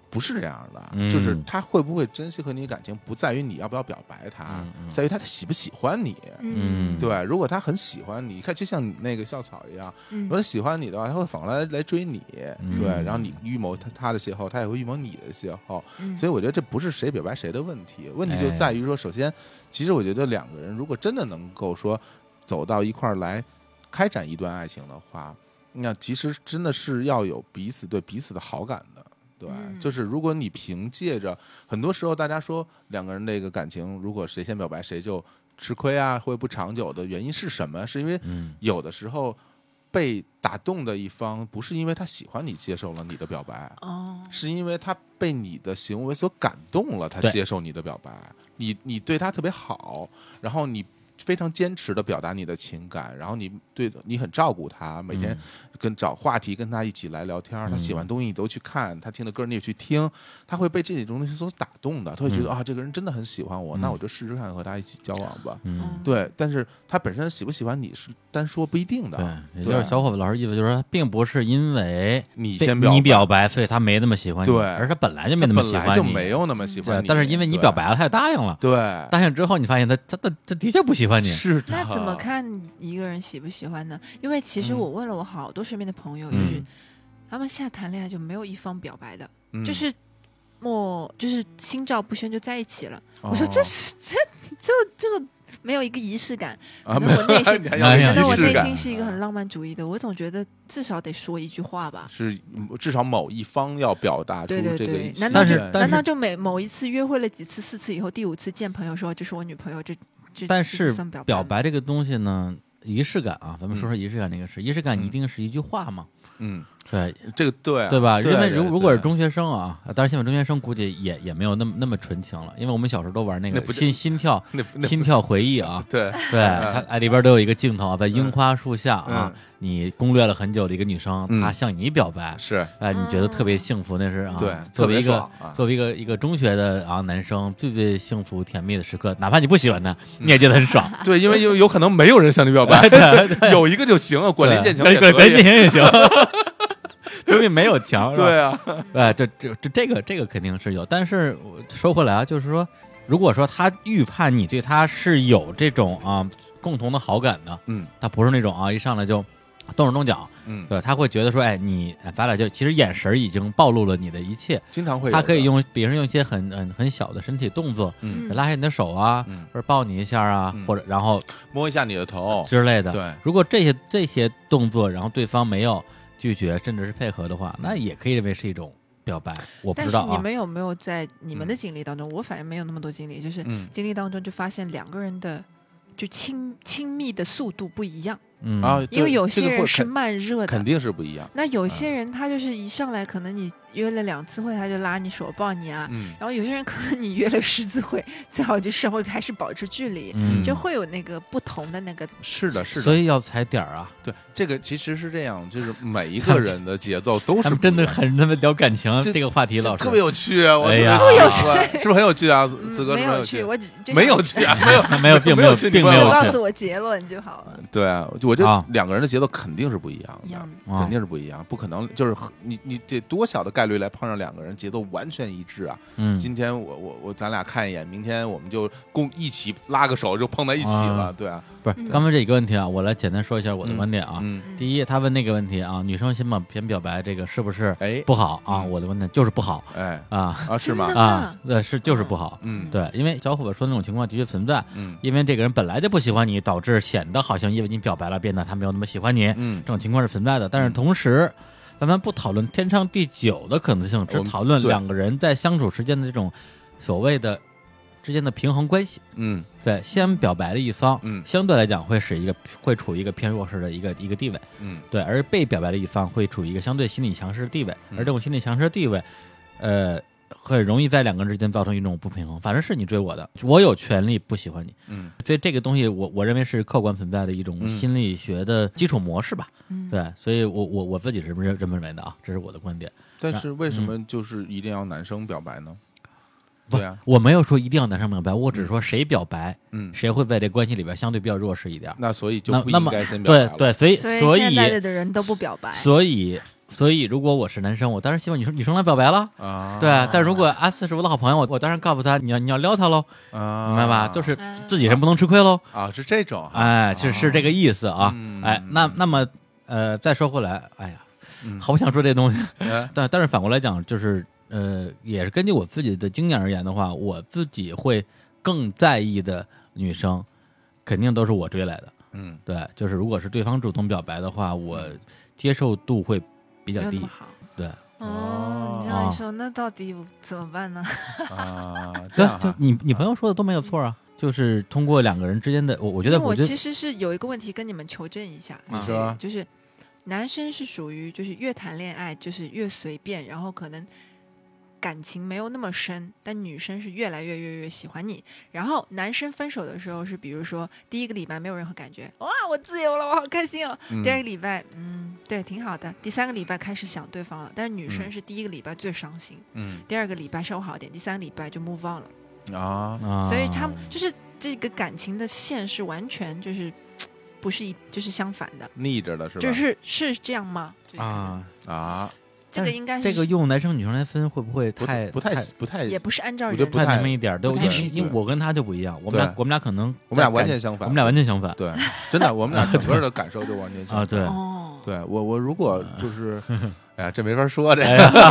Speaker 2: 不是这样的，
Speaker 1: 嗯
Speaker 2: 就是他会不会珍惜和你感情，不在于你要不要表白他，
Speaker 1: 嗯嗯
Speaker 2: 在于他喜不喜欢你。
Speaker 1: 嗯，
Speaker 2: 对，如果他很喜欢你，看就像你那个校草一样，
Speaker 3: 嗯
Speaker 2: 如果他喜欢你的话，他会反过来来追你。
Speaker 1: 嗯
Speaker 2: 对，然后你预谋他他的邂逅，他也会预谋你的邂逅。
Speaker 3: 嗯
Speaker 2: 所以我觉得这不是谁表白谁的问题，问题就
Speaker 1: 哎
Speaker 2: 在于说，首先，其实我觉得两个人如果真的能够说走到一块儿来开展一段爱情的话，那其实真的是要有彼此对彼此的好感的。对，
Speaker 3: 嗯
Speaker 2: 就是如果你凭借着很多时候大家说两个人那个感情，如果谁先表白谁就吃亏啊，会不长久的原因是什么？是因为
Speaker 1: 嗯
Speaker 2: 有的时候被打动的一方，不是因为他喜欢你接受了你的表白，
Speaker 3: 哦，
Speaker 2: 是因为他被你的行为所感动了，他
Speaker 1: 对
Speaker 2: 接受你的表白，你你对他特别好，然后你非常坚持的表达你的情感，然后你对你很照顾他，每天跟找话题跟他一起来聊天儿，他喜欢
Speaker 1: 嗯
Speaker 2: 东西你都去看，他听的歌你也去听，他会被这种东西所打动的，他会觉得、啊，这个人真的很喜欢我，那
Speaker 1: 嗯
Speaker 2: 我就试试看和他一起交往吧。
Speaker 3: 哦
Speaker 1: 嗯，
Speaker 2: 对，但是他本身喜不喜欢你是单说不一定的，
Speaker 1: 嗯对，也
Speaker 2: 对
Speaker 1: 就是小伙子老师意思就是说，并不是因为
Speaker 2: 你
Speaker 1: 被
Speaker 2: 先
Speaker 1: 你
Speaker 2: 表
Speaker 1: 表白，所以他没那么喜欢你，
Speaker 2: 对
Speaker 1: 而他本来就
Speaker 2: 白，
Speaker 1: 没那
Speaker 2: 他
Speaker 1: 么
Speaker 2: 本
Speaker 1: 喜欢
Speaker 2: 来
Speaker 1: 你，嗯
Speaker 2: 就没有那么喜欢
Speaker 1: 对
Speaker 2: 你，，
Speaker 1: 但是因为你
Speaker 2: 对
Speaker 1: 表，白了，他也答应了，
Speaker 2: 对，
Speaker 1: 答应之后你发现他他他他的确不喜欢你，
Speaker 2: 是的，
Speaker 3: 那怎么看一个人喜不喜欢呢？因为其
Speaker 2: 嗯
Speaker 3: 实我问了我好多身边的朋友，就
Speaker 1: 嗯
Speaker 3: 是他们现在谈恋爱就没有一方表白的，
Speaker 2: 嗯？
Speaker 3: 就是莫就是心照不宣就在一起了。
Speaker 2: 哦
Speaker 3: 我说这是这这这没有一个仪式感，
Speaker 2: 啊，
Speaker 3: 可能我内心
Speaker 2: 你还要有
Speaker 1: 哎呀
Speaker 3: 可能我
Speaker 2: 仪式
Speaker 3: 内
Speaker 2: 感啊
Speaker 3: 心是一个很浪漫主义的，我总觉得至少得说一句话吧。
Speaker 2: 是至少某一方要表达出
Speaker 3: 对对
Speaker 2: 这个
Speaker 3: 对
Speaker 2: 意，思，
Speaker 3: 难道
Speaker 1: 但
Speaker 3: 就是
Speaker 1: 但
Speaker 3: 难道就每某一次约会了几次四次以后，第五次见朋友说这是我女朋友，这这
Speaker 1: 但
Speaker 3: 这
Speaker 1: 是
Speaker 3: 算表
Speaker 1: 表
Speaker 3: 白吗
Speaker 1: 白这个东西呢，仪式感啊，咱们说说仪式感这个事，仪式感
Speaker 2: 嗯
Speaker 1: 一定是一句话嘛，
Speaker 2: 嗯，
Speaker 1: 对
Speaker 2: 这个对
Speaker 1: 对吧？因为如
Speaker 2: 对
Speaker 1: 如果是
Speaker 2: 对
Speaker 1: 中学生啊，当然现在中学生估计也也没有那么那么纯情了，因为我们小时候都玩那
Speaker 2: 那不
Speaker 1: 个
Speaker 2: 是
Speaker 1: 心心跳
Speaker 2: 那那。
Speaker 1: 心跳回忆啊
Speaker 2: 对
Speaker 1: 对，它哎里边都有一个镜头啊，在樱花树下啊
Speaker 2: 嗯，
Speaker 1: 你攻略了很久的一个女生，
Speaker 2: 嗯
Speaker 1: 她向你表白，
Speaker 2: 是
Speaker 1: 哎，你觉得特别幸福，那是啊，
Speaker 2: 对
Speaker 1: 作
Speaker 2: 特
Speaker 1: 为
Speaker 2: 别
Speaker 1: 一个
Speaker 2: 爽啊
Speaker 1: 作为一个一个中学的啊男生，最最幸福甜蜜的时刻，哪怕你不喜欢他，你也觉得很 爽，
Speaker 2: 对，因为有有可能没有人向你表白，有一个就行，管林建
Speaker 1: 对
Speaker 2: 强也
Speaker 1: 管
Speaker 2: 可
Speaker 1: 管林
Speaker 2: 以，
Speaker 1: 建强也 行，因为没有强，是吧
Speaker 2: 对，啊，
Speaker 1: 哎，这这这这个这个肯定是有，但是我说回来啊，就是说，如果说他预判你对他是有这种啊共同的好感的，
Speaker 2: 嗯
Speaker 1: 他不是那种啊一上来就动手动脚，
Speaker 2: 嗯，
Speaker 1: 对，他会觉得说，哎，你哎咱俩就其实眼神已经暴露了你的一切，
Speaker 2: 经常会有
Speaker 1: 他可以
Speaker 2: 的，
Speaker 1: 用，比如说用一些很很很小的身体动作，
Speaker 2: 嗯
Speaker 1: 拉下你的手啊，
Speaker 2: 嗯，
Speaker 1: 或者抱你一下啊，
Speaker 2: 嗯
Speaker 1: 或者然后
Speaker 2: 摸一下你的头，
Speaker 1: 之类的。
Speaker 2: 哦对
Speaker 1: 如果这些这些动作，然后对方没有拒绝，甚至是配合的
Speaker 2: 嗯
Speaker 1: 话，那也可以认为是一种表白。我不
Speaker 3: 但
Speaker 1: 知
Speaker 3: 是
Speaker 1: 道
Speaker 3: 你
Speaker 1: 啊，
Speaker 3: 们有没有在你们的
Speaker 2: 嗯
Speaker 3: 经历当中？我反正没有那么多经历，就是
Speaker 2: 嗯
Speaker 3: 经历当中就发现两个人的就亲亲密的速度不一样，
Speaker 1: 嗯
Speaker 2: 啊，
Speaker 3: 因为
Speaker 2: 对
Speaker 3: 有
Speaker 2: 这
Speaker 3: 些
Speaker 2: 个会
Speaker 3: 人是
Speaker 2: 肯
Speaker 3: 慢热
Speaker 2: 肯
Speaker 3: 的。
Speaker 2: 定是嗯不一样，
Speaker 3: 那有些人他就是一上来，可能你约了两次会，他就拉你手抱你啊。
Speaker 2: 嗯，
Speaker 3: 然后有些人可能你约了十次会，最好就稍微开始保持距离，
Speaker 1: 嗯，
Speaker 3: 就会有那个不同的那个。
Speaker 2: 是的，是的，
Speaker 1: 所以要踩点儿啊。
Speaker 2: 对这个其实是这样，就是每一个人的节奏都
Speaker 1: 他
Speaker 2: 是
Speaker 1: 们
Speaker 2: 不一
Speaker 1: 真的
Speaker 2: 样
Speaker 1: 很他们聊感情
Speaker 2: 这
Speaker 1: 这个话题，
Speaker 2: 这
Speaker 1: 老师
Speaker 2: 特别有趣，啊我
Speaker 1: 哎
Speaker 2: 特别
Speaker 1: 呀
Speaker 2: 喜
Speaker 1: 特有
Speaker 3: 趣
Speaker 2: 欢是不是很有趣啊？
Speaker 3: 嗯
Speaker 2: 四哥
Speaker 3: 没
Speaker 2: 是不是很
Speaker 3: 有趣，我只就
Speaker 2: 没
Speaker 3: 想
Speaker 2: 有趣啊，没有
Speaker 1: 没有并
Speaker 2: 没
Speaker 1: 有
Speaker 2: 有去
Speaker 1: 并
Speaker 2: 你
Speaker 1: 没
Speaker 2: 们
Speaker 1: 有
Speaker 3: 我告
Speaker 1: 去
Speaker 3: 诉我结论就好了。
Speaker 2: 对啊，我就我觉得
Speaker 1: 啊
Speaker 2: 两个人的节奏肯定是不一样
Speaker 3: 一样
Speaker 2: 的，
Speaker 3: 的，
Speaker 1: 啊
Speaker 2: 嗯肯定是不一样，不可能就是很你你得多小的概率来碰上两个人节奏完全一致啊！
Speaker 1: 嗯
Speaker 2: 今天我我我咱俩看一眼，明天我们就共一起拉个手就碰在一起了，
Speaker 1: 啊
Speaker 2: 对啊，
Speaker 1: 不是
Speaker 3: 嗯
Speaker 1: 刚才这几个问题啊，我来简单说一下我的观点啊。
Speaker 2: 嗯，
Speaker 3: 嗯
Speaker 1: 第一，他问那个问题啊，女生先表先表白这个是不是
Speaker 2: 哎
Speaker 1: 不好啊？我的观点就是不好
Speaker 2: 哎
Speaker 1: 啊
Speaker 2: 啊是吗
Speaker 3: 真？的
Speaker 1: 啊
Speaker 3: 啊，
Speaker 1: 对，是就是不好。
Speaker 2: 嗯
Speaker 1: 对，因为小伙伴说那种情况的确存在，
Speaker 2: 嗯
Speaker 1: 因为这个人本来就不喜欢你，导致显得好像因为你表白了，变得他没有那么喜欢你，
Speaker 2: 嗯
Speaker 1: 这，种情况是存在的。但是同时，咱们不讨论天长地久的可能性，只
Speaker 2: 我们
Speaker 1: 讨论
Speaker 2: 对
Speaker 1: 两个人在相处时间的这种所谓的之间的平衡关系。
Speaker 2: 嗯
Speaker 1: 对，先表白的一方，
Speaker 2: 嗯
Speaker 1: 相对来讲会使一个会处于一个偏弱势的一个一个地位，
Speaker 2: 嗯
Speaker 1: 对，而被表白的一方会处于一个相对心理强势的地位，
Speaker 2: 嗯
Speaker 1: 而这种心理强势的地位，呃，很容易在两个人之间造成一种不平衡。反正是你追我的，我有权利不喜欢你，
Speaker 2: 嗯
Speaker 1: 所以这个东西我我认为是客观存在的一种
Speaker 2: 嗯
Speaker 1: 心理学的基础模式吧。
Speaker 3: 嗯，
Speaker 1: 对，所以我我我自己是这么认这么认为的啊，这是我的观点。
Speaker 2: 但是
Speaker 1: 嗯
Speaker 2: 为什么就是一定要男生表白呢？
Speaker 1: 不
Speaker 2: 对啊，
Speaker 1: 我没有说一定要男生表白，我只是说谁表白，
Speaker 2: 嗯，
Speaker 1: 谁会在这关系里边相对比较弱势一点儿。
Speaker 2: 那所以就
Speaker 1: 那
Speaker 2: 不
Speaker 1: 那
Speaker 2: 应
Speaker 1: 么
Speaker 2: 该先嗯表白
Speaker 1: 对
Speaker 2: 了，
Speaker 1: 对，所以
Speaker 3: 所以
Speaker 1: 所
Speaker 3: 现在
Speaker 1: 以
Speaker 3: 的人都不表白，
Speaker 1: 所以所以，如果我是男生，我当然希望女生女生来表白了。
Speaker 2: 啊，
Speaker 1: 对，但如果阿四是我的好朋友，我我当然告诉他你要你要撩他喽，
Speaker 2: 啊，
Speaker 1: 明白吧？就是
Speaker 3: 啊
Speaker 1: 自己人不能吃亏喽。
Speaker 2: 啊，是这种哈，
Speaker 1: 哎，是是这个意思啊。
Speaker 2: 嗯
Speaker 1: 哎，那那么呃，再说回来，哎呀，
Speaker 2: 嗯
Speaker 1: 好想说这东西，
Speaker 2: 哎
Speaker 1: 但但是反过来讲，就是呃，也是根据我自己的经验而言的话，我自己会更在意的女生，肯定都是我追来的。
Speaker 2: 嗯
Speaker 1: 对，就是如果是对方主动表白的话，我接受度会比
Speaker 3: 没
Speaker 1: 较
Speaker 3: 有那
Speaker 1: 低
Speaker 3: 么。好。
Speaker 1: 对，
Speaker 3: 哦，你这
Speaker 1: 哦
Speaker 3: 样一说，那到底怎么办呢？
Speaker 2: 啊，这
Speaker 1: 对
Speaker 2: 样，
Speaker 1: 就
Speaker 2: 哈，
Speaker 1: 你你朋友说的都没有错啊，就是通过两个人之间的，我我觉
Speaker 3: 因为
Speaker 1: 得
Speaker 3: 我
Speaker 1: 觉得
Speaker 3: 其实是有一个问题跟你们求证一下，
Speaker 2: 你
Speaker 3: 就是
Speaker 2: 说
Speaker 3: 就是男生是属于就是越谈恋爱就是越随便，然后可能感情没有那么深，但女生是越来越越越喜欢你。然后男生分手的时候是，比如说第一个礼拜没有任何感觉，哇，我自由了，我好开心哦。
Speaker 2: 嗯
Speaker 3: 第二个礼拜，嗯，对，挺好的。第三个礼拜开始想对方了，但是女生
Speaker 2: 嗯
Speaker 3: 是第一个礼拜最伤心，
Speaker 2: 嗯
Speaker 3: 第二个礼拜稍微好一点，第三个礼拜就 move on 了。
Speaker 2: 啊，
Speaker 1: 啊，
Speaker 3: 所以他们就是这个感情的线是完全就是不是一就是相反的，
Speaker 2: 逆着的是吧？
Speaker 3: 就是是这样吗？就是可能
Speaker 1: 啊，
Speaker 2: 啊，
Speaker 3: 这个应该是
Speaker 1: 这个用男生女生来分会不会
Speaker 2: 不
Speaker 1: 太
Speaker 2: 不太不太，
Speaker 3: 也不是按照
Speaker 2: 我
Speaker 3: 人
Speaker 2: 觉得不
Speaker 1: 太
Speaker 2: 太
Speaker 1: 明白一点儿？对，
Speaker 3: 不
Speaker 1: 因
Speaker 3: 太
Speaker 1: 为因为
Speaker 2: 对
Speaker 1: 我跟他就不一样，我们俩
Speaker 2: 对
Speaker 1: 我们俩可能
Speaker 2: 我们俩
Speaker 1: 感
Speaker 2: 完全相
Speaker 1: 我
Speaker 2: 反，
Speaker 1: 们俩完全相反
Speaker 2: 对，真的，我们俩整个的感受就完全相
Speaker 1: 啊，
Speaker 2: 反。
Speaker 1: 对，啊
Speaker 3: 哦，
Speaker 2: 对我我如果 就是，哎呀，这没法说这，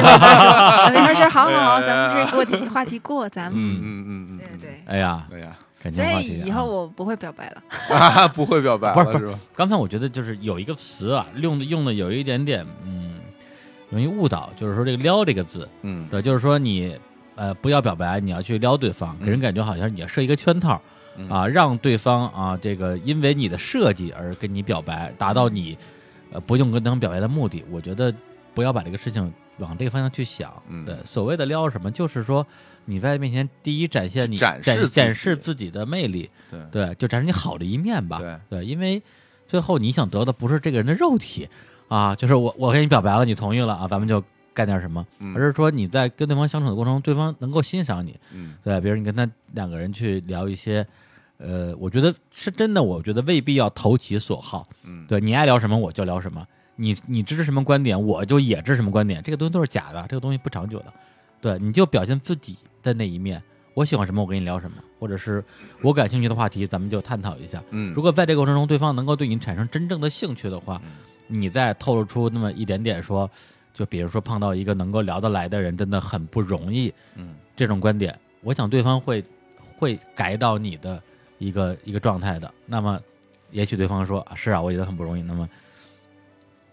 Speaker 3: 啊没事儿，好好好，
Speaker 2: 哎
Speaker 3: 咱们这个话题话题过，咱们
Speaker 2: 嗯
Speaker 1: 嗯
Speaker 2: 嗯 嗯嗯，
Speaker 3: 对对。
Speaker 1: 哎呀，
Speaker 2: 对，哎呀，
Speaker 1: 感情
Speaker 3: 所
Speaker 1: 话
Speaker 3: 以
Speaker 1: 题啊
Speaker 3: 以后我不会表白了，
Speaker 2: 啊， 不会表白
Speaker 1: 不是不
Speaker 2: 了是吧？
Speaker 1: 刚才我觉得就是有一个词啊，用的用的有一点点嗯，容易误导，就是说这个“撩”这个字，
Speaker 2: 嗯，
Speaker 1: 对，就是说你呃不要表白，你要去撩对方，给人感觉好像你要设一个圈套
Speaker 2: 嗯
Speaker 1: 啊，让对方啊这个因为你的设计而跟你表白，达
Speaker 2: 嗯
Speaker 1: 到你呃不用跟他们表白的目的。我觉得不要把这个事情往这个方向去想
Speaker 2: 嗯。
Speaker 1: 对，所谓的撩什么，就是说你在面前第一展现你
Speaker 2: 展
Speaker 1: 展
Speaker 2: 示自己
Speaker 1: 展示自己的魅力，
Speaker 2: 对
Speaker 1: 对，就展示你好的一面吧。
Speaker 2: 对
Speaker 1: 对，因为最后你想得到不是这个人的肉体啊，就是我我跟你表白了，你同意了啊，咱们就干点什么，
Speaker 2: 嗯
Speaker 1: 而是说你在跟对方相处的过程中，对方能够欣赏你。
Speaker 2: 嗯
Speaker 1: 对，比如你跟他两个人去聊一些，呃，我觉得是真的，我觉得未必要投其所好。
Speaker 2: 嗯，
Speaker 1: 对你爱聊什么我就聊什么，你你支持什么观点我就也支持什么观点，这个东西都是假的，这个东西不长久的。对，你就表现自己的那一面，我喜欢什么我跟你聊什么，或者是我感兴趣的话题咱们就探讨一下。
Speaker 2: 嗯，
Speaker 1: 如果在这个过程中，对方能够对你产生真正的兴趣的话
Speaker 2: 嗯，
Speaker 1: 你再透露出那么一点点说，就比如说碰到一个能够聊得来的人，真的很不容易
Speaker 2: 嗯
Speaker 1: 这种观点，我想对方会会改到你的一个一个状态的。那么，也许对方说、啊是啊，我觉得很不容易。那么，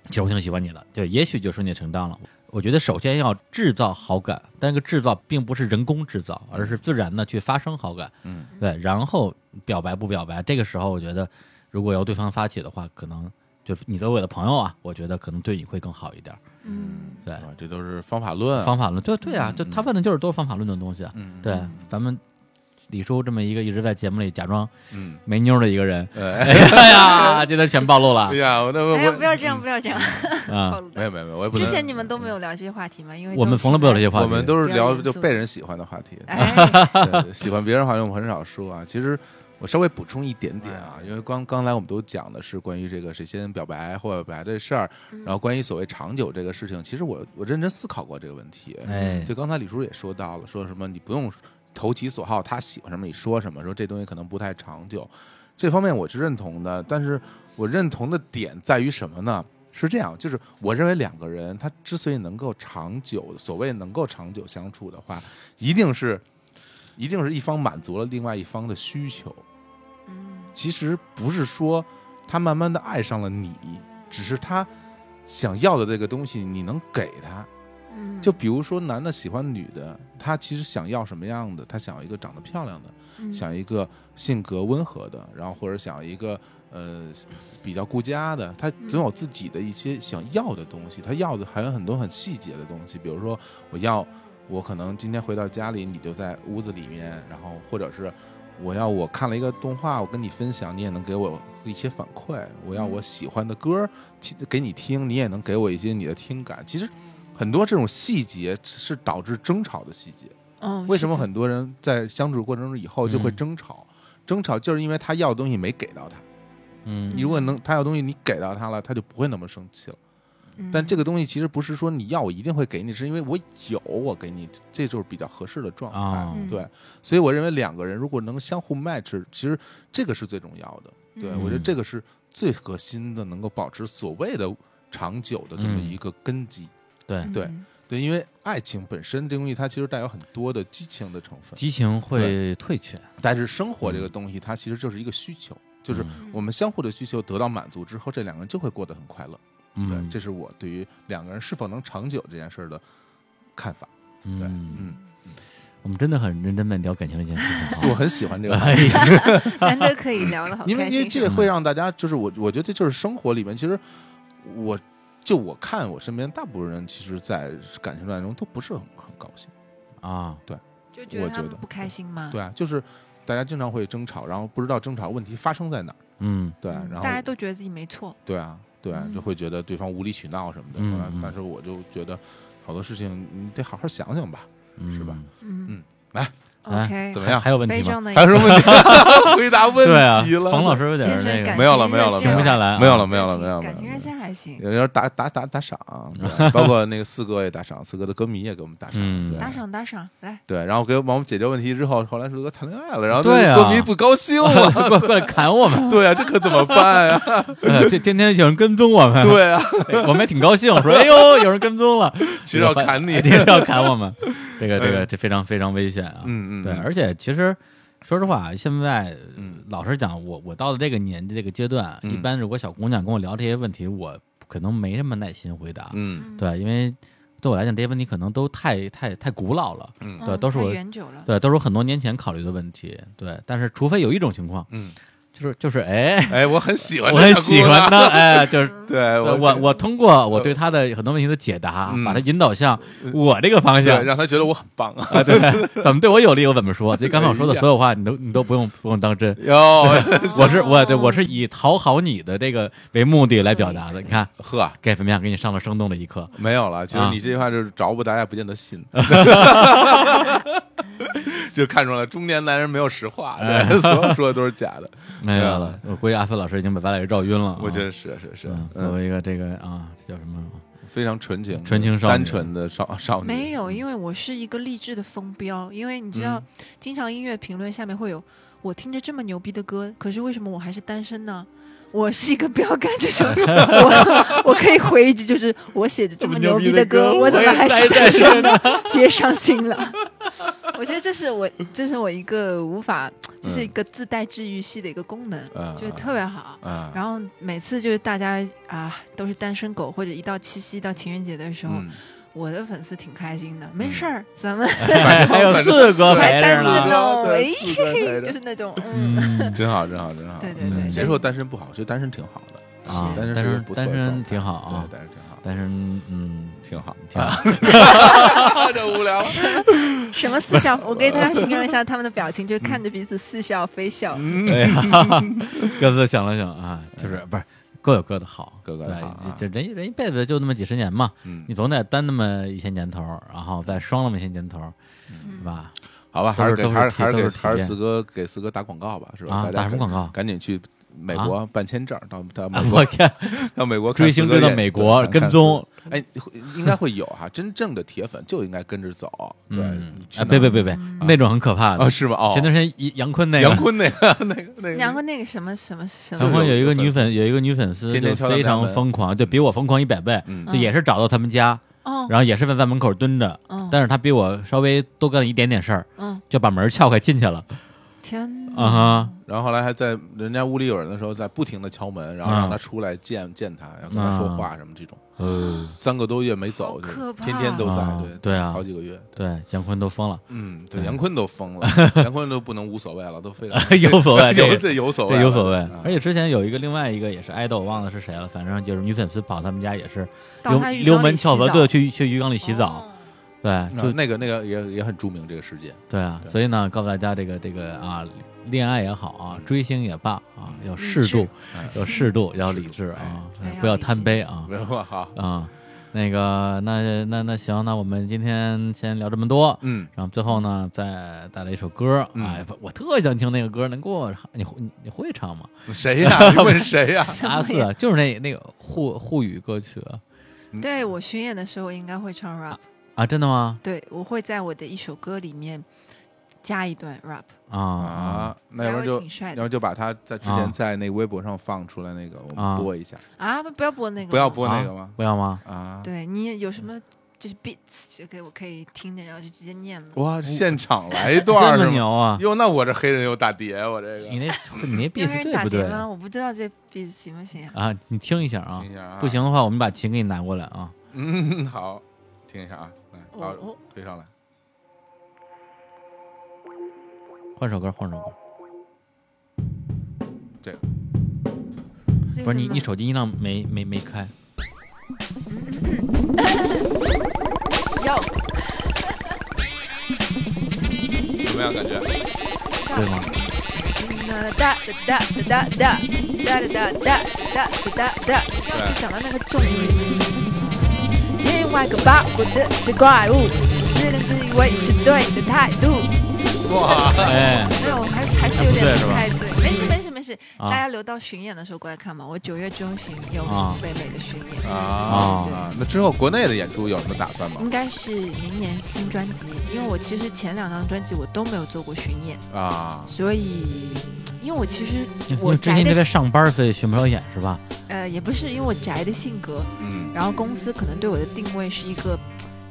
Speaker 1: 其实我挺喜欢你的，就也许就顺理成章了。我觉得首先要制造好感，但这个制造并不是人工制造，而是自然的去发生好感。
Speaker 2: 嗯
Speaker 1: 对，然后表白不表白，这个时候我觉得，如果由对方发起的话，可能就是你作为我的朋友啊，我觉得可能对你会更好一点。
Speaker 3: 嗯，
Speaker 1: 对，
Speaker 2: 啊，这都是方法论啊，
Speaker 1: 哎方法论，对对啊，就他
Speaker 2: 嗯
Speaker 1: 问的就是都是方法论的东西啊。
Speaker 2: 嗯
Speaker 1: 对，咱们李叔这么一个一直在节目里假装
Speaker 2: 嗯，
Speaker 1: 没妞的一个 人，
Speaker 2: 哎
Speaker 1: 哎呀，今天全暴露了
Speaker 2: 哎呀，我那我
Speaker 3: 哎呀，不要
Speaker 2: 我
Speaker 3: 这样，不要这样，暴
Speaker 1: 啊！
Speaker 3: 露
Speaker 2: 没
Speaker 3: 的
Speaker 2: 有没有没有，我也不
Speaker 3: 之
Speaker 2: 能
Speaker 3: 前你们都没有聊这些话题吗？因为
Speaker 1: 我们从来不有这些话题，
Speaker 2: 我们都是
Speaker 3: 比较
Speaker 2: 聊
Speaker 3: 严
Speaker 2: 就
Speaker 3: 肃
Speaker 2: 被人喜欢的话题，
Speaker 3: 哎，
Speaker 2: 对喜欢别人好像我们很少说啊。其实我稍微补充一点点
Speaker 1: 哎
Speaker 2: 啊，因为刚刚才我们都讲的是关于这个谁先表白或表白这事儿，
Speaker 3: 嗯
Speaker 2: 然后关于所谓长久这个事情，其实我我认真思考过这个问题。
Speaker 1: 哎，
Speaker 2: 就刚才李叔也说到了，说什么你不用投其所好，他喜欢什么你说什么，说这东西可能不太长久，这方面我是认同的。但是我认同的点在于什么呢？是这样，就是我认为两个人他之所以能够长久，所谓能够长久相处的话，一定是，一定是一方满足了另外一方的需求。
Speaker 3: 嗯
Speaker 2: 其实不是说他慢慢的爱上了你，只是他想要的这个东西你能给他，
Speaker 3: 嗯，
Speaker 2: 就比如说，男的喜欢女的，他其实想要什么样的？他想要一个长得漂亮的，
Speaker 3: 嗯
Speaker 2: 想要一个性格温和的，然后或者想要一个呃比较顾家的。他总有自己的一些想要的东西，他要的还有很多很细节的东西，比如说我要我可能今天回到家里，你就在屋子里面，然后或者是我要我看了一个动画，我跟你分享，你也能给我一些反馈。我要我喜欢的歌儿听给你听，你也能给我一些你的听感。其实很多这种细节是导致争吵的细节。
Speaker 3: 嗯，
Speaker 2: 为什么
Speaker 3: 是的
Speaker 2: 很多人在相处过程中以后就会
Speaker 1: 嗯
Speaker 2: 争吵？争吵就是因为他要的东西没给到他。你
Speaker 1: 嗯
Speaker 2: 如果能他要的东西你给到他了，他就不会那么生气了。
Speaker 3: 嗯
Speaker 2: 但这个东西其实不是说你要我一定会给你，是因为我有我给你，这就是比较合适的状态。
Speaker 1: 啊，
Speaker 3: 嗯
Speaker 2: 对，所以我认为两个人如果能相互 match，其实这个是最重要的。对、
Speaker 3: 嗯
Speaker 2: 我觉得这个是最核心的，能够保持所谓的长久的这么
Speaker 1: 嗯
Speaker 2: 一个根基。
Speaker 1: 对，
Speaker 3: 嗯
Speaker 2: 对对，因为爱情本身这东西，它其实带有很多的激情的成分，
Speaker 1: 激情会退却，
Speaker 2: 但是生活
Speaker 3: 嗯
Speaker 2: 这个东西，它其实就是一个需求，就是我们相互的需求得到满足之后，这两个人就会过得很快乐。对，
Speaker 1: 嗯，
Speaker 2: 这是我对于两个人是否能长久这件事儿的看法。对，
Speaker 1: 嗯，
Speaker 2: 嗯，
Speaker 1: 我们真的很认真在聊感情这件事情
Speaker 2: 我
Speaker 1: 啊。
Speaker 2: 很喜 欢这个话题。
Speaker 1: 哎呀，
Speaker 3: 难得可以聊了，好
Speaker 2: 因为
Speaker 3: 开
Speaker 2: 因为
Speaker 3: 心啊嗯
Speaker 2: 这个会让大家就是我，我觉得这就是生活里面，其实我就我看我身边大部分人，其实，在感情状态中都不是很很高兴。
Speaker 1: 啊，
Speaker 3: 就觉得
Speaker 2: 我
Speaker 3: 他们
Speaker 2: 觉得
Speaker 3: 不开心吗？
Speaker 2: 对啊，就是大家经常会争吵，然后不知道争吵问题发生在哪儿。
Speaker 1: 嗯
Speaker 2: 对啊，
Speaker 3: 嗯
Speaker 2: 然后
Speaker 3: 大家都觉得自己没错，
Speaker 2: 对啊，对啊，就
Speaker 3: 嗯
Speaker 2: 会觉得对方无理取闹什么的。
Speaker 1: 嗯
Speaker 2: 后来
Speaker 1: 嗯
Speaker 2: 但是我就觉得好多事情你得好好想想吧。
Speaker 1: 嗯，
Speaker 2: 是吧
Speaker 3: 嗯
Speaker 2: 嗯来
Speaker 3: ，OK，
Speaker 2: 怎么
Speaker 1: 还
Speaker 2: 样
Speaker 1: 还有问
Speaker 3: 悲
Speaker 1: 题
Speaker 3: 壮
Speaker 1: 吗？
Speaker 3: 的
Speaker 2: 还有什 么问题？回答问
Speaker 1: 对啊，
Speaker 2: 题了。
Speaker 1: 冯老师有点
Speaker 3: 变
Speaker 1: 儿
Speaker 3: 成
Speaker 1: 那
Speaker 3: 感
Speaker 1: 个
Speaker 2: 没有了
Speaker 3: 情
Speaker 2: 没有
Speaker 3: 热
Speaker 2: 了
Speaker 3: 线
Speaker 1: 停不下来啊，
Speaker 2: 没有了没有了没有了
Speaker 3: 感情
Speaker 2: 没有
Speaker 3: 热
Speaker 2: 了
Speaker 3: 线还行，
Speaker 2: 有点打打打打赏，啊 对包括那个四哥也打赏，四哥的歌迷也给我们打赏，
Speaker 1: 嗯
Speaker 2: 对
Speaker 3: 打赏打赏，来，
Speaker 2: 对，然后给我帮我们解决问题之后，后来四哥谈恋爱了，然后
Speaker 1: 对啊
Speaker 2: 那个歌迷不高 兴了，
Speaker 1: 过来过来砍我 们，
Speaker 2: 对啊，这可怎么办呀？
Speaker 1: 哎天天天有人跟踪我们，
Speaker 2: 对 啊，
Speaker 1: 我们还挺高兴，说哎呦有人跟踪了，
Speaker 2: 其实要砍 你
Speaker 1: 其实要砍嗯我 们，这个这个这非常非常危险啊，
Speaker 2: 嗯嗯，
Speaker 1: 对，
Speaker 2: 嗯
Speaker 1: 而且其实说实话，现在
Speaker 2: 嗯
Speaker 1: 老实讲，我我到了这个年纪这个阶段，
Speaker 2: 嗯
Speaker 1: 一般如果小姑娘跟我聊这些问题，我可能没什么耐心回答，
Speaker 2: 嗯
Speaker 1: 对，因为对我来讲这些问题可能都太太太古老了，
Speaker 2: 嗯
Speaker 1: 对
Speaker 3: 嗯
Speaker 1: 都是
Speaker 3: 太
Speaker 1: 我
Speaker 3: 远久了，
Speaker 1: 对，都是我很多年前考虑的问题，对，但是除非有一种情况，
Speaker 2: 嗯，
Speaker 1: 就是就是哎，
Speaker 2: 哎，我很喜欢，
Speaker 1: 我很喜欢，她，哎，就是。
Speaker 2: 对
Speaker 1: 对我我通过我对他的很多问题的解答，
Speaker 2: 嗯
Speaker 1: 把他引导向我这个方向
Speaker 2: 对，让他觉得我很棒啊，
Speaker 1: 啊，对，怎么对我有利我怎么说。这刚才我说的
Speaker 2: 哎呀
Speaker 1: 所有话，你都你都不用不用当 真。
Speaker 2: 哟，
Speaker 1: 我是我对我是以讨好你的这个为目的来表
Speaker 2: 哎
Speaker 1: 达的。你看，
Speaker 2: 呵，
Speaker 1: 给怎么样？给你上了生动的一课。
Speaker 2: 没有了。其实
Speaker 1: 啊
Speaker 2: 你这句话就是着不，大家不见得信。
Speaker 1: 啊
Speaker 2: 就看出来，中年男人没有实话，
Speaker 1: 哎
Speaker 2: 对， 所有说的都是假的。
Speaker 1: 没有了，哎我估计阿飞老师已经把咱俩给绕晕 了啊。
Speaker 2: 啊我觉得是是是
Speaker 1: 嗯，，作
Speaker 2: 嗯，
Speaker 1: 为一个这个啊，这叫什 么？
Speaker 2: 非常纯情、
Speaker 1: 纯情少女
Speaker 2: 单纯的少 少女。
Speaker 3: 没有，因为我是一个励志的风标，因为你知道，经常音乐评论下面会有我听着这么牛逼的歌，可是为什么我还是单身呢？我是一个标杆，就是 我我可以回一句，就是我写着这么牛逼的歌，我怎么还是单身呢？ 别伤心了。我觉得这是我，这是我一个无法，这是一个自带治愈系的一个功能，
Speaker 2: 嗯
Speaker 3: 就是特别好。
Speaker 2: 啊，
Speaker 3: 然后每次就是大家啊都是单身狗，或者一到七夕到情人节的时候，
Speaker 2: 嗯，
Speaker 3: 我的粉丝挺开心
Speaker 1: 嗯
Speaker 3: 的，没事儿，咱们
Speaker 2: 反正
Speaker 1: 还有
Speaker 2: 反正啊
Speaker 1: 四哥
Speaker 3: 还
Speaker 1: 陪
Speaker 3: 单
Speaker 1: 着
Speaker 3: 身
Speaker 1: 呢。
Speaker 3: 呢
Speaker 2: 对
Speaker 3: 哎
Speaker 2: 四哥陪
Speaker 3: 就
Speaker 2: 着
Speaker 3: 是 那种嗯，
Speaker 1: 嗯
Speaker 2: 真好，真好，真好。嗯
Speaker 3: 对对
Speaker 1: 对
Speaker 2: 谁说单身不好？其实单身挺好的，
Speaker 1: 啊，
Speaker 2: 单身
Speaker 1: 单
Speaker 2: 是一个
Speaker 1: 身
Speaker 2: 不错
Speaker 1: 单
Speaker 2: 的状
Speaker 1: 身
Speaker 2: 态
Speaker 1: 挺好啊
Speaker 2: 对，，单啊身挺好，
Speaker 1: 单身嗯
Speaker 2: 挺好，
Speaker 1: 挺好。
Speaker 2: 这 无聊。
Speaker 3: 什么似笑，我给大家形容一下他们的表情，就是看着彼此似笑非笑。
Speaker 1: 哎呀，各自想了想啊，就是不是各有各的好，
Speaker 2: 嗯各有各的
Speaker 1: 对
Speaker 2: 好啊
Speaker 1: 这这人人一辈子就那么几十年嘛，
Speaker 2: 嗯
Speaker 1: 你，总得担那么一些年头儿，然后再双那么一些年头儿，
Speaker 2: 嗯
Speaker 1: 是吧？
Speaker 2: 好吧，
Speaker 1: 都
Speaker 2: 还
Speaker 1: 是
Speaker 2: 给
Speaker 1: 都是
Speaker 2: 还是
Speaker 1: 体
Speaker 2: 还是
Speaker 1: 都是
Speaker 2: 给
Speaker 1: 体
Speaker 2: 还是
Speaker 1: 验
Speaker 2: 四哥给四哥打广告吧，是吧？
Speaker 1: 啊
Speaker 2: 大家
Speaker 1: 打什么
Speaker 2: 赶
Speaker 1: 广告
Speaker 2: 赶紧去美
Speaker 1: 啊
Speaker 2: 国办签证，到到
Speaker 1: 啊
Speaker 2: 美
Speaker 1: 我
Speaker 2: 国
Speaker 1: 天，
Speaker 2: 到美国看
Speaker 1: 追
Speaker 2: 四
Speaker 1: 星
Speaker 2: 哥
Speaker 1: 追到
Speaker 2: 演
Speaker 1: 美国
Speaker 2: 对看
Speaker 1: 跟踪，
Speaker 2: 看四哥哎，应该会有哈，真正的铁粉就应该跟着走，对
Speaker 1: 嗯，
Speaker 2: 去
Speaker 1: 哎，
Speaker 2: 哪
Speaker 1: 别别别别，那种很可怕
Speaker 2: 啊，
Speaker 1: 的。
Speaker 2: 是吗？哦，
Speaker 1: 前段时间一杨坤那
Speaker 2: 杨
Speaker 1: 个，
Speaker 2: 坤那个 那个那个，
Speaker 3: 然后那个什么什么什
Speaker 1: 杨
Speaker 3: 么，
Speaker 1: 坤有一个
Speaker 2: 就有
Speaker 1: 女粉，有一个女粉丝
Speaker 2: 天天
Speaker 1: 就
Speaker 2: 敲他
Speaker 1: 非
Speaker 2: 们家
Speaker 1: 常
Speaker 2: 门
Speaker 1: 疯狂，就比我疯狂一百倍，
Speaker 2: 嗯
Speaker 1: 就也是找到他们家，
Speaker 3: 哦，
Speaker 1: 然后也是在在门口蹲着，
Speaker 3: 嗯
Speaker 1: 但是她比我稍微多干了一点点事儿，
Speaker 3: 嗯，
Speaker 1: 就把门儿撬开进去了，
Speaker 3: 天
Speaker 1: 啊哈，
Speaker 2: 然后后来还在人家屋里有人的时候，在不停的敲门，然后
Speaker 1: 啊
Speaker 2: 让他出来见见他，要跟他说话什么这种，
Speaker 3: 哦
Speaker 1: 呃，
Speaker 2: 三个多月没
Speaker 3: 好
Speaker 2: 走，就
Speaker 3: 可怕
Speaker 2: 天天都在
Speaker 1: 啊，
Speaker 2: 对
Speaker 1: 对啊
Speaker 2: 好几个月，
Speaker 1: 对，姜昆都疯了，
Speaker 2: 嗯，对，
Speaker 1: 对
Speaker 2: 杨坤都 疯了，杨坤都不能无所谓了，都非常
Speaker 1: 有所谓这
Speaker 2: 有
Speaker 1: 个
Speaker 2: 这有所谓
Speaker 1: 这
Speaker 2: 了，
Speaker 1: 有所谓哎
Speaker 2: 啊。
Speaker 1: 而且之前有一个另外一个也是爱豆，我忘了是谁了，反正就是女粉丝跑他们家也是
Speaker 3: 到
Speaker 1: 溜
Speaker 3: 他浴缸里
Speaker 1: 溜门
Speaker 3: 洗
Speaker 1: 撬门，
Speaker 3: 澡哦
Speaker 1: 对，去去浴缸里洗澡，，对，
Speaker 2: 啊
Speaker 1: 就
Speaker 2: 那个那个也也很著名这个事件，
Speaker 1: 对啊。
Speaker 2: 对
Speaker 1: 所以呢，告诉大家这个这个啊，恋爱也好啊，追星也罢啊，要适
Speaker 3: 理
Speaker 1: 度
Speaker 3: 智，
Speaker 2: 哎
Speaker 1: 要适度，要
Speaker 2: 是
Speaker 1: 理智啊，
Speaker 3: 哎
Speaker 1: 不要贪杯啊
Speaker 2: 没有好，
Speaker 1: 啊。那个，那那那行，那我们今天先聊这么多。
Speaker 2: 嗯，
Speaker 1: 然后最后呢，再带来一首歌，
Speaker 2: 嗯
Speaker 1: 哎，我特想听那个歌，能给我你会你你会唱吗？
Speaker 2: 谁呀？你问谁呀？
Speaker 3: 什
Speaker 1: 阿
Speaker 3: 么
Speaker 1: 四
Speaker 3: 呀？
Speaker 1: 啊就是那那个沪沪语歌曲
Speaker 3: 对我巡演的时候应该会唱 rap，
Speaker 1: 啊，真的吗？
Speaker 3: 对我会在我的一首歌里面加一段 rap，
Speaker 1: 啊
Speaker 2: 啊，那要不然
Speaker 3: 还会
Speaker 2: 就
Speaker 3: 挺帅的
Speaker 2: 要不就把他在之
Speaker 1: 啊
Speaker 2: 前在那微博上放出来那个，我
Speaker 1: 啊
Speaker 2: 们播一下，
Speaker 3: 啊，不不要播那个，
Speaker 2: 不要播那个吗？
Speaker 1: 不要吗？
Speaker 2: 啊，
Speaker 3: 对你有什么就是 beats 就给我可以听着，然后就直接念吗？
Speaker 2: 哇，啊现场来一段
Speaker 1: 这
Speaker 2: 儿
Speaker 1: 么
Speaker 2: 是吗？
Speaker 1: 牛啊！
Speaker 2: 哟，那我这黑人有打碟，我这个
Speaker 1: 你那你那 beat
Speaker 3: 有人
Speaker 1: 对
Speaker 3: 打
Speaker 1: 不
Speaker 3: 碟
Speaker 1: 对
Speaker 3: 吗？我不知道这 beats 行不行啊？
Speaker 1: 啊？你听一下啊
Speaker 2: 听一，下啊，
Speaker 1: 不，行的话，我们把琴给你拿过来啊。
Speaker 2: 嗯，好，听一下啊，来，
Speaker 3: 我
Speaker 2: 好
Speaker 3: 我，
Speaker 2: 推上来，
Speaker 1: 换首歌，换首歌。
Speaker 3: 这个
Speaker 1: 不是你，
Speaker 3: 吗
Speaker 1: 你手机音量没没没开
Speaker 3: 到，
Speaker 2: 怎么样感觉？
Speaker 1: 对吗？
Speaker 3: 哒嗯哒哒哒哒哒哒哒哒哒哒哒，要就讲到那个重音。另外个包裹着是怪物，自认自以为是对的态度。
Speaker 2: 哇，
Speaker 1: 哎，
Speaker 3: 没有，还是还是有
Speaker 1: 还
Speaker 3: 点
Speaker 1: 不对是
Speaker 3: 不
Speaker 1: 吧
Speaker 3: 太对。啊没事没事没事，
Speaker 1: 啊
Speaker 3: 大家留到巡演的时候过来看嘛。我九月中旬有
Speaker 1: 啊
Speaker 3: 北美的巡演，
Speaker 2: 啊，那之后国内的演出有什么打算吗
Speaker 3: 应？该是明年新专辑，因为我其实前两张专辑我都没有做过巡演，
Speaker 2: 啊，
Speaker 3: 所以因为我其 实
Speaker 1: 因
Speaker 3: 我
Speaker 1: 为最
Speaker 3: 宅
Speaker 1: 近
Speaker 3: 的
Speaker 1: 在
Speaker 3: 性
Speaker 1: 上班，所以巡不了演是吧？
Speaker 3: 呃也不是因为我宅的性格，
Speaker 2: 嗯，
Speaker 3: 然后公司可能对我的定位是一个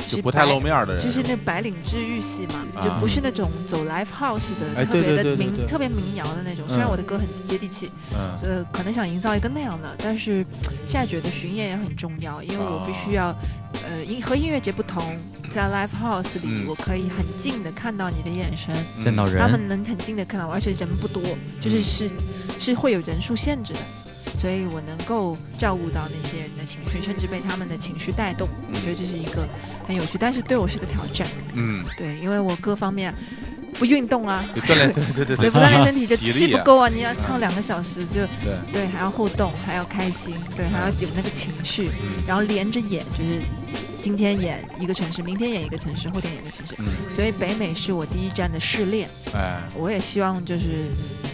Speaker 2: 就不太
Speaker 3: 白
Speaker 2: 露面的人，
Speaker 3: 就是那白领治愈系嘛，
Speaker 2: 啊
Speaker 3: 就不是那种走 live house
Speaker 2: 哎
Speaker 3: 的特
Speaker 2: 对对
Speaker 3: 别
Speaker 2: 对
Speaker 3: 的
Speaker 2: 对对
Speaker 3: 民特别民谣的那种。虽然
Speaker 2: 嗯
Speaker 3: 我的歌很接地气，
Speaker 2: 嗯
Speaker 3: 呃，可能想营造一个那样的，但是现在觉得巡演也很重要，因为
Speaker 2: 啊
Speaker 3: 我必须要，呃，音和音乐节不同，在 live house 里
Speaker 2: 嗯
Speaker 3: 我可以很近的看到你的眼神，
Speaker 2: 嗯
Speaker 1: 见到
Speaker 3: 他
Speaker 1: 人
Speaker 3: 们能很近的看到我，而且人不多，就是是是会有人数限制的。所以我能够照顾到那些人的情绪，甚至被他们的情绪带动，我
Speaker 2: 嗯
Speaker 3: 觉得这是一个很有趣，但是对我是个挑战。
Speaker 2: 嗯，
Speaker 3: 对，因为我各方面不运动 啊，
Speaker 2: 就锻 炼，对对对
Speaker 3: 对，
Speaker 2: 对
Speaker 3: 不锻炼身体就
Speaker 2: 体
Speaker 3: 气
Speaker 2: 力
Speaker 3: 不
Speaker 2: 啊
Speaker 3: 够啊！你要唱两个小时就，
Speaker 2: 对，
Speaker 3: 对，还要互动，还要开心，对，还要有那个情绪，
Speaker 2: 嗯
Speaker 3: 然后连着演，就是今天演一个城市，明天演一个城市，后天演一个城市。
Speaker 2: 嗯，
Speaker 3: 所以北美是我第一站的试炼，
Speaker 2: 哎，
Speaker 3: 我也希望就是，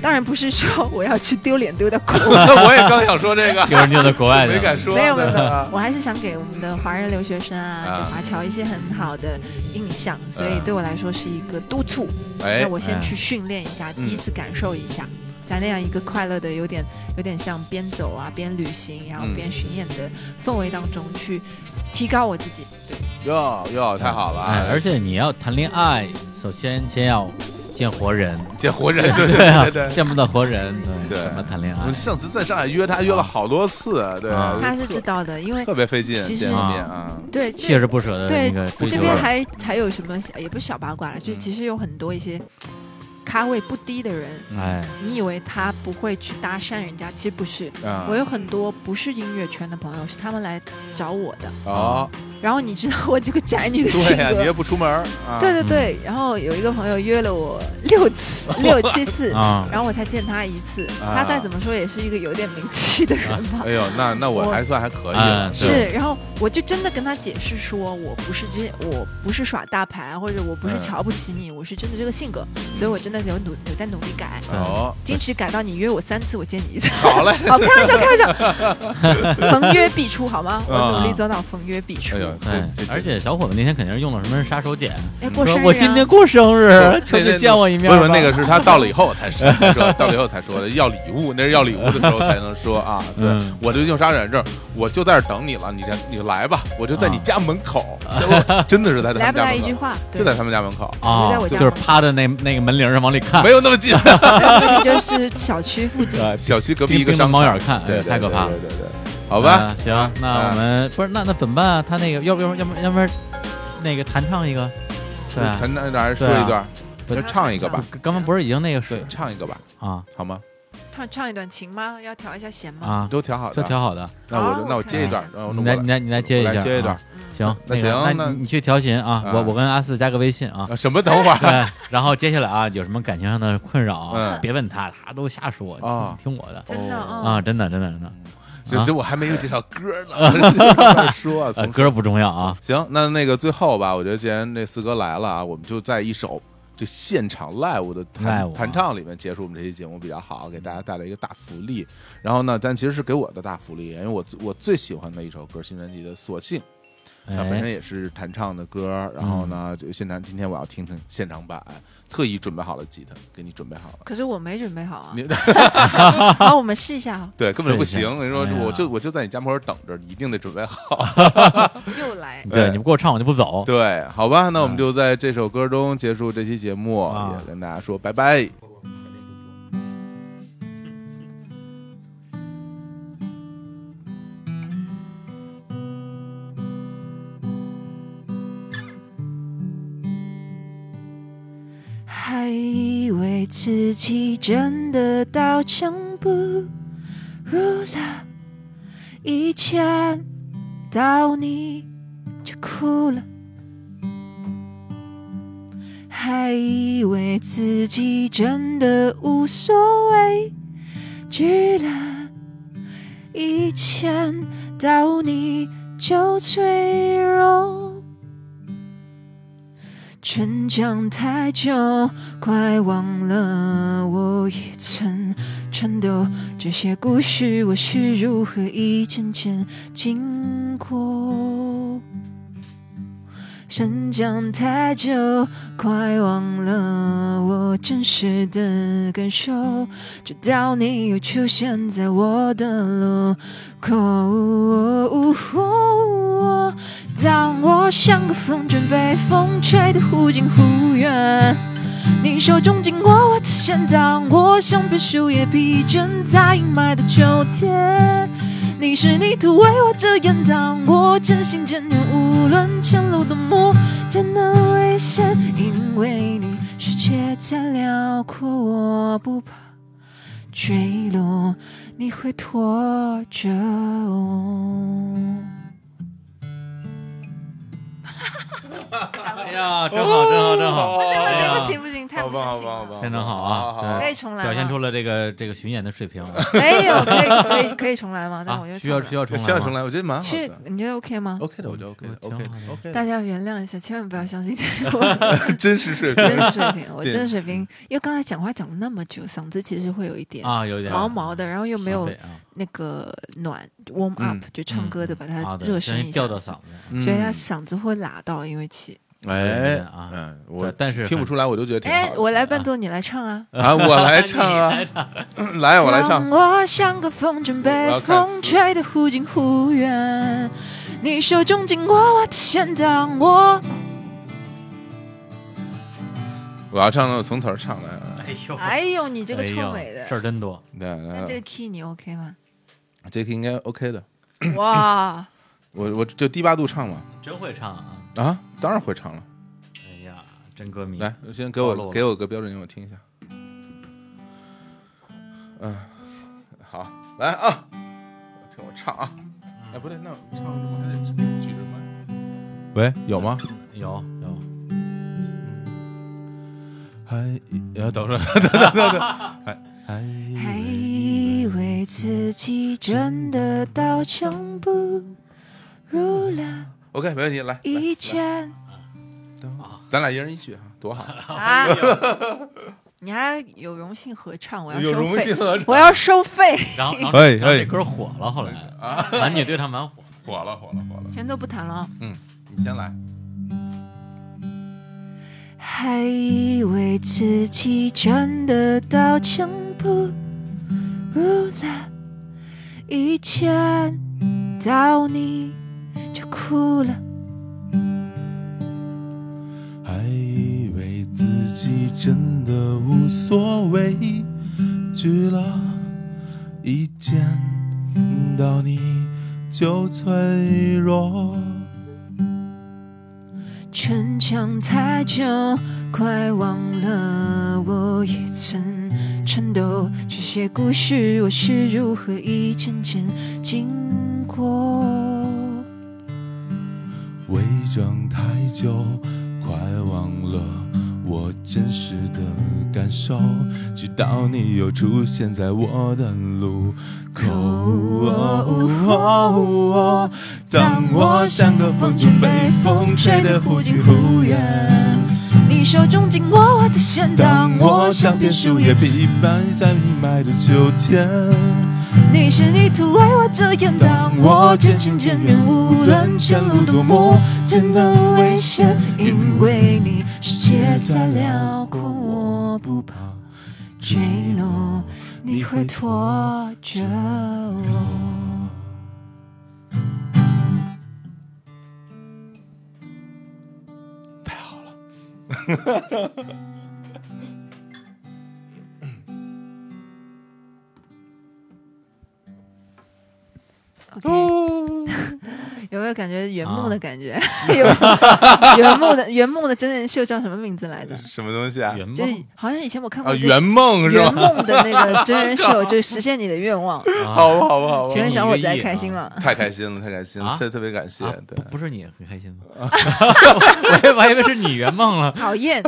Speaker 3: 当然不是说我要去丢脸丢到哭，
Speaker 2: 我也刚想说这个，
Speaker 1: 有人就在国外
Speaker 2: 没
Speaker 1: 去了
Speaker 2: 敢说，
Speaker 3: 没有没有没 有
Speaker 2: 啊，
Speaker 3: 我还是想给我们的华人留学生啊，
Speaker 2: 啊
Speaker 3: 就华侨一些很好的印象，所以
Speaker 2: 嗯
Speaker 3: 对我来说是一个督促。
Speaker 2: 哎
Speaker 3: 那，我
Speaker 1: 哎
Speaker 3: 先去训练一下，
Speaker 2: 嗯
Speaker 3: 第一次感受一下，在那样一个快乐的、有点有点像边走啊边旅行，然后
Speaker 2: 嗯
Speaker 3: 边巡演的氛围当中去提高我自己。对，
Speaker 2: 哟哟，太好了啊，
Speaker 1: 哎，而且你要谈恋爱，首先先要见活 人，
Speaker 2: 这活人， 对对
Speaker 1: 啊
Speaker 2: 对对对，
Speaker 1: 见不到活人，
Speaker 2: 对
Speaker 1: 怎么谈恋
Speaker 2: 我
Speaker 1: 爱
Speaker 2: 们？上次在上海约他，约了好多次，对，
Speaker 1: 啊
Speaker 3: 他是知
Speaker 2: 特
Speaker 3: 道的，因为
Speaker 2: 特别费劲
Speaker 3: 其实
Speaker 2: 见面啊，
Speaker 3: 对
Speaker 1: 锲
Speaker 3: 这
Speaker 1: 而不舍的那
Speaker 3: 对
Speaker 1: 个追
Speaker 3: 这
Speaker 1: 求
Speaker 3: 边
Speaker 2: 了
Speaker 3: 还还有什么小也不是小八卦了，就
Speaker 2: 嗯
Speaker 3: 其实有很多一些咖位不低的人，
Speaker 1: 哎，
Speaker 3: 你以为他不会去搭讪人家，其实不是。
Speaker 2: 啊
Speaker 3: 我有很多不是音乐圈的朋友，是他们来找我的。
Speaker 2: 哦，
Speaker 3: 然后你知道我这个宅女的性
Speaker 2: 对
Speaker 3: 格，
Speaker 2: 呀，你也不出门儿啊，
Speaker 3: 对对对，然后有一个朋友约了我六 次、六七次，
Speaker 1: 啊，
Speaker 3: 然后我才见他一次。
Speaker 2: 啊
Speaker 3: 他再怎么说也是一个有点名气的人吧。
Speaker 2: 哎呦，那那我
Speaker 3: 我
Speaker 2: 还算还可以
Speaker 1: 嗯
Speaker 2: 了，
Speaker 3: 是，然后我就真的跟他解释说，我不是这，我不是耍大牌，啊或者我不是
Speaker 2: 嗯
Speaker 3: 瞧不起你，我是真的这个性格，所以我真的有努有在努力改，
Speaker 1: 对
Speaker 2: 哦，
Speaker 3: 坚持改到你约我三次，我见你一次。
Speaker 2: 好 嘞，
Speaker 3: 好，哦开玩笑，开玩笑， 逢约必出，好吗？我努
Speaker 1: 啊
Speaker 3: 力走到逢约必出
Speaker 2: 哎。呦，
Speaker 1: 哎
Speaker 2: 这这，
Speaker 1: 而且小伙子那天肯定是用了什么杀手锏，
Speaker 3: 哎，过生
Speaker 1: 说
Speaker 3: 日啊！
Speaker 1: 我今天过生日， 求
Speaker 2: 那
Speaker 1: 你见我一面
Speaker 2: 不
Speaker 1: 吧。
Speaker 2: 是不是那个是他到了以后才说，才说到了以后才说的，要礼物，那是要礼物的时候才能说啊。对
Speaker 1: 嗯，
Speaker 2: 我就用杀人证，我就在这儿等你了，你先你来吧，我就在
Speaker 1: 啊
Speaker 2: 你家门 口，我真的是在他
Speaker 3: 来
Speaker 2: 们
Speaker 3: 不
Speaker 2: 家
Speaker 3: 来一句
Speaker 2: 门口，
Speaker 3: 话？对
Speaker 2: 就在他们家门口，
Speaker 1: 啊
Speaker 3: 我在，我
Speaker 1: 就
Speaker 3: 家
Speaker 1: 是
Speaker 3: 门口
Speaker 1: 趴在那那个门铃上往里看
Speaker 2: 没，有那么近，
Speaker 3: 这个就是小区附近。
Speaker 2: 小区隔壁一个
Speaker 1: 啊盯着
Speaker 2: 商
Speaker 1: 猫眼
Speaker 2: 场，
Speaker 1: 看，哎
Speaker 2: 对，
Speaker 1: 太可怕了
Speaker 2: 对。对对对，好吧，啊
Speaker 1: 呃行，那我们不是那那怎么办啊？他那个要不要要不要不然那个弹唱一个，对啊，
Speaker 2: 咱咱俩说一段，
Speaker 1: 对啊
Speaker 2: 就唱一个吧，
Speaker 1: 刚刚不是已经那个
Speaker 2: 对
Speaker 1: 是，
Speaker 2: 唱一个吧，
Speaker 1: 啊
Speaker 2: 好吗？
Speaker 3: 唱唱一段琴吗？要调一下弦吗？
Speaker 1: 啊，
Speaker 2: 都调好
Speaker 1: 这
Speaker 2: 的，
Speaker 1: 调好的，
Speaker 2: 那我就
Speaker 3: 哦
Speaker 2: 那我
Speaker 3: 我看
Speaker 2: 接一段，然后
Speaker 1: 你来
Speaker 2: 我
Speaker 1: 你来你来接一
Speaker 2: 我来
Speaker 1: 下，
Speaker 2: 接一段
Speaker 1: 啊，，行，
Speaker 2: 那
Speaker 1: 那个
Speaker 2: 行
Speaker 1: 那
Speaker 2: 那
Speaker 1: 你你去调琴啊，
Speaker 2: 啊
Speaker 1: 我我跟阿四加个微信啊。
Speaker 2: 啊什么？等会儿。
Speaker 1: 对，然后接下来啊，有什么感情上的困扰啊
Speaker 2: 嗯，
Speaker 1: 别问他，他都瞎说，
Speaker 2: 啊
Speaker 1: 听听我的
Speaker 3: 真的嗯
Speaker 2: 哦
Speaker 1: 啊，真的真的真的，
Speaker 2: 这
Speaker 1: 啊
Speaker 2: 这我还没有介绍歌 呢， 乱说啊
Speaker 1: 呃，
Speaker 2: 从
Speaker 1: 歌不重要啊，
Speaker 2: 行，那那个最后吧，我觉得既然那四哥来了啊，我们就在一首这现场 live 的
Speaker 1: live 啊
Speaker 2: 弹弹唱里面结束我们这期节目比较好，给大家带来一个大福利。然后呢，但其实是给我的大福利，因为我最我最喜欢的一首歌，新专辑的《索性》，它本身
Speaker 1: 哎，嗯
Speaker 2: 也是弹唱的歌。然后呢，就现场今天我要听听现场版，特意准备好了吉他，给你准备好了。
Speaker 3: 可是我没准备好啊
Speaker 2: 你。
Speaker 3: 好，我们试一下啊。
Speaker 2: 对，根本就
Speaker 1: 对
Speaker 2: 不行。你说
Speaker 1: 哎呀
Speaker 2: 我就我就在你家门口等着，你一定得准备好。
Speaker 3: 又来，
Speaker 1: 对，
Speaker 2: 哎
Speaker 1: 你不给我唱我就不走，
Speaker 2: 对，好吧，那我们
Speaker 1: 嗯
Speaker 2: 就在这首歌中结束这期节目，
Speaker 1: 啊
Speaker 2: 也跟大家说拜拜。
Speaker 4: 还以为自己真的刀枪不入了，一见到你就哭了，还以为自己真的无所谓，居然一见到你就脆弱。逞强太久，快忘了我也曾颤抖。这些故事我是如何一件件经过？逞强太久，快忘了我真实的感受，直到你又出现在我的路口。当我像个风筝被风吹得忽近忽远，你手中紧握我的线，当我像片树叶疲倦在阴霾的秋天，你是泥土为我遮掩，当我真心真愿，无论前路多么艰难危险，因为你世界太辽阔，我不怕坠落，你会拖着我。
Speaker 1: 哎呀，真好，真好，真好！
Speaker 3: 不行不
Speaker 1: 哎
Speaker 3: 行
Speaker 1: 呀
Speaker 3: 不行不行，太
Speaker 2: 好
Speaker 3: 不
Speaker 2: 棒，
Speaker 3: 深
Speaker 2: 好
Speaker 3: 情
Speaker 2: 棒，好
Speaker 3: 了，
Speaker 2: 棒，
Speaker 1: 非常好啊这
Speaker 3: 可以重来
Speaker 1: 表现出
Speaker 3: 吗？
Speaker 1: 了这个这个巡演的水平啊！
Speaker 3: 没有，可以可以可以重来 吗？但我就
Speaker 1: 需要
Speaker 3: 重来
Speaker 1: 需要重来吗，
Speaker 2: 笑出来，我觉得蛮好
Speaker 3: 是
Speaker 2: 的
Speaker 3: 你觉得 OK 吗？
Speaker 2: ，OK 的，我觉得 OK 的
Speaker 1: 挺好
Speaker 2: ，OK
Speaker 1: 的
Speaker 2: 的，OK
Speaker 3: 大
Speaker 2: 的，
Speaker 3: 家原谅一下，千万不要相信这
Speaker 2: 真实水
Speaker 3: 是我
Speaker 2: 平
Speaker 3: 真实水平，我
Speaker 2: 对
Speaker 3: 真实水平。因为刚才讲话讲了那么久，嗓子其实会有一点
Speaker 1: 啊，有点
Speaker 3: 毛毛的，然后又没有
Speaker 1: 浪费啊
Speaker 3: 那个暖 warm
Speaker 2: 嗯
Speaker 3: up，就唱歌的
Speaker 1: 嗯
Speaker 3: 把
Speaker 1: 啊
Speaker 3: 它
Speaker 1: 对
Speaker 3: 热
Speaker 1: 不
Speaker 3: 身
Speaker 1: 小
Speaker 3: 一
Speaker 1: 心
Speaker 3: 下
Speaker 1: 掉，到嗓子。
Speaker 3: 所以他
Speaker 2: 嗯
Speaker 3: 嗓子会拉到，因为气。
Speaker 2: 哎
Speaker 1: 啊
Speaker 2: 嗯，我
Speaker 1: 但是
Speaker 2: 听不
Speaker 1: 很
Speaker 2: 出来，我就觉得挺
Speaker 3: 哎，
Speaker 2: 好
Speaker 3: 我来伴奏，你来唱啊！
Speaker 2: 的啊，我 来唱
Speaker 1: 你来
Speaker 2: 啊，
Speaker 1: 哎
Speaker 2: 来我来唱
Speaker 4: 当，我像个风
Speaker 1: 嗯
Speaker 4: 筝
Speaker 2: 我要
Speaker 4: 被
Speaker 2: 看
Speaker 4: 风
Speaker 2: 词
Speaker 4: 吹得忽近忽远，你手中紧握我的线，当我
Speaker 1: 哦
Speaker 2: 我要唱，从头儿唱来，啊来
Speaker 1: 哎呦，
Speaker 3: 哎呦，你这个
Speaker 1: 哎呦
Speaker 3: 臭美的
Speaker 1: 事，儿呃真多。
Speaker 2: 来来
Speaker 3: 那这
Speaker 2: 来
Speaker 3: 个 key 你 OK 吗？
Speaker 2: 这个应该 OK 的，
Speaker 3: 哇，
Speaker 2: 我我就低八度唱嘛，
Speaker 1: 真会唱啊！
Speaker 2: 啊，当然会唱了，
Speaker 1: 哎呀，真歌迷！
Speaker 2: 来，先给
Speaker 1: 暴露
Speaker 2: 我
Speaker 1: 了
Speaker 2: 给我个标准音，我听一下，嗯，好，来啊，听我唱啊，哎，不对，那唱什么还得举着麦，喂，有吗？
Speaker 1: 有有，
Speaker 2: 还呃，等会儿，等等等等，还
Speaker 4: 还
Speaker 2: 还
Speaker 4: 以为自己真的刀枪不入了，
Speaker 2: OK，没问题，来，来
Speaker 4: 一见
Speaker 2: 咱俩一人一句啊，多好！
Speaker 3: 啊！你还有荣幸合唱，我要
Speaker 2: 有
Speaker 3: 收
Speaker 2: 荣幸啊
Speaker 3: 费，
Speaker 2: 和
Speaker 3: 我要收费，
Speaker 1: 然后然后
Speaker 2: 哎
Speaker 1: 然后
Speaker 2: 哎
Speaker 1: 这歌火了，后来
Speaker 2: 啊，
Speaker 1: 男女对唱蛮火。
Speaker 2: 火了，火了，火了！
Speaker 3: 前奏不弹了啊。
Speaker 2: 嗯，你先来，
Speaker 4: 还以为自己真的刀枪不入了，一见到你就哭了。
Speaker 5: 还以为自己真的无所畏惧了，一见到你就脆弱。
Speaker 4: 逞强太久，快忘了我也曾颤抖。这些故事我是如何一件件经过。
Speaker 5: 伪装太久，快忘了我真实的感受，直到你又出现在我的路口。哦当我像个风筝被风吹得忽近忽远，
Speaker 4: 你手中紧握我的线，
Speaker 5: 当
Speaker 4: 当
Speaker 5: 我
Speaker 4: 我
Speaker 5: 像
Speaker 4: 像
Speaker 5: 片
Speaker 4: 片
Speaker 5: 树
Speaker 4: 树
Speaker 5: 叶
Speaker 4: 叶，
Speaker 5: 疲惫在阴霾的秋天。
Speaker 4: 你是泥土为我遮掩。当我渐行渐远，无论前路多么艰难危险，因为你世界在辽阔，我不怕坠落，你会拖着我。
Speaker 2: 哦
Speaker 3: OK，有没有感觉原
Speaker 1: 啊
Speaker 3: 木的感觉？ 有原木的原木的真人秀叫什么名字来着？
Speaker 2: 什么东西啊？
Speaker 1: 圆
Speaker 3: 就是
Speaker 1: 梦
Speaker 3: 好像以前我看过
Speaker 2: 啊，
Speaker 3: 一个
Speaker 2: 圆梦是
Speaker 3: 圆
Speaker 2: 吗？
Speaker 3: 梦的那个真人 秀，就是实现你的愿望。
Speaker 1: 啊
Speaker 2: 好吧，好吧，好吧
Speaker 3: 请，问小伙子还
Speaker 1: 一个亿
Speaker 3: 开心吗？
Speaker 2: 太开心了，太开心了，
Speaker 1: 啊
Speaker 2: 特特别感谢
Speaker 1: 啊，
Speaker 2: 对
Speaker 1: 不。不是你很开心 吗？我我还以为是你圆梦了，
Speaker 3: 讨厌，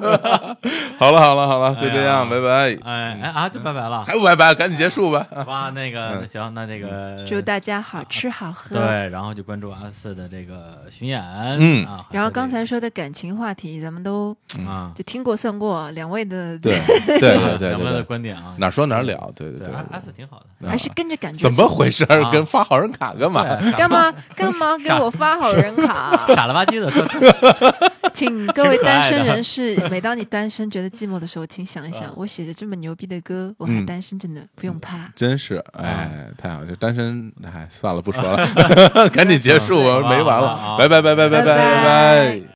Speaker 2: 好了，好了，好了，就这样，
Speaker 1: 哎
Speaker 2: 拜拜。
Speaker 1: 哎哎啊，就拜拜了。
Speaker 2: 还不拜拜，赶紧结束吧。
Speaker 1: 好吧，那
Speaker 2: 嗯
Speaker 1: 个那行，那这个
Speaker 3: 祝嗯大家好吃好喝。
Speaker 1: 对，然后就关注阿四的这个巡演，
Speaker 2: 嗯
Speaker 1: 啊，还
Speaker 3: 然后
Speaker 1: 有这
Speaker 3: 刚才
Speaker 1: 个
Speaker 3: 说的感情话题，咱们都
Speaker 1: 啊，
Speaker 3: 就听过算过，两位的
Speaker 2: 对对对对
Speaker 1: 咱们的
Speaker 2: 对对，
Speaker 1: 观点啊，
Speaker 2: 哪说哪聊，对对
Speaker 1: 对
Speaker 2: 对。
Speaker 1: 阿阿四挺好的，
Speaker 2: 对
Speaker 3: 还是跟着感觉
Speaker 2: 怎么回事儿
Speaker 1: 啊？
Speaker 2: 跟发好人卡 干嘛？
Speaker 1: 对
Speaker 3: 走？干嘛干嘛给我发好人卡？啊
Speaker 1: 傻了吧唧的说，
Speaker 3: 请各位
Speaker 1: 挺可爱
Speaker 3: 单
Speaker 1: 的
Speaker 3: 身人士，每当你单身觉得寂寞的时候，请想一想，我写着这么牛逼的歌，我还
Speaker 2: 嗯
Speaker 3: 单身着呢，不用怕。
Speaker 2: 真是，哎，太好了，就单身，哎，算了，不说了，赶紧结束吧，
Speaker 1: 啊
Speaker 2: 没完
Speaker 1: 啊
Speaker 2: 了
Speaker 1: 啊，
Speaker 2: 拜拜拜拜拜
Speaker 3: 拜
Speaker 2: 拜
Speaker 3: 拜
Speaker 2: 拜。